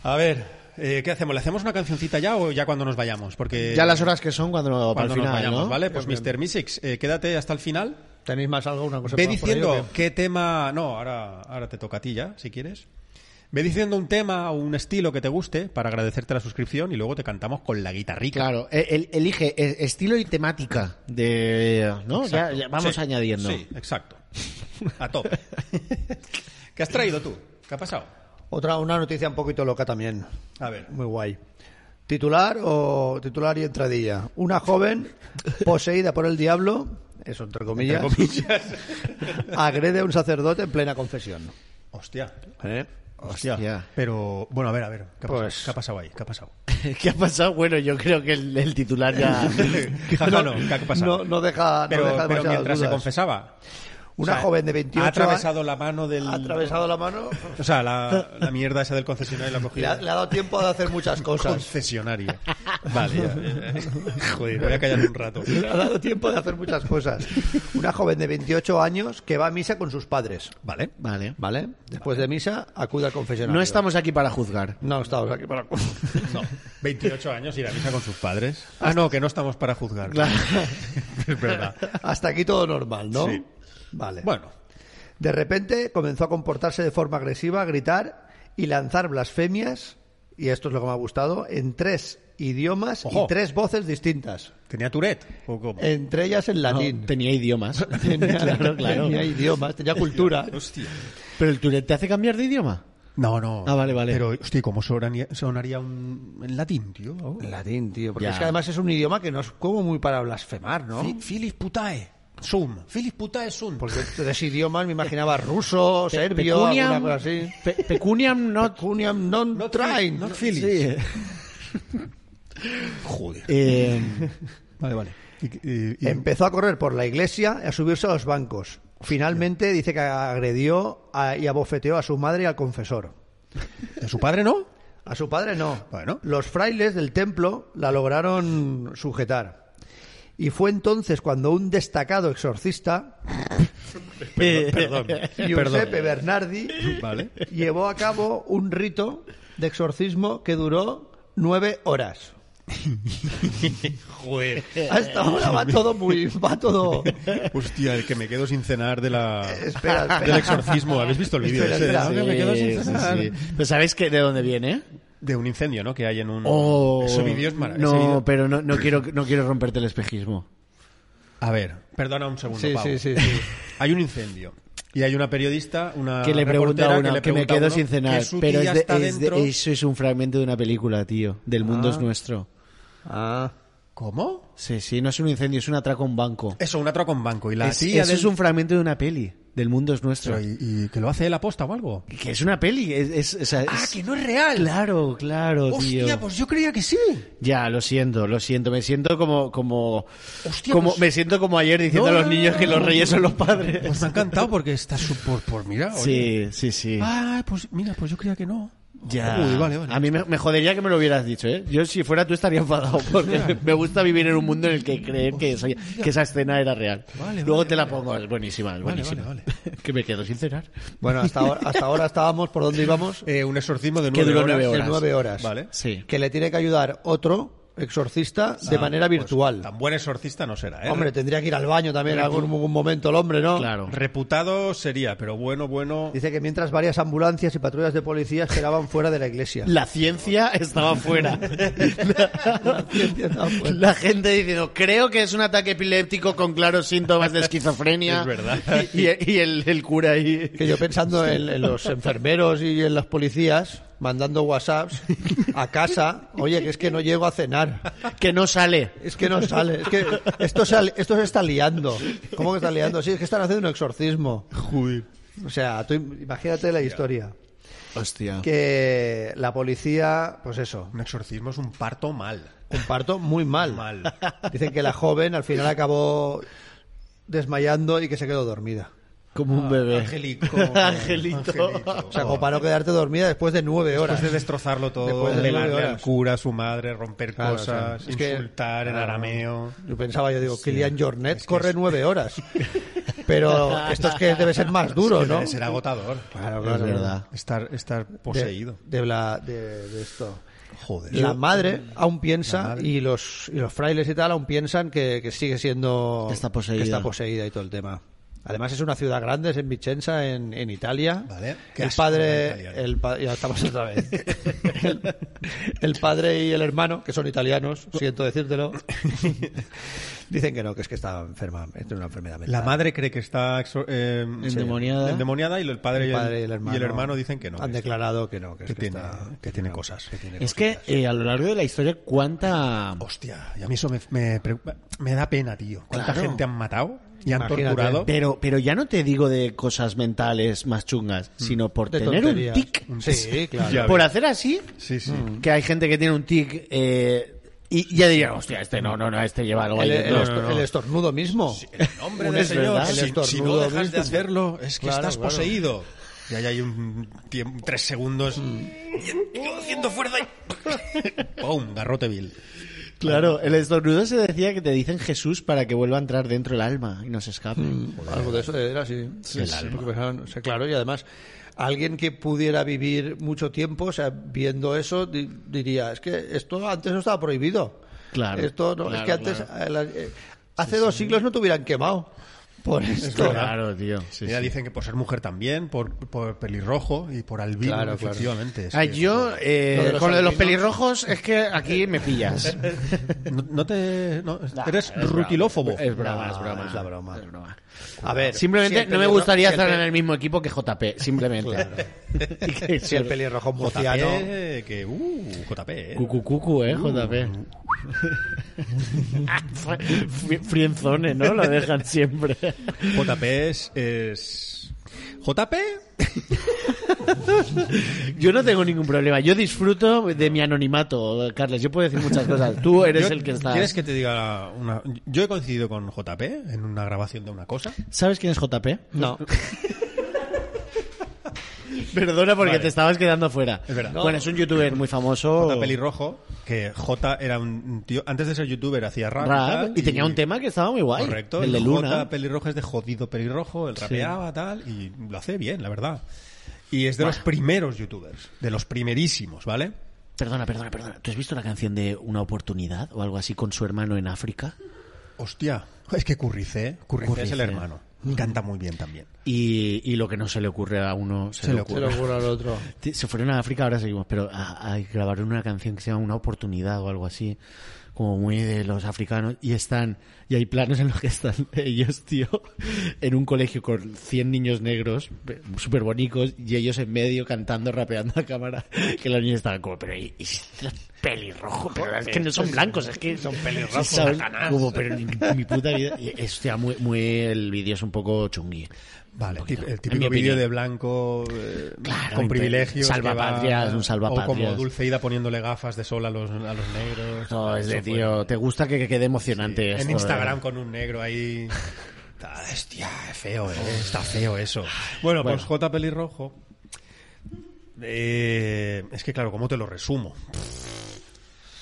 Speaker 2: A ver, eh, ¿qué hacemos? ¿Le hacemos una cancioncita ya o ya cuando nos vayamos? Porque
Speaker 3: Ya las horas que son cuando, para el
Speaker 2: eh, cuando
Speaker 3: final,
Speaker 2: nos vayamos,
Speaker 3: ¿no?
Speaker 2: ¿vale? Pues Mr. Misix, eh, quédate hasta el final.
Speaker 5: ¿Tenéis más algo? Una cosa
Speaker 2: Ve
Speaker 5: por ahí,
Speaker 2: diciendo
Speaker 5: o qué?
Speaker 2: qué tema. No, ahora, ahora te toca a ti ya, si quieres. Ve diciendo un tema o un estilo que te guste para agradecerte la suscripción y luego te cantamos con la guitarrica.
Speaker 3: Claro, el- el- elige eh, estilo y temática de, ¿no? Ya, ya vamos
Speaker 2: Sí,
Speaker 3: añadiendo.
Speaker 2: Sí, exacto. A tope. ¿Qué has traído tú? ¿Qué ha pasado?
Speaker 5: Otra, una noticia un poquito loca también.
Speaker 2: A ver.
Speaker 5: Muy guay. Titular o titular y entradilla. Una joven poseída por el diablo, eso entre comillas, agrede a un sacerdote en plena confesión.
Speaker 2: Hostia.
Speaker 3: ¿Eh? Hostia.
Speaker 2: Pero, bueno, a ver, a ver. ¿Qué ha,
Speaker 5: Pues-
Speaker 2: pasado? ¿Qué ha pasado ahí? ¿Qué ha pasado?
Speaker 3: ¿Qué ha pasado? Bueno, yo creo que el, el titular ya.
Speaker 2: Jaja, no, ¿qué ha pasado?
Speaker 5: No, no deja. no
Speaker 2: pero,
Speaker 5: deja
Speaker 2: pero
Speaker 5: demasiadas
Speaker 2: mientras se
Speaker 5: dudas.
Speaker 2: confesaba.
Speaker 5: Una
Speaker 2: o sea,
Speaker 5: joven de 28
Speaker 2: Ha
Speaker 5: a-
Speaker 2: atravesado la mano del.
Speaker 5: ha atravesado la mano.
Speaker 2: O sea, la, la mierda esa del concesionario la ha
Speaker 5: Le
Speaker 2: cogido.
Speaker 5: ha, le ha dado tiempo de hacer muchas cosas.
Speaker 2: Concesionario. Vale, ya. Joder, voy a callar un rato.
Speaker 5: Le ha dado tiempo de hacer muchas cosas. Una joven de 28 años que va a misa con sus padres.
Speaker 2: Vale.
Speaker 3: Vale.
Speaker 5: ¿Vale? Después de misa, acude al confesionario.
Speaker 3: No estamos aquí para juzgar.
Speaker 5: No estamos aquí para.
Speaker 2: No. 28 años ir a misa con sus padres. Ah, no, que no estamos para juzgar.
Speaker 3: Claro.
Speaker 2: Es verdad.
Speaker 5: Hasta aquí todo normal, ¿no?
Speaker 2: Sí.
Speaker 5: Vale.
Speaker 2: Bueno,
Speaker 5: De repente comenzó a comportarse de forma agresiva, a gritar y lanzar blasfemias, y esto es lo que me ha gustado, en tres idiomas
Speaker 2: Ojo.
Speaker 5: y tres voces distintas.
Speaker 2: tenía Tourette. ¿O cómo?
Speaker 5: Entre ellas en latín.
Speaker 3: No, tenía idiomas.
Speaker 5: Tenía,
Speaker 3: claro, claro.
Speaker 5: tenía idiomas, tenía cultura.
Speaker 2: Hostia.
Speaker 3: Pero el Tourette te hace cambiar de idioma.
Speaker 2: No, no.
Speaker 3: Ah, vale, vale.
Speaker 2: Pero, hostia, ¿cómo sonaría, sonaría un, en latín, tío? Oh.
Speaker 5: Latín, tío. Porque
Speaker 3: Ya.
Speaker 5: es que además es un idioma que no es como muy para blasfemar, ¿no?
Speaker 2: Fi- Filis putae. Sum. Filis putae sum.
Speaker 5: Porque tres idiomas me imaginaba ruso, serbio,
Speaker 3: pecuniam-
Speaker 5: alguna cosa así.
Speaker 3: pe- pecuniam not.
Speaker 5: Pecuniam non eh.
Speaker 2: Not
Speaker 5: train.
Speaker 2: Phil- not Phillies.
Speaker 3: Sí.
Speaker 2: Joder.
Speaker 3: Eh,
Speaker 2: Vale, vale. Eh, Y- y- y-
Speaker 5: Empezó a correr por la iglesia y a subirse a los bancos. Finalmente dice que agredió a- y abofeteó a su madre y al confesor.
Speaker 2: ¿De su padre no?
Speaker 5: A su padre no.
Speaker 2: Bueno.
Speaker 5: Los frailes del templo la lograron sujetar. Y fue entonces cuando un destacado exorcista,
Speaker 2: Perdón.
Speaker 5: Giuseppe Bernardi,
Speaker 2: Vale.
Speaker 5: llevó a cabo un rito de exorcismo que duró nueve horas.
Speaker 2: Joder.
Speaker 5: Hasta ahora va todo muy... va todo...
Speaker 2: Hostia, el que me quedo sin cenar de la...
Speaker 5: Espera, espera.
Speaker 2: Del exorcismo. ¿Habéis visto el vídeo?
Speaker 5: Espera,
Speaker 2: ese?
Speaker 5: espera.
Speaker 2: Ah, que me quedo sin
Speaker 3: sí, sí,
Speaker 2: cenar.
Speaker 3: sí. Pero ¿sabéis que de dónde viene?
Speaker 2: De un incendio, ¿no? Que hay en un...
Speaker 3: Oh,
Speaker 2: Mm. Ese vídeo es maravilloso. Ese
Speaker 3: No,
Speaker 2: vídeo-
Speaker 3: pero no, no quiero, no quiero romperte el espejismo.
Speaker 2: A ver, perdona un segundo,
Speaker 5: Sí,
Speaker 2: Pau.
Speaker 5: sí, sí, sí.
Speaker 2: Hay un incendio. Y hay una periodista, una
Speaker 3: que le pregunta
Speaker 2: Ah, reportera
Speaker 3: a una, que,
Speaker 2: le
Speaker 3: me
Speaker 2: pregunta a
Speaker 3: quedo
Speaker 2: uno
Speaker 3: sin cenar.
Speaker 2: que su
Speaker 3: Pero
Speaker 2: tía
Speaker 3: es de-
Speaker 2: está
Speaker 3: es de-
Speaker 2: dentro-
Speaker 3: eso es un fragmento de una película, tío. Del mundo es nuestro.
Speaker 5: Ah.
Speaker 2: ¿Cómo?
Speaker 3: Sí, sí, no es un incendio, es un atraco a un banco.
Speaker 2: Eso, un atraco en banco. Y Eh, la
Speaker 3: Es-
Speaker 2: tía
Speaker 3: eso
Speaker 2: del-
Speaker 3: es un fragmento de una peli. Del mundo es nuestro.
Speaker 2: Pero, ¿Y, y que lo hace él aposta o algo?
Speaker 3: Que es una peli. Es, es- o sea, Ah, es-
Speaker 2: no es real!
Speaker 3: Claro, claro,
Speaker 2: Ah,
Speaker 3: tío.
Speaker 2: Hostia, pues yo creía que sí.
Speaker 3: Ya, lo siento, lo siento. Me siento como. como,
Speaker 2: Hostia,
Speaker 3: como
Speaker 2: pues-
Speaker 3: Me siento como ayer diciendo
Speaker 2: No,
Speaker 3: a los
Speaker 2: no,
Speaker 3: niños
Speaker 2: no,
Speaker 3: que
Speaker 2: no,
Speaker 3: los
Speaker 2: no.
Speaker 3: reyes son los padres.
Speaker 2: Pues me ha encantado porque está su... Por, por mira, oye.
Speaker 3: sí, sí, sí.
Speaker 2: Ah, pues mira, pues yo creía que no.
Speaker 3: Ya.
Speaker 2: Uy, vale, vale.
Speaker 3: A mí me, me jodería que me lo hubieras dicho, ¿eh? Yo, si fuera tú, estaría enfadado. Porque me gusta vivir en un mundo en el que creer que, esa- que esa escena era real.
Speaker 2: Vale,
Speaker 3: Luego
Speaker 2: vale,
Speaker 3: te la pongo. Es buenísima,
Speaker 2: Vale,
Speaker 3: es buenísima.
Speaker 2: vale,
Speaker 3: que me quedo sin cenar.
Speaker 5: Bueno, hasta ahora, hasta ahora estábamos, ¿por dónde íbamos?
Speaker 2: Eh, un exorcismo de
Speaker 3: Que
Speaker 2: nueve
Speaker 3: duró
Speaker 2: horas.
Speaker 3: nueve
Speaker 5: De
Speaker 3: horas.
Speaker 5: nueve horas.
Speaker 2: Vale.
Speaker 3: Sí.
Speaker 5: Que le tiene que ayudar otro exorcista de manera
Speaker 2: Pues,
Speaker 5: virtual.
Speaker 2: tan buen exorcista no será, ¿eh?
Speaker 5: Hombre, tendría que ir al baño también en algún, algún momento el hombre, ¿no?
Speaker 3: Claro.
Speaker 2: Reputado sería, pero bueno, bueno.
Speaker 5: Dice que mientras varias ambulancias y patrullas de policía esperaban fuera de la iglesia.
Speaker 3: La ciencia estaba fuera.
Speaker 5: La ciencia estaba fuera.
Speaker 3: La gente diciendo, creo que es un ataque epiléptico con claros síntomas de esquizofrenia.
Speaker 2: Es verdad.
Speaker 3: Y, y el, el cura ahí.
Speaker 5: Que yo pensando en, en los enfermeros y en las policías mandando WhatsApps a casa, oye, que es que no llego a cenar.
Speaker 3: Que no sale.
Speaker 5: Es que no sale, es que esto se, esto se está liando. ¿Cómo que está liando? Sí, es que están haciendo un exorcismo. O sea, tú im- imagínate la historia.
Speaker 3: Hostia.
Speaker 5: Que la policía, pues eso,
Speaker 2: Un exorcismo es un parto mal.
Speaker 5: un parto muy mal.
Speaker 2: Mal.
Speaker 5: Dicen que la joven al final acabó desmayando y que se quedó dormida.
Speaker 3: Como un bebé.
Speaker 2: Angelico.
Speaker 3: Angelito.
Speaker 5: O sea, como para no quedarte dormida después de nueve horas.
Speaker 2: Oh. Después de destrozarlo todo,
Speaker 5: Después de
Speaker 2: pegarle
Speaker 5: nueve
Speaker 2: al
Speaker 5: horas.
Speaker 2: cura, a su madre, romper
Speaker 5: Claro, o sea,
Speaker 2: cosas,
Speaker 5: es que-
Speaker 2: insultar en
Speaker 5: claro.
Speaker 2: arameo.
Speaker 5: Yo pensaba, yo digo, Kilian Jornet corre nueve horas. Pero esto es que debe ser más duro,
Speaker 2: Debe
Speaker 5: ¿no?
Speaker 2: de ser agotador.
Speaker 5: Claro, claro,
Speaker 3: Es verdad.
Speaker 2: Estar, estar
Speaker 5: De-
Speaker 2: poseído.
Speaker 5: De, la- de- de esto.
Speaker 2: Joder.
Speaker 5: La madre aún piensa,
Speaker 2: eh, La madre.
Speaker 5: Y, los, y los frailes y tal aún piensan que, que sigue siendo.
Speaker 3: Que está poseída.
Speaker 5: que está poseída y todo el tema. Además, es una ciudad grande, es en Vicenza, en, en Italia.
Speaker 2: Vale. Qué
Speaker 5: El
Speaker 2: asco de
Speaker 5: padre.
Speaker 2: italiano.
Speaker 5: El pa- ya estamos otra vez. El, el padre y el hermano, que son italianos, siento decírtelo, dicen que no, que es que está enferma, es una enfermedad mental.
Speaker 2: La madre cree que está exor- eh,
Speaker 3: Endemoniada.
Speaker 2: endemoniada y el padre,
Speaker 5: El
Speaker 2: y, el,
Speaker 5: padre y el hermano,
Speaker 2: hermano dicen que no.
Speaker 5: Han
Speaker 2: que está-
Speaker 5: declarado que no, que, es
Speaker 2: que
Speaker 5: que
Speaker 2: tiene,
Speaker 5: está-
Speaker 2: que tiene cosas.
Speaker 3: Es que eh, a lo largo de la historia, ¿cuánta
Speaker 2: Hostia, y a mí eso me, me preocupa- me da pena, tío. ¿Cuánta
Speaker 3: Claro.
Speaker 2: gente han matado y han
Speaker 5: Imagínate.
Speaker 2: torturado?
Speaker 3: Pero, pero ya no te digo de cosas mentales más chungas, sino por
Speaker 5: De
Speaker 3: tener
Speaker 5: tonterías.
Speaker 3: un tic.
Speaker 5: Sí, claro.
Speaker 2: Ya
Speaker 3: Mm. Por
Speaker 2: ves.
Speaker 3: hacer así,
Speaker 2: Sí, sí.
Speaker 5: Mm.
Speaker 3: que hay gente que tiene un tic eh, y ya diría, hostia, este no, no, no, este lleva algo
Speaker 5: El,
Speaker 3: ahí.
Speaker 5: el
Speaker 3: No,
Speaker 5: estor-
Speaker 3: no, no.
Speaker 5: el estornudo mismo.
Speaker 2: Hombre
Speaker 3: Un
Speaker 2: del
Speaker 3: es
Speaker 2: Señor,
Speaker 3: verdad.
Speaker 2: si-
Speaker 5: El
Speaker 2: si,
Speaker 5: estornudo
Speaker 2: no dejas de
Speaker 5: mismo.
Speaker 2: hacerlo, es que
Speaker 5: Claro,
Speaker 2: estás
Speaker 5: claro.
Speaker 2: poseído. Y ahí hay un tiempo, tres segundos
Speaker 3: Mm.
Speaker 2: haciendo fuerza y ¡pum! Garrote vil.
Speaker 3: Claro, el estornudo se decía que te dicen Jesús para que vuelva a entrar dentro el alma y no se escape.
Speaker 5: Algo de eso era así. Sí, sí, porque pensaban, o sea, claro, y además, alguien que pudiera vivir mucho tiempo, o sea, viendo eso, di- diría, es que esto antes no estaba prohibido.
Speaker 3: Claro,
Speaker 5: Esto no, es
Speaker 3: claro,
Speaker 5: que antes,
Speaker 3: claro.
Speaker 5: eh, la- eh, hace dos siglos no te hubieran quemado por esto.
Speaker 3: Claro, tío. sí,
Speaker 2: Mira,
Speaker 3: sí.
Speaker 2: dicen que por ser mujer también, por, por pelirrojo y por albino,
Speaker 5: Claro, claro.
Speaker 2: efectivamente. Es
Speaker 3: Ah,
Speaker 2: que-
Speaker 3: yo, eh,
Speaker 5: Lo de los
Speaker 3: con lo de los
Speaker 5: albinos.
Speaker 3: pelirrojos, es que aquí me pillas.
Speaker 2: No, no te... no, eres rutilófobo.
Speaker 3: Es broma, es broma.
Speaker 5: es la broma.
Speaker 3: Es broma.
Speaker 5: A ver,
Speaker 3: Simplemente
Speaker 5: si el
Speaker 3: no me
Speaker 5: pelirro-
Speaker 3: gustaría
Speaker 5: si el
Speaker 3: estar en
Speaker 5: pe-
Speaker 3: el mismo equipo que JP, simplemente. Y que-
Speaker 5: Si el pelirrojo
Speaker 2: JP,
Speaker 5: murciano.
Speaker 2: que... Uh, JP. eh.
Speaker 3: Cucu, cucu,
Speaker 5: Uh.
Speaker 3: eh, JP. Fri- Frienzone, ¿no? Lo dejan siempre.
Speaker 2: JP es... es... JP...
Speaker 3: Yo no tengo ningún problema. Yo disfruto de mi anonimato, Carles. Yo puedo decir muchas cosas. Tú eres
Speaker 2: Yo-
Speaker 3: el que está.
Speaker 2: ¿Quieres que te diga una...? Yo he coincidido con JP en una grabación de una cosa.
Speaker 3: ¿Sabes quién es JP?
Speaker 5: No,
Speaker 3: Perdona porque
Speaker 2: Vale.
Speaker 3: te estabas quedando fuera.
Speaker 2: Es verdad.
Speaker 3: Bueno, es un youtuber muy famoso.
Speaker 2: J pelirrojo, que J era un tío... Antes de ser youtuber hacía rap.
Speaker 3: Rap,
Speaker 2: tal,
Speaker 3: y, tenía un tema que estaba muy guay.
Speaker 2: Correcto.
Speaker 3: El de
Speaker 2: J
Speaker 3: Luna.
Speaker 2: pelirrojo es de jodido pelirrojo, él rapeaba, tal, y lo hace bien, la verdad. Y es de los primeros youtubers, de los primerísimos, ¿vale?
Speaker 3: Perdona, perdona, perdona. ¿Tú has visto la canción de Una oportunidad o algo así con su hermano en África?
Speaker 2: Hostia, es que Curricé, Curricé, es el
Speaker 3: Curricé.
Speaker 2: hermano, y canta muy bien también.
Speaker 3: Y, y lo que no se le ocurre a uno
Speaker 2: Se
Speaker 3: se, le
Speaker 2: le
Speaker 5: se
Speaker 3: ocurre.
Speaker 5: lo juro al otro.
Speaker 3: Ti- Se fueron a África, ahora seguimos, pero a, a- grabaron una canción que se llama Una oportunidad o algo así, como muy de los africanos, y están, y hay planos en los que están ellos, tío, en un colegio con 100 niños negros, súper bonicos, y ellos en medio cantando, rapeando a cámara, que los niños estaban como, pero y, y estos pelirrojos, pero es que no son blancos, es que son pelirrojos, como, pero ni- mi puta vida, y, hostia, muy, muy, el vídeo es un poco chungui.
Speaker 2: Vale,
Speaker 3: Un poquito,
Speaker 2: tip- el
Speaker 3: en mi
Speaker 2: típico vídeo
Speaker 3: opinión.
Speaker 2: de blanco eh,
Speaker 3: Claro,
Speaker 2: con
Speaker 3: inte-
Speaker 2: privilegios. que
Speaker 3: salvapatrias,
Speaker 2: va-
Speaker 3: un
Speaker 2: O
Speaker 3: salvapatrias.
Speaker 2: como Dulceida poniéndole gafas de sol a los, a los negros.
Speaker 3: No, es de
Speaker 2: Eso fue-
Speaker 3: tío, te gusta que, que quede emocionante
Speaker 2: En
Speaker 3: esto,
Speaker 2: Instagram
Speaker 3: eh?
Speaker 2: con un negro ahí. Ta- Hostia, es feo, eh, está feo eso. Bueno, pues
Speaker 3: Bueno.
Speaker 2: J pelirrojo Eh, es que claro, ¿cómo te lo resumo?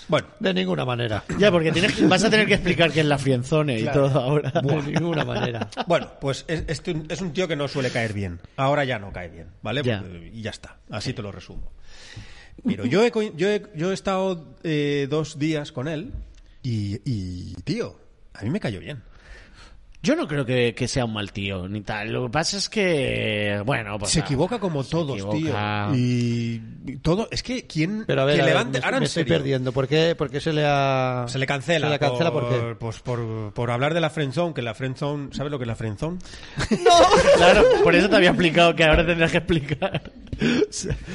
Speaker 2: Bueno,
Speaker 5: De ninguna manera.
Speaker 3: Ya, porque tienes que- vas a tener que explicar que es la frienzone y todo ahora.
Speaker 5: De ninguna manera.
Speaker 2: Bueno, pues es, es un- es un tío que no suele caer bien. Ahora ya no cae bien, ¿vale?
Speaker 3: Ya.
Speaker 2: Pues, eh, Y ya está. Así te lo resumo. Pero yo he, co- yo he, yo he estado eh, dos días con él y, y, tío, a mí me cayó bien.
Speaker 3: Yo no creo que, que sea un mal tío ni tal. Lo que pasa es que, bueno, pues
Speaker 2: se
Speaker 3: nada.
Speaker 2: equivoca como
Speaker 3: se
Speaker 2: todos,
Speaker 3: equivoca.
Speaker 2: tío. Y y todo, es que quién
Speaker 5: Pero a ver,
Speaker 2: que
Speaker 5: a ver,
Speaker 2: levante,
Speaker 5: me,
Speaker 2: ahora en
Speaker 5: me estoy
Speaker 2: serio,
Speaker 5: perdiendo. ¿Por qué, por qué se le ha-
Speaker 2: Se le cancela.
Speaker 5: Se le cancela por,
Speaker 2: por, pues por, por hablar de la friendzone, que la friendzone, ¿sabes lo que es la friendzone?
Speaker 3: Claro, por eso te había explicado que ahora tendrás que explicar.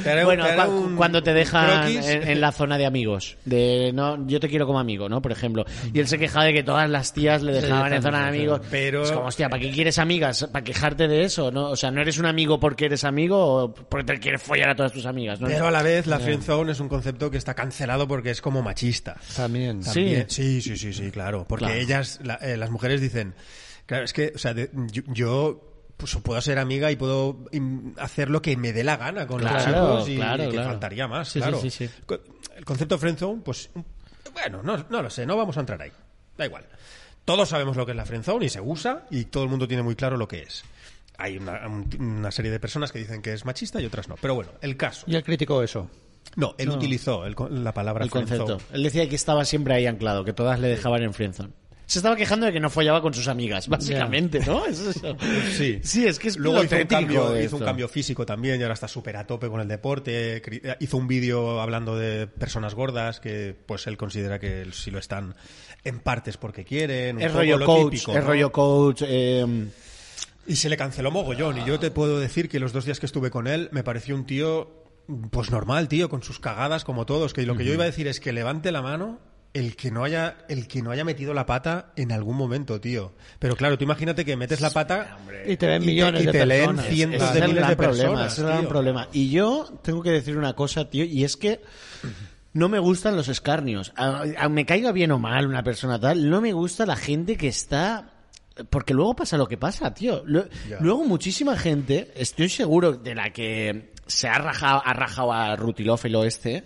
Speaker 2: haré un-
Speaker 3: bueno,
Speaker 2: te haré
Speaker 3: cu-
Speaker 2: un-
Speaker 3: cuando te dejan
Speaker 2: croquis.
Speaker 5: eh,
Speaker 3: en, en la zona de amigos, de no, yo te quiero como amigo, ¿no? Por ejemplo, y él se quejaba de que todas las tías le dejaban en zona de amigos.
Speaker 2: Pero-
Speaker 3: es como, hostia, ¿para qué quieres amigas? ¿Para quejarte de eso? ¿No? O sea, no eres un amigo porque eres amigo o porque te quieres follar a todas tus amigas, ¿no?
Speaker 2: Pero a la vez la friendzone es un concepto que está cancelado porque es como machista.
Speaker 5: También.
Speaker 3: Sí.
Speaker 2: También. Sí, sí, sí, sí, claro. Porque
Speaker 3: Claro.
Speaker 2: ellas, la- eh, las mujeres dicen, claro, es que, o sea, de- yo, yo, pues, puedo ser amiga y puedo im- hacer lo que me dé la gana con los
Speaker 3: Claro,
Speaker 2: chicos y,
Speaker 3: claro,
Speaker 2: que
Speaker 3: claro.
Speaker 2: faltaría más,
Speaker 3: Sí, sí,
Speaker 2: claro.
Speaker 3: sí, sí.
Speaker 2: Co- El concepto friendzone, pues, bueno, no, no lo sé, no vamos a entrar ahí. Da igual. Todos sabemos lo que es la friendzone y se usa y todo el mundo tiene muy claro lo que es. Hay una, un- una serie de personas que dicen que es machista y otras no. Pero bueno, el caso.
Speaker 5: Y él criticó eso.
Speaker 2: No, él utilizó el con- la palabra
Speaker 3: el
Speaker 2: friendzone.
Speaker 3: concepto. Él decía que estaba siempre ahí anclado, que todas le dejaban en friendzone. Se estaba quejando de que no follaba con sus amigas, básicamente, ¿no? Es eso.
Speaker 2: Sí.
Speaker 3: Sí, es que es
Speaker 2: Luego hizo un,
Speaker 3: patético
Speaker 2: cambio, hizo
Speaker 3: esto.
Speaker 2: un cambio físico también y ahora está súper a tope con el deporte. Cri- Hizo un vídeo hablando de personas gordas que pues él considera que él sí lo están en partes porque quieren. un
Speaker 3: Es
Speaker 2: poco
Speaker 3: rollo
Speaker 2: lo
Speaker 3: coach,
Speaker 2: típico,
Speaker 3: es
Speaker 2: ¿no?
Speaker 3: rollo coach. eh,
Speaker 2: Y se le canceló mogollón. Y yo te puedo decir que los dos días que estuve con él me pareció un tío, pues normal, tío, con sus cagadas como todos. Que lo que yo iba a decir es que levante la mano el que no haya, el que no haya metido la pata en algún momento, tío. Pero claro, tú imagínate que metes la pata
Speaker 5: Y te ven
Speaker 2: y te-
Speaker 5: millones
Speaker 2: y
Speaker 5: de
Speaker 2: te leen
Speaker 5: personas.
Speaker 2: cien- cientos
Speaker 3: Ese
Speaker 2: de
Speaker 3: es el
Speaker 2: miles
Speaker 3: gran
Speaker 2: de
Speaker 3: problema,
Speaker 2: personas,
Speaker 3: ese es el gran
Speaker 2: tío.
Speaker 3: problema. Y yo tengo que decir una cosa, tío, y es que no me gustan los escarnios. A- a- me caiga bien o mal una persona tal, no me gusta la gente que está... Porque luego pasa lo que pasa, tío. Lo-
Speaker 2: Ya.
Speaker 3: Luego muchísima gente, estoy seguro de la que se ha rajado, ha rajado a Rutilófilo este,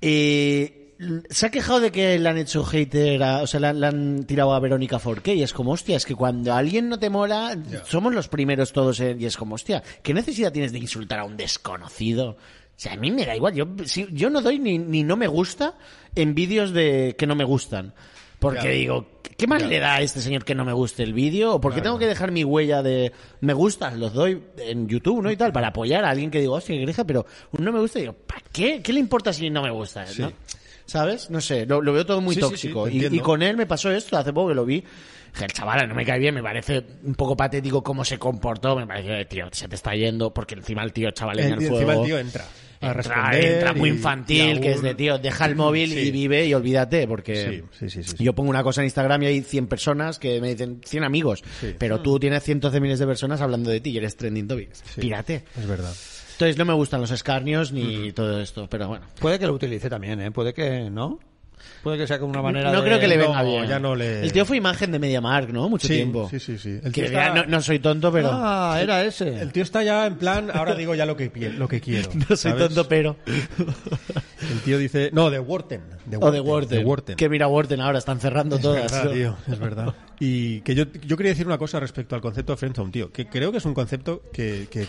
Speaker 3: eh, l- se ha quejado de que le han hecho hater, a- o sea, le, han- le han tirado a Verónica Forqué y es como, hostia, es que cuando alguien no te mola, somos los primeros todos en- y es como, hostia, ¿qué necesidad tienes de insultar a un desconocido? O sea, a mí me da igual, yo, si- yo no doy ni, ni no me gusta en vídeos de que no me gustan. Porque
Speaker 2: Claro.
Speaker 3: digo, ¿qué- ¿qué más le da a este señor que no me guste el vídeo? ¿O porque tengo que dejar mi huella de me gustas? Los doy en YouTube, ¿no? Y tal, para apoyar a alguien que digo, hostia, qué greja, pero un no me gusta, digo, ¿para qué? ¿Qué le importa si no me gusta? eh? ¿no? ¿Sabes? No sé, lo, lo veo todo muy
Speaker 2: Sí, sí, sí,
Speaker 3: tóxico.
Speaker 2: te
Speaker 3: Y- y,
Speaker 2: entiendo.
Speaker 3: con él me pasó esto, hace poco que lo vi. Dije, El chaval no me cae bien, me parece un poco patético cómo se comportó. Me pareció, "Eh, tío, se te está yendo, porque encima el tío chaval en
Speaker 2: en-
Speaker 3: el
Speaker 2: Eh, y
Speaker 3: fuego.
Speaker 2: encima el tío entra. A
Speaker 3: Entra,
Speaker 2: responder
Speaker 3: entra muy
Speaker 2: y-
Speaker 3: infantil,
Speaker 2: y aún-
Speaker 3: que es de tío, deja el móvil
Speaker 2: Sí.
Speaker 3: y vive y olvídate, porque
Speaker 2: Sí, sí, sí, sí, sí.
Speaker 3: yo pongo una cosa en Instagram y hay 100 personas que me dicen 100 amigos, pero tú tienes cientos de miles de personas hablando de ti y eres trending topic. Pírate.
Speaker 2: Es verdad.
Speaker 3: Entonces no me gustan los escarnios ni todo esto, pero bueno.
Speaker 5: Puede que lo utilice también, ¿eh? Puede que no. Puede que sea como una manera
Speaker 3: no
Speaker 5: de-
Speaker 3: creo que le
Speaker 2: no,
Speaker 3: venga bien.
Speaker 2: ya no le-
Speaker 3: El tío fue imagen de MediaMark, ¿no? Mucho
Speaker 2: Sí,
Speaker 3: tiempo.
Speaker 2: sí, sí, sí. El
Speaker 3: Que
Speaker 2: tío
Speaker 3: ya
Speaker 2: está-
Speaker 3: no, no soy tonto, pero...
Speaker 5: Ah, era ese.
Speaker 2: El tío está ya en plan, ahora digo ya lo que, pi- lo que quiero.
Speaker 3: no soy
Speaker 2: ¿sabes?
Speaker 3: tonto, pero...
Speaker 2: El tío dice, no, de Wharton. De
Speaker 3: o de
Speaker 2: Wharton,
Speaker 3: Warden.
Speaker 2: de Wharton.
Speaker 3: Que mira Warden ahora, están cerrando todas.
Speaker 2: Es verdad,
Speaker 3: ¿no?
Speaker 2: tío, es verdad. Y que yo, yo quería decir una cosa respecto al concepto de friendzone, tío, que creo que es un concepto que, que-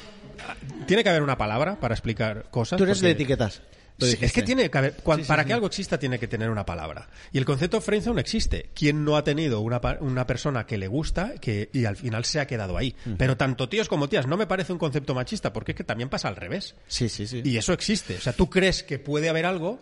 Speaker 2: ah, tiene que haber una palabra para explicar cosas.
Speaker 3: Tú eres
Speaker 2: porque-
Speaker 3: de etiquetas. lo
Speaker 2: Sí, es
Speaker 3: dijiste.
Speaker 2: que tiene que haber, cuan- para que algo exista tiene que tener una palabra. Y el concepto friendzone existe. ¿Quién no ha tenido una, pa- una persona que le gusta que, y al final se ha quedado ahí? Pero tanto tíos como tías, no me parece un concepto machista, porque es que también pasa al revés.
Speaker 3: Sí, sí, sí.
Speaker 2: Y eso existe. O sea, tú crees que puede haber algo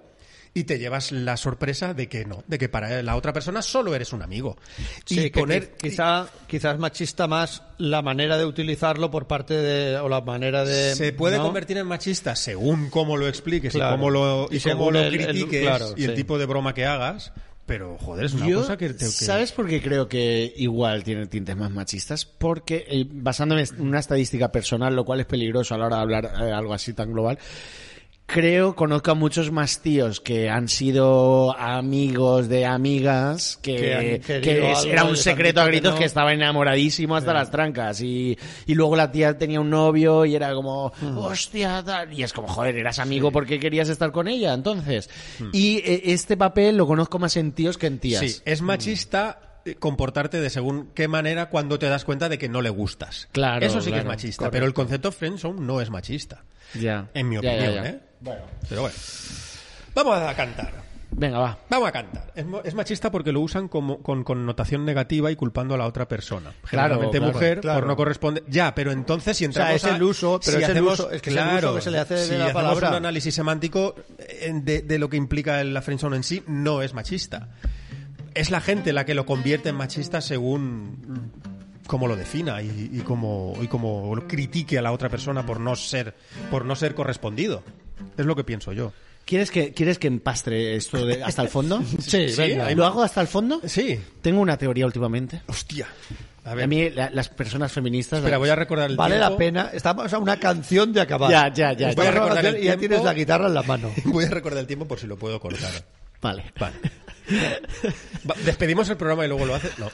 Speaker 2: y te llevas la sorpresa de que no, de que para la otra persona solo eres un amigo.
Speaker 5: Sí,
Speaker 2: y
Speaker 5: que
Speaker 2: poner.
Speaker 5: qui- quizá, quizás machista más la manera de utilizarlo por parte de o la manera de
Speaker 2: se puede
Speaker 5: eh, ¿no?
Speaker 2: convertir en machista según cómo lo expliques y
Speaker 5: Claro.
Speaker 2: cómo lo, y cómo
Speaker 5: Y según
Speaker 2: lo
Speaker 5: el- el-
Speaker 2: critiques
Speaker 5: claro,
Speaker 2: y el
Speaker 5: sí.
Speaker 2: tipo de broma que hagas. Pero, joder, es una
Speaker 3: Yo,
Speaker 2: cosa que, te- que-
Speaker 3: ¿Sabes por qué creo que igual tiene tintes más machistas? Porque, eh, basándome en una estadística personal, lo cual es peligroso a la hora de hablar eh, algo así tan global, creo, conozco a muchos más tíos que han sido amigos de amigas,
Speaker 5: Que han
Speaker 3: que, que,
Speaker 5: querido
Speaker 3: es-
Speaker 5: algo
Speaker 3: era
Speaker 5: y
Speaker 3: un
Speaker 5: les han
Speaker 3: secreto a
Speaker 5: dicho que
Speaker 3: gritos
Speaker 5: no.
Speaker 3: que, estaba enamoradísimo hasta las trancas. Y, y luego la tía tenía un novio y era como,
Speaker 2: Mm.
Speaker 3: hostia, tal. Y es como, joder, eras amigo porque querías estar con ella, entonces. Y eh, este papel lo conozco más en tíos que en tías.
Speaker 2: Mm. Sí, es
Speaker 5: Mm.
Speaker 2: machista eh, comportarte de según qué manera cuando te das cuenta de que no le gustas.
Speaker 3: Claro,
Speaker 2: Eso sí que es
Speaker 3: claro,
Speaker 2: machista,
Speaker 3: correcto.
Speaker 2: pero el concepto friendzone no es machista,
Speaker 3: Ya.
Speaker 2: en mi
Speaker 3: Ya,
Speaker 2: opinión,
Speaker 3: ya, ya.
Speaker 2: ¿eh? Pero bueno. Vamos a cantar.
Speaker 3: Venga, va.
Speaker 2: Vamos a cantar. Es, mo- es machista porque lo usan como, con connotación negativa y culpando a la otra persona.
Speaker 3: Claro,
Speaker 2: Generalmente
Speaker 3: claro,
Speaker 2: mujer,
Speaker 5: claro.
Speaker 2: por no corresponde. Ya, pero entonces si
Speaker 5: sea,
Speaker 2: entramos
Speaker 5: es el
Speaker 2: a-
Speaker 5: uso, pero
Speaker 2: si
Speaker 5: es el
Speaker 2: hacemos-
Speaker 5: uso- es que es el
Speaker 2: claro,
Speaker 5: uso que se le hace de
Speaker 2: si
Speaker 5: la
Speaker 2: hacemos
Speaker 5: palabra.
Speaker 2: un análisis semántico eh, de, de lo que implica el- la friendzone en sí, no es machista. Es la gente la que lo convierte en machista según cómo lo defina y, y cómo y cómo lo critique a la otra persona por no ser por no ser correspondido. Es lo que pienso yo.
Speaker 3: ¿Quieres que, ¿Quieres que empastre esto de- hasta el fondo?
Speaker 2: Sí, sí, venga. hay-
Speaker 3: ¿Lo hago hasta el fondo?
Speaker 2: Sí.
Speaker 3: Tengo una teoría últimamente.
Speaker 2: Hostia.
Speaker 3: A, mí la- las personas feministas...
Speaker 2: Espera, voy a recordar el
Speaker 5: Vale la
Speaker 2: tiempo.
Speaker 5: pena. Estamos a una canción de acabar.
Speaker 3: Ya, ya, ya, ya.
Speaker 5: Estamos a una
Speaker 2: Voy a recordar
Speaker 5: canción
Speaker 2: el
Speaker 5: y ya
Speaker 2: tiempo.
Speaker 5: tienes la guitarra en la mano.
Speaker 2: Voy a recordar el tiempo por si lo puedo cortar.
Speaker 3: Vale.
Speaker 2: Vale. Va, Despedimos el programa y luego lo haces. No.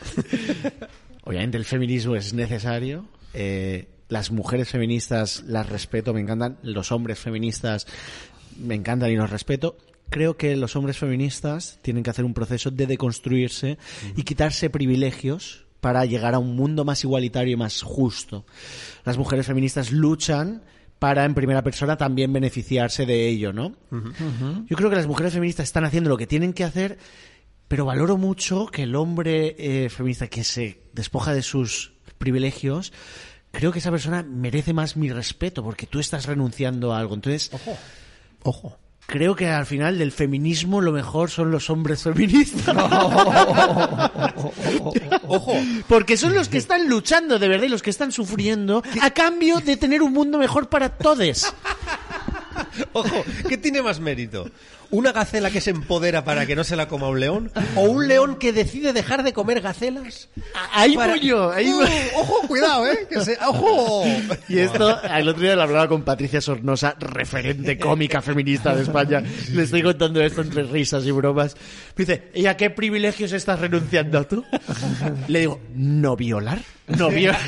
Speaker 3: Obviamente el feminismo es necesario. eh, las mujeres feministas las respeto, me encantan. Los hombres feministas me encantan y los respeto. Creo que los hombres feministas tienen que hacer un proceso de deconstruirse y quitarse privilegios para llegar a un mundo más igualitario y más justo. Las mujeres feministas luchan para en primera persona también beneficiarse de ello, ¿no? Yo creo que las mujeres feministas están haciendo lo que tienen que hacer, pero valoro mucho que el hombre eh, feminista que se despoja de sus privilegios, creo que esa persona merece más mi respeto porque tú estás renunciando a algo. Entonces,
Speaker 2: Ojo.
Speaker 3: creo que al final del feminismo lo mejor son los hombres feministas.
Speaker 2: Ojo.
Speaker 3: Porque son los que están luchando de verdad y los que están sufriendo a cambio de tener un mundo mejor para todos.
Speaker 2: Ojo. ¿Qué tiene más mérito? ¿Una gacela que se empodera para que no se la coma un león? ¿O un león que decide dejar de comer gacelas?
Speaker 3: Ahí
Speaker 2: Para-
Speaker 3: voy yo, ahí voy.
Speaker 2: Uh, ojo, cuidado, ¿eh? Que se- ¡Ojo!
Speaker 3: Y esto, el otro día lo hablaba con Patricia Sornosa, referente cómica feminista de España. Le estoy contando esto entre risas y bromas. Me dice, ¿y a qué privilegios estás renunciando tú? Le digo, ¿no violar? No violar.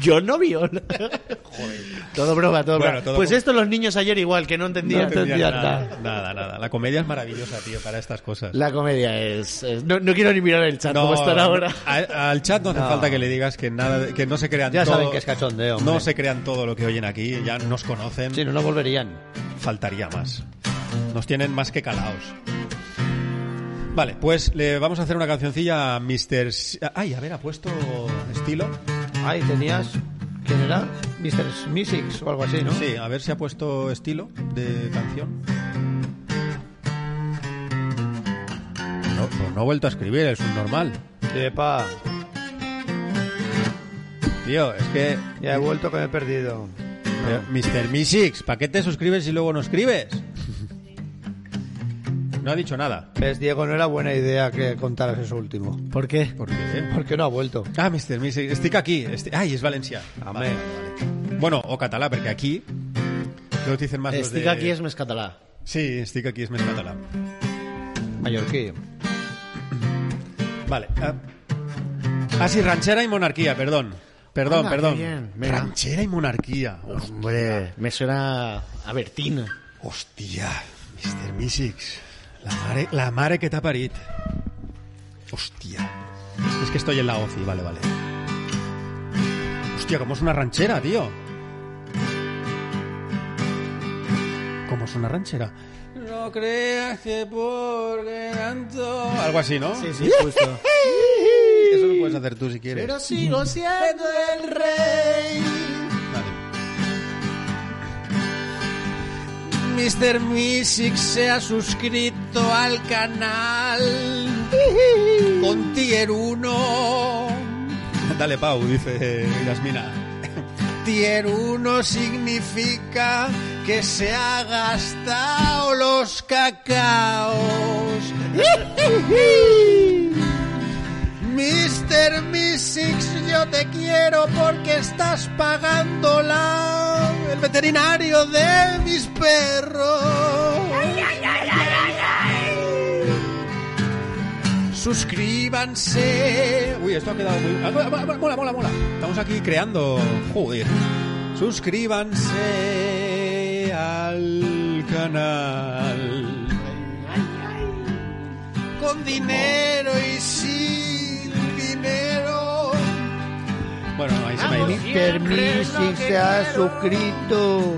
Speaker 3: Yo no violo. Todo broma, todo
Speaker 2: Bueno,
Speaker 3: broma.
Speaker 2: todo
Speaker 3: pues
Speaker 2: broma.
Speaker 3: esto los niños ayer igual, que no entendían.
Speaker 5: entendían
Speaker 2: nada, nada, nada. La comedia es maravillosa, tío, para estas cosas.
Speaker 3: La comedia es... es- no, no quiero ni mirar el chat,
Speaker 2: No,
Speaker 3: como están ahora.
Speaker 2: a- al chat no hace falta que le digas que nada, que no se crean
Speaker 5: Ya
Speaker 2: todo.
Speaker 5: saben que es cachondeo, hombre.
Speaker 2: No se crean todo lo que oyen aquí, ya nos conocen.
Speaker 5: Si no, no volverían.
Speaker 2: Faltaría más. Nos tienen más que calaos. Vale, pues le vamos a hacer una cancioncilla a Mr. S- Ay, a ver, ha puesto estilo.
Speaker 5: Ahí tenías. ¿Quién era? Mr. Smithix o algo así, ¿no?
Speaker 2: Sí, a ver si ha puesto estilo de canción. No, pues no ha vuelto a escribir, es un normal.
Speaker 5: Epa,
Speaker 2: Tío, es que
Speaker 5: ya he vuelto que me he perdido.
Speaker 2: Pero, Mr. Misix, ¿para qué te suscribes y luego no escribes? No ha dicho nada.
Speaker 5: ¿Ves, Diego? No era buena idea que contaras eso último.
Speaker 3: ¿Por qué?
Speaker 2: ¿Por qué?
Speaker 5: Porque no ha vuelto.
Speaker 2: Ah, Mr. Misix, estic aquí. esti- Ay, es Valencia.
Speaker 5: Amén.
Speaker 2: Bueno, o catalá, porque aquí los dicen más los de...
Speaker 3: Estica aquí es mezcatalá.
Speaker 2: Sí, estic aquí es més català.
Speaker 5: Mallorquí.
Speaker 2: Vale. Ah, ah, sí, ranchera y monarquía, perdón. Perdón,
Speaker 3: Anda, qué
Speaker 2: perdón.
Speaker 3: bien, venga.
Speaker 2: ranchera y monarquía.
Speaker 3: Hombre, me suena a Bertina.
Speaker 2: Hostia, Mr. Misix. La mare, la mare que t'ha parit. Hostia. Es que estoy en la OCI, vale, vale. Hostia, como es una ranchera, tío. ¿Cómo es una ranchera? No creas que por tanto... Algo así, ¿no? Sí, sí, justo. Eso lo puedes hacer tú si quieres.
Speaker 3: sigo siendo el rey.
Speaker 10: Mr. Music se ha suscrito al canal con Tier 1.
Speaker 2: Dale, Pau, dice Yasmina.
Speaker 10: Tier 1 significa que se ha gastado los cacaos.
Speaker 2: Mr. Misix, yo te quiero porque estás pagando la... el veterinario de mis perros. Suscríbanse. Uy, esto ha quedado muy. Ah, mola, mola, Mola, mola, mola. Estamos aquí creando. Joder. Suscríbanse al canal. Con dinero y sin dinero. Bueno, ahí se me ha ido.
Speaker 5: Mr. Music se ha suscrito.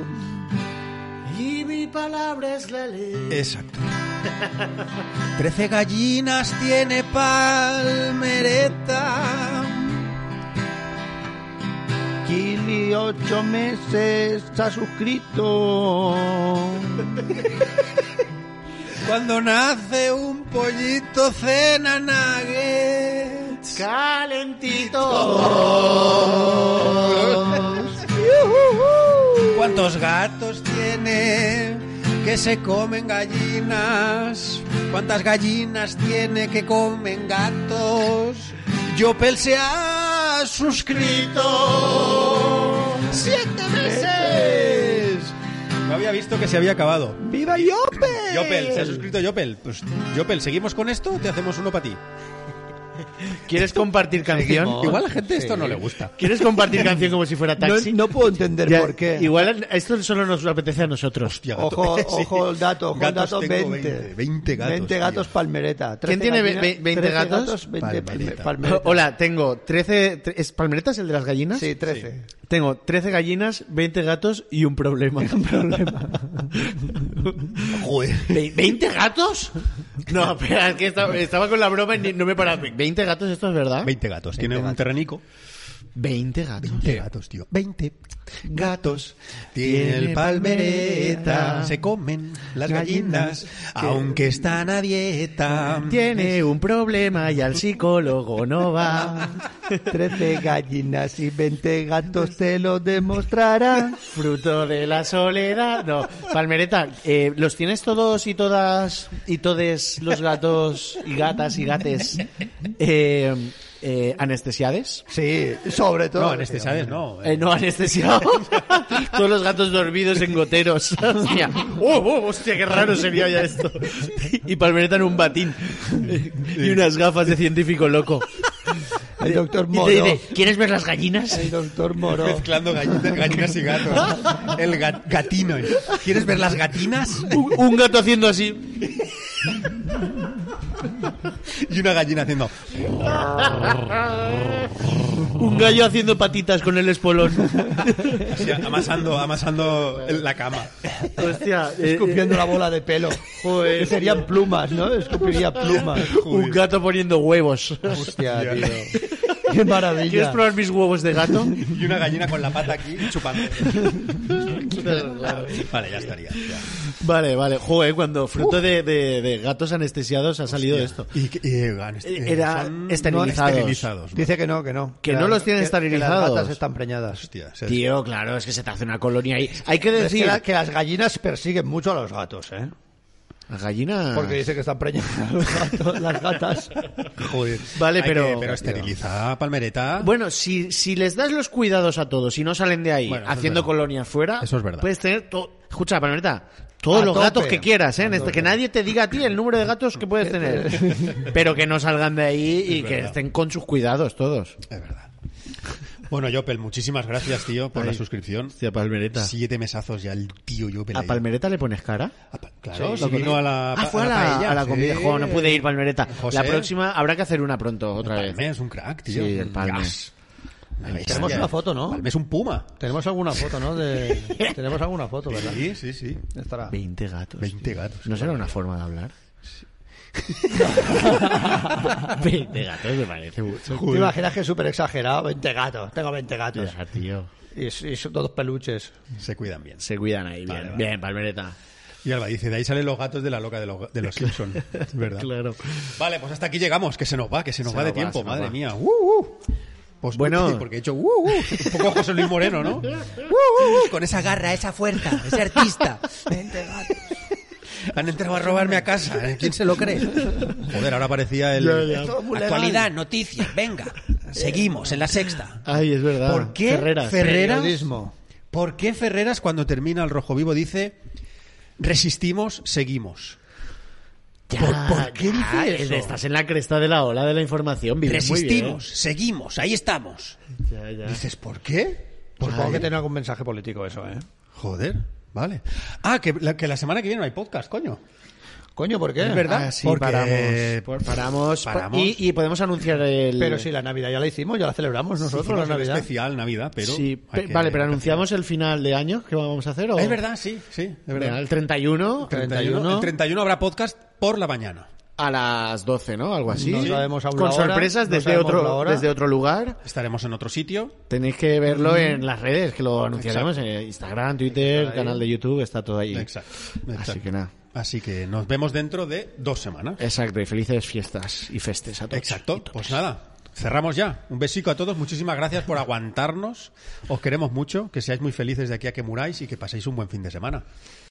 Speaker 3: Y mi palabra es la ley.
Speaker 9: Exacto.
Speaker 2: Trece gallinas tiene palmereta.
Speaker 5: 18 meses se ha suscrito.
Speaker 2: Cuando nace un pollito cena nuggets.
Speaker 3: Calentito.
Speaker 2: ¿Cuántos gatos tiene que se comen gallinas? ¿Cuántas gallinas tiene que comen gatos? Yopel se ha suscrito siete meses. No había visto que se había acabado.
Speaker 5: ¡Viva Yopel!
Speaker 2: Yopel, se ha suscrito Yopel. Pues Yopel, ¿seguimos con esto? o Te hacemos uno para ti.
Speaker 3: ¿Quieres compartir canción?
Speaker 2: Igual a la gente esto no le gusta.
Speaker 3: ¿Quieres compartir canción como si fuera
Speaker 5: No,
Speaker 3: taxi?
Speaker 5: no puedo entender
Speaker 3: Ya,
Speaker 5: por qué.
Speaker 3: Igual esto solo nos apetece a nosotros.
Speaker 9: Hostia, gato.
Speaker 5: Ojo,
Speaker 9: Sí.
Speaker 5: ojo el dato, ojo el
Speaker 9: Gatos
Speaker 5: dato,
Speaker 9: tengo
Speaker 5: 20.
Speaker 9: 20, 20 gatos,
Speaker 5: 20
Speaker 9: tío.
Speaker 5: gatos palmereta. 13
Speaker 3: ¿Quién tiene
Speaker 5: gallinas,
Speaker 3: ve- ve- 20
Speaker 5: 13
Speaker 3: gatos?
Speaker 5: 20
Speaker 9: Palmereta.
Speaker 5: palmereta.
Speaker 3: Hola, tengo 13... tre- ¿Es palmeretas el de las gallinas?
Speaker 5: Sí, 13.
Speaker 3: Tengo 13 gallinas, 20 gatos y un problema. ¿Un problema?
Speaker 9: Joder.
Speaker 3: ¿20 gatos? No, espera, es que estaba, estaba con la broma y ni- no me paraba. ¿20 gatos esto es verdad?
Speaker 9: 20 gatos. Tiene un terrenico.
Speaker 3: 20 gatos.
Speaker 9: 20 gatos, tío. 20 gatos tiene el palmereta. Se comen las gallinas, aunque están a dieta.
Speaker 3: Tiene un problema y al psicólogo no va.
Speaker 5: 13 gallinas y 20 gatos te lo demostrarán.
Speaker 3: Fruto de la soledad. No, Palmereta, eh, ¿los tienes todos y todas y todes los gatos y gatas y gates eh, eh, anestesiades?
Speaker 5: Sí, sobre todo.
Speaker 9: No,
Speaker 2: este-
Speaker 9: anestesiades no.
Speaker 3: Eh, no anestesiados. todos los gatos dormidos en goteros. hostia. Oh, oh, hostia, qué raro sería ya esto. y Palmereta en un batín. y unas gafas de científico loco.
Speaker 5: El doctor
Speaker 3: Y te
Speaker 5: Moro.
Speaker 4: Eh,
Speaker 3: dice, ¿quieres ver las gallinas?
Speaker 5: El doctor Moro.
Speaker 9: Mezclando gallinas, gallinas y gatos. El ga- gatino. ¿eh? ¿Quieres ver las gatinas?
Speaker 3: Un, un gato haciendo así.
Speaker 9: Y una gallina haciendo.
Speaker 3: Un gallo haciendo patitas con el espolón.
Speaker 9: así, amasando, amasando en la cama.
Speaker 3: Hostia, eh,
Speaker 5: Escupiendo la bola de pelo. Que Serían plumas, ¿no? Escupiría plumas.
Speaker 3: un gato poniendo huevos.
Speaker 5: Hostia, tío. Qué
Speaker 3: ¿Quieres
Speaker 5: maravilla.
Speaker 3: probar mis huevos de gato?
Speaker 9: Y una gallina con la pata aquí chupando. Vale, ya estaría. ya.
Speaker 3: vale, vale. Joder, cuando fruto de, de- de gatos anestesiados ha salido esto.
Speaker 9: Y, que- y, eh, anest- eh,
Speaker 3: Era
Speaker 9: son
Speaker 3: esterilizados.
Speaker 9: esterilizados, ¿no?
Speaker 5: Dice que no, que no.
Speaker 3: Que no los tienen
Speaker 5: que- Que
Speaker 3: esterilizados.
Speaker 5: las gatas están preñadas.
Speaker 9: Hostia, o sea,
Speaker 3: Tío, claro, es que se te hace una colonia ahí. Hay que
Speaker 5: Es que,
Speaker 3: decir...
Speaker 5: la- que las gallinas persiguen mucho a los gatos, ¿eh?
Speaker 3: Las gallinas...
Speaker 5: Porque dice que están preñadas a los gatos, las gatas.
Speaker 9: Joder.
Speaker 3: Vale,
Speaker 9: Hay
Speaker 3: pero-
Speaker 9: que- pero esteriliza palmereta.
Speaker 3: Bueno, si, si les das los cuidados a todos y no salen de ahí
Speaker 9: Bueno, eso es
Speaker 3: haciendo
Speaker 9: verdad.
Speaker 3: colonias fuera,
Speaker 9: Eso es verdad.
Speaker 3: puedes tener todo. Escucha, Palmerita, todos
Speaker 5: A
Speaker 3: los
Speaker 5: tope.
Speaker 3: gatos que quieras, ¿eh?
Speaker 5: A
Speaker 3: En este-
Speaker 5: tope.
Speaker 3: que nadie te diga a ti el número de gatos que puedes tener. pero que no salgan de ahí y
Speaker 9: Es
Speaker 3: que
Speaker 9: verdad.
Speaker 3: estén con sus cuidados todos.
Speaker 9: Es verdad. Bueno, Yopel, muchísimas gracias, tío, por la suscripción.
Speaker 3: Palmereta.
Speaker 9: Siete mesazos ya el tío Yopel.
Speaker 3: ¿A
Speaker 9: ahí.
Speaker 3: Palmereta le pones cara?
Speaker 9: A Pal- claro,
Speaker 3: Sí,
Speaker 9: si
Speaker 3: lo
Speaker 9: vino
Speaker 3: conocí.
Speaker 9: a la,
Speaker 3: Ah, fue a la,
Speaker 9: paella,
Speaker 3: a la
Speaker 9: sí.
Speaker 3: comida. Jo, no pude ir, Palmereta.
Speaker 9: José.
Speaker 3: La próxima habrá que hacer una pronto, otra vez.
Speaker 9: Palme es un crack, tío.
Speaker 3: Sí, el Palme.
Speaker 9: Gas. Una bestia.
Speaker 5: Tenemos una foto, ¿no?
Speaker 9: Palme es un puma.
Speaker 5: Tenemos alguna foto, ¿no? De... Tenemos alguna foto, ¿verdad?
Speaker 9: Sí, sí, sí.
Speaker 5: Estará.
Speaker 3: 20 gatos.
Speaker 9: 20 gatos.
Speaker 3: ¿No será una forma de hablar? 20 gatos me parece mucho.
Speaker 5: ¿Te imaginas que es súper exagerado? 20 gatos, tengo 20 gatos.
Speaker 3: Ya, tío.
Speaker 5: Y, y son todos peluches.
Speaker 9: Se cuidan bien.
Speaker 3: Se cuidan ahí, bien,
Speaker 9: Vale, vale.
Speaker 3: bien, Palmereta.
Speaker 9: Y Alba dice, de ahí salen los gatos de la loca de los, de los Simpson. Es verdad.
Speaker 3: Claro.
Speaker 9: Vale, pues hasta aquí llegamos, que se nos va, que se nos
Speaker 3: Se
Speaker 9: va de
Speaker 3: nos va,
Speaker 9: tiempo,
Speaker 3: se nos
Speaker 9: madre
Speaker 3: va.
Speaker 9: mía. Uh, uh. Pues
Speaker 3: Bueno.
Speaker 9: sí, porque he hecho uh, uh. un poco José Luis Moreno,
Speaker 2: Uh,
Speaker 9: ¿no?
Speaker 2: Con esa garra, esa fuerza, ese artista.
Speaker 4: Han entrado a robarme a casa. ¿eh? ¿Quién se lo cree?
Speaker 2: Joder, ahora parecía el.
Speaker 5: Es todo muy legal.
Speaker 4: Actualidad, noticias, venga.
Speaker 2: Eh,
Speaker 4: Seguimos en la sexta.
Speaker 3: Ay, es verdad.
Speaker 4: ¿Por qué
Speaker 3: Ferreras.
Speaker 4: Ferreras?
Speaker 5: Periodismo.
Speaker 2: ¿Por qué Ferreras cuando termina el Rojo Vivo dice resistimos, seguimos?
Speaker 3: Ya,
Speaker 2: por qué dice
Speaker 3: ya,
Speaker 2: eso?
Speaker 3: Estás en la cresta de la ola de la información. vives muy bien.
Speaker 4: Resistimos, seguimos, ahí estamos.
Speaker 3: Ya, ya.
Speaker 2: Dices, ¿por qué?
Speaker 5: Supongo que tiene algún mensaje político eso, ¿eh?
Speaker 2: Joder, vale. Ah, que la, que la semana que viene no hay podcast, coño.
Speaker 5: Coño, ¿por qué?
Speaker 2: Es verdad.
Speaker 3: Ah, sí,
Speaker 2: Porque-
Speaker 3: paramos. Por- paramos.
Speaker 2: Paramos.
Speaker 3: Y, y podemos anunciar el.
Speaker 5: Pero si la Navidad ya la hicimos, ya la celebramos nosotros
Speaker 2: Hicimos
Speaker 5: la
Speaker 2: un
Speaker 5: Navidad.
Speaker 2: especial Navidad, pero.
Speaker 3: Sí,
Speaker 2: hay
Speaker 3: pe-
Speaker 2: que-
Speaker 3: vale, pero
Speaker 2: hay que
Speaker 3: anunciamos el final de año que vamos a hacer. ¿o?
Speaker 2: hacerlo. Es verdad, sí, sí, es
Speaker 3: Venga,
Speaker 2: verdad.
Speaker 3: El 31,
Speaker 2: 31, el 31 habrá podcast por la mañana.
Speaker 3: a las 12, ¿no? Algo así.
Speaker 5: No sabemos aún
Speaker 3: Con
Speaker 5: la hora,
Speaker 3: sorpresas
Speaker 5: no
Speaker 3: desde,
Speaker 5: sabemos la
Speaker 3: otro,
Speaker 5: hora.
Speaker 3: desde otro lugar.
Speaker 2: Estaremos en otro sitio.
Speaker 3: Tenéis que verlo en las redes, que lo anunciaremos en Instagram, Twitter, canal de YouTube, está todo ahí.
Speaker 2: Exacto,
Speaker 3: Así
Speaker 2: exacto.
Speaker 3: que nada.
Speaker 2: Así que nos vemos dentro de dos semanas.
Speaker 3: Exacto, y felices fiestas y festes a todos. Y
Speaker 2: Exacto.
Speaker 3: todas.
Speaker 2: Pues nada, cerramos ya. Un besico a todos. Muchísimas gracias por aguantarnos. Os queremos mucho. Que seáis muy felices de aquí a que muráis y que paséis un buen fin de semana.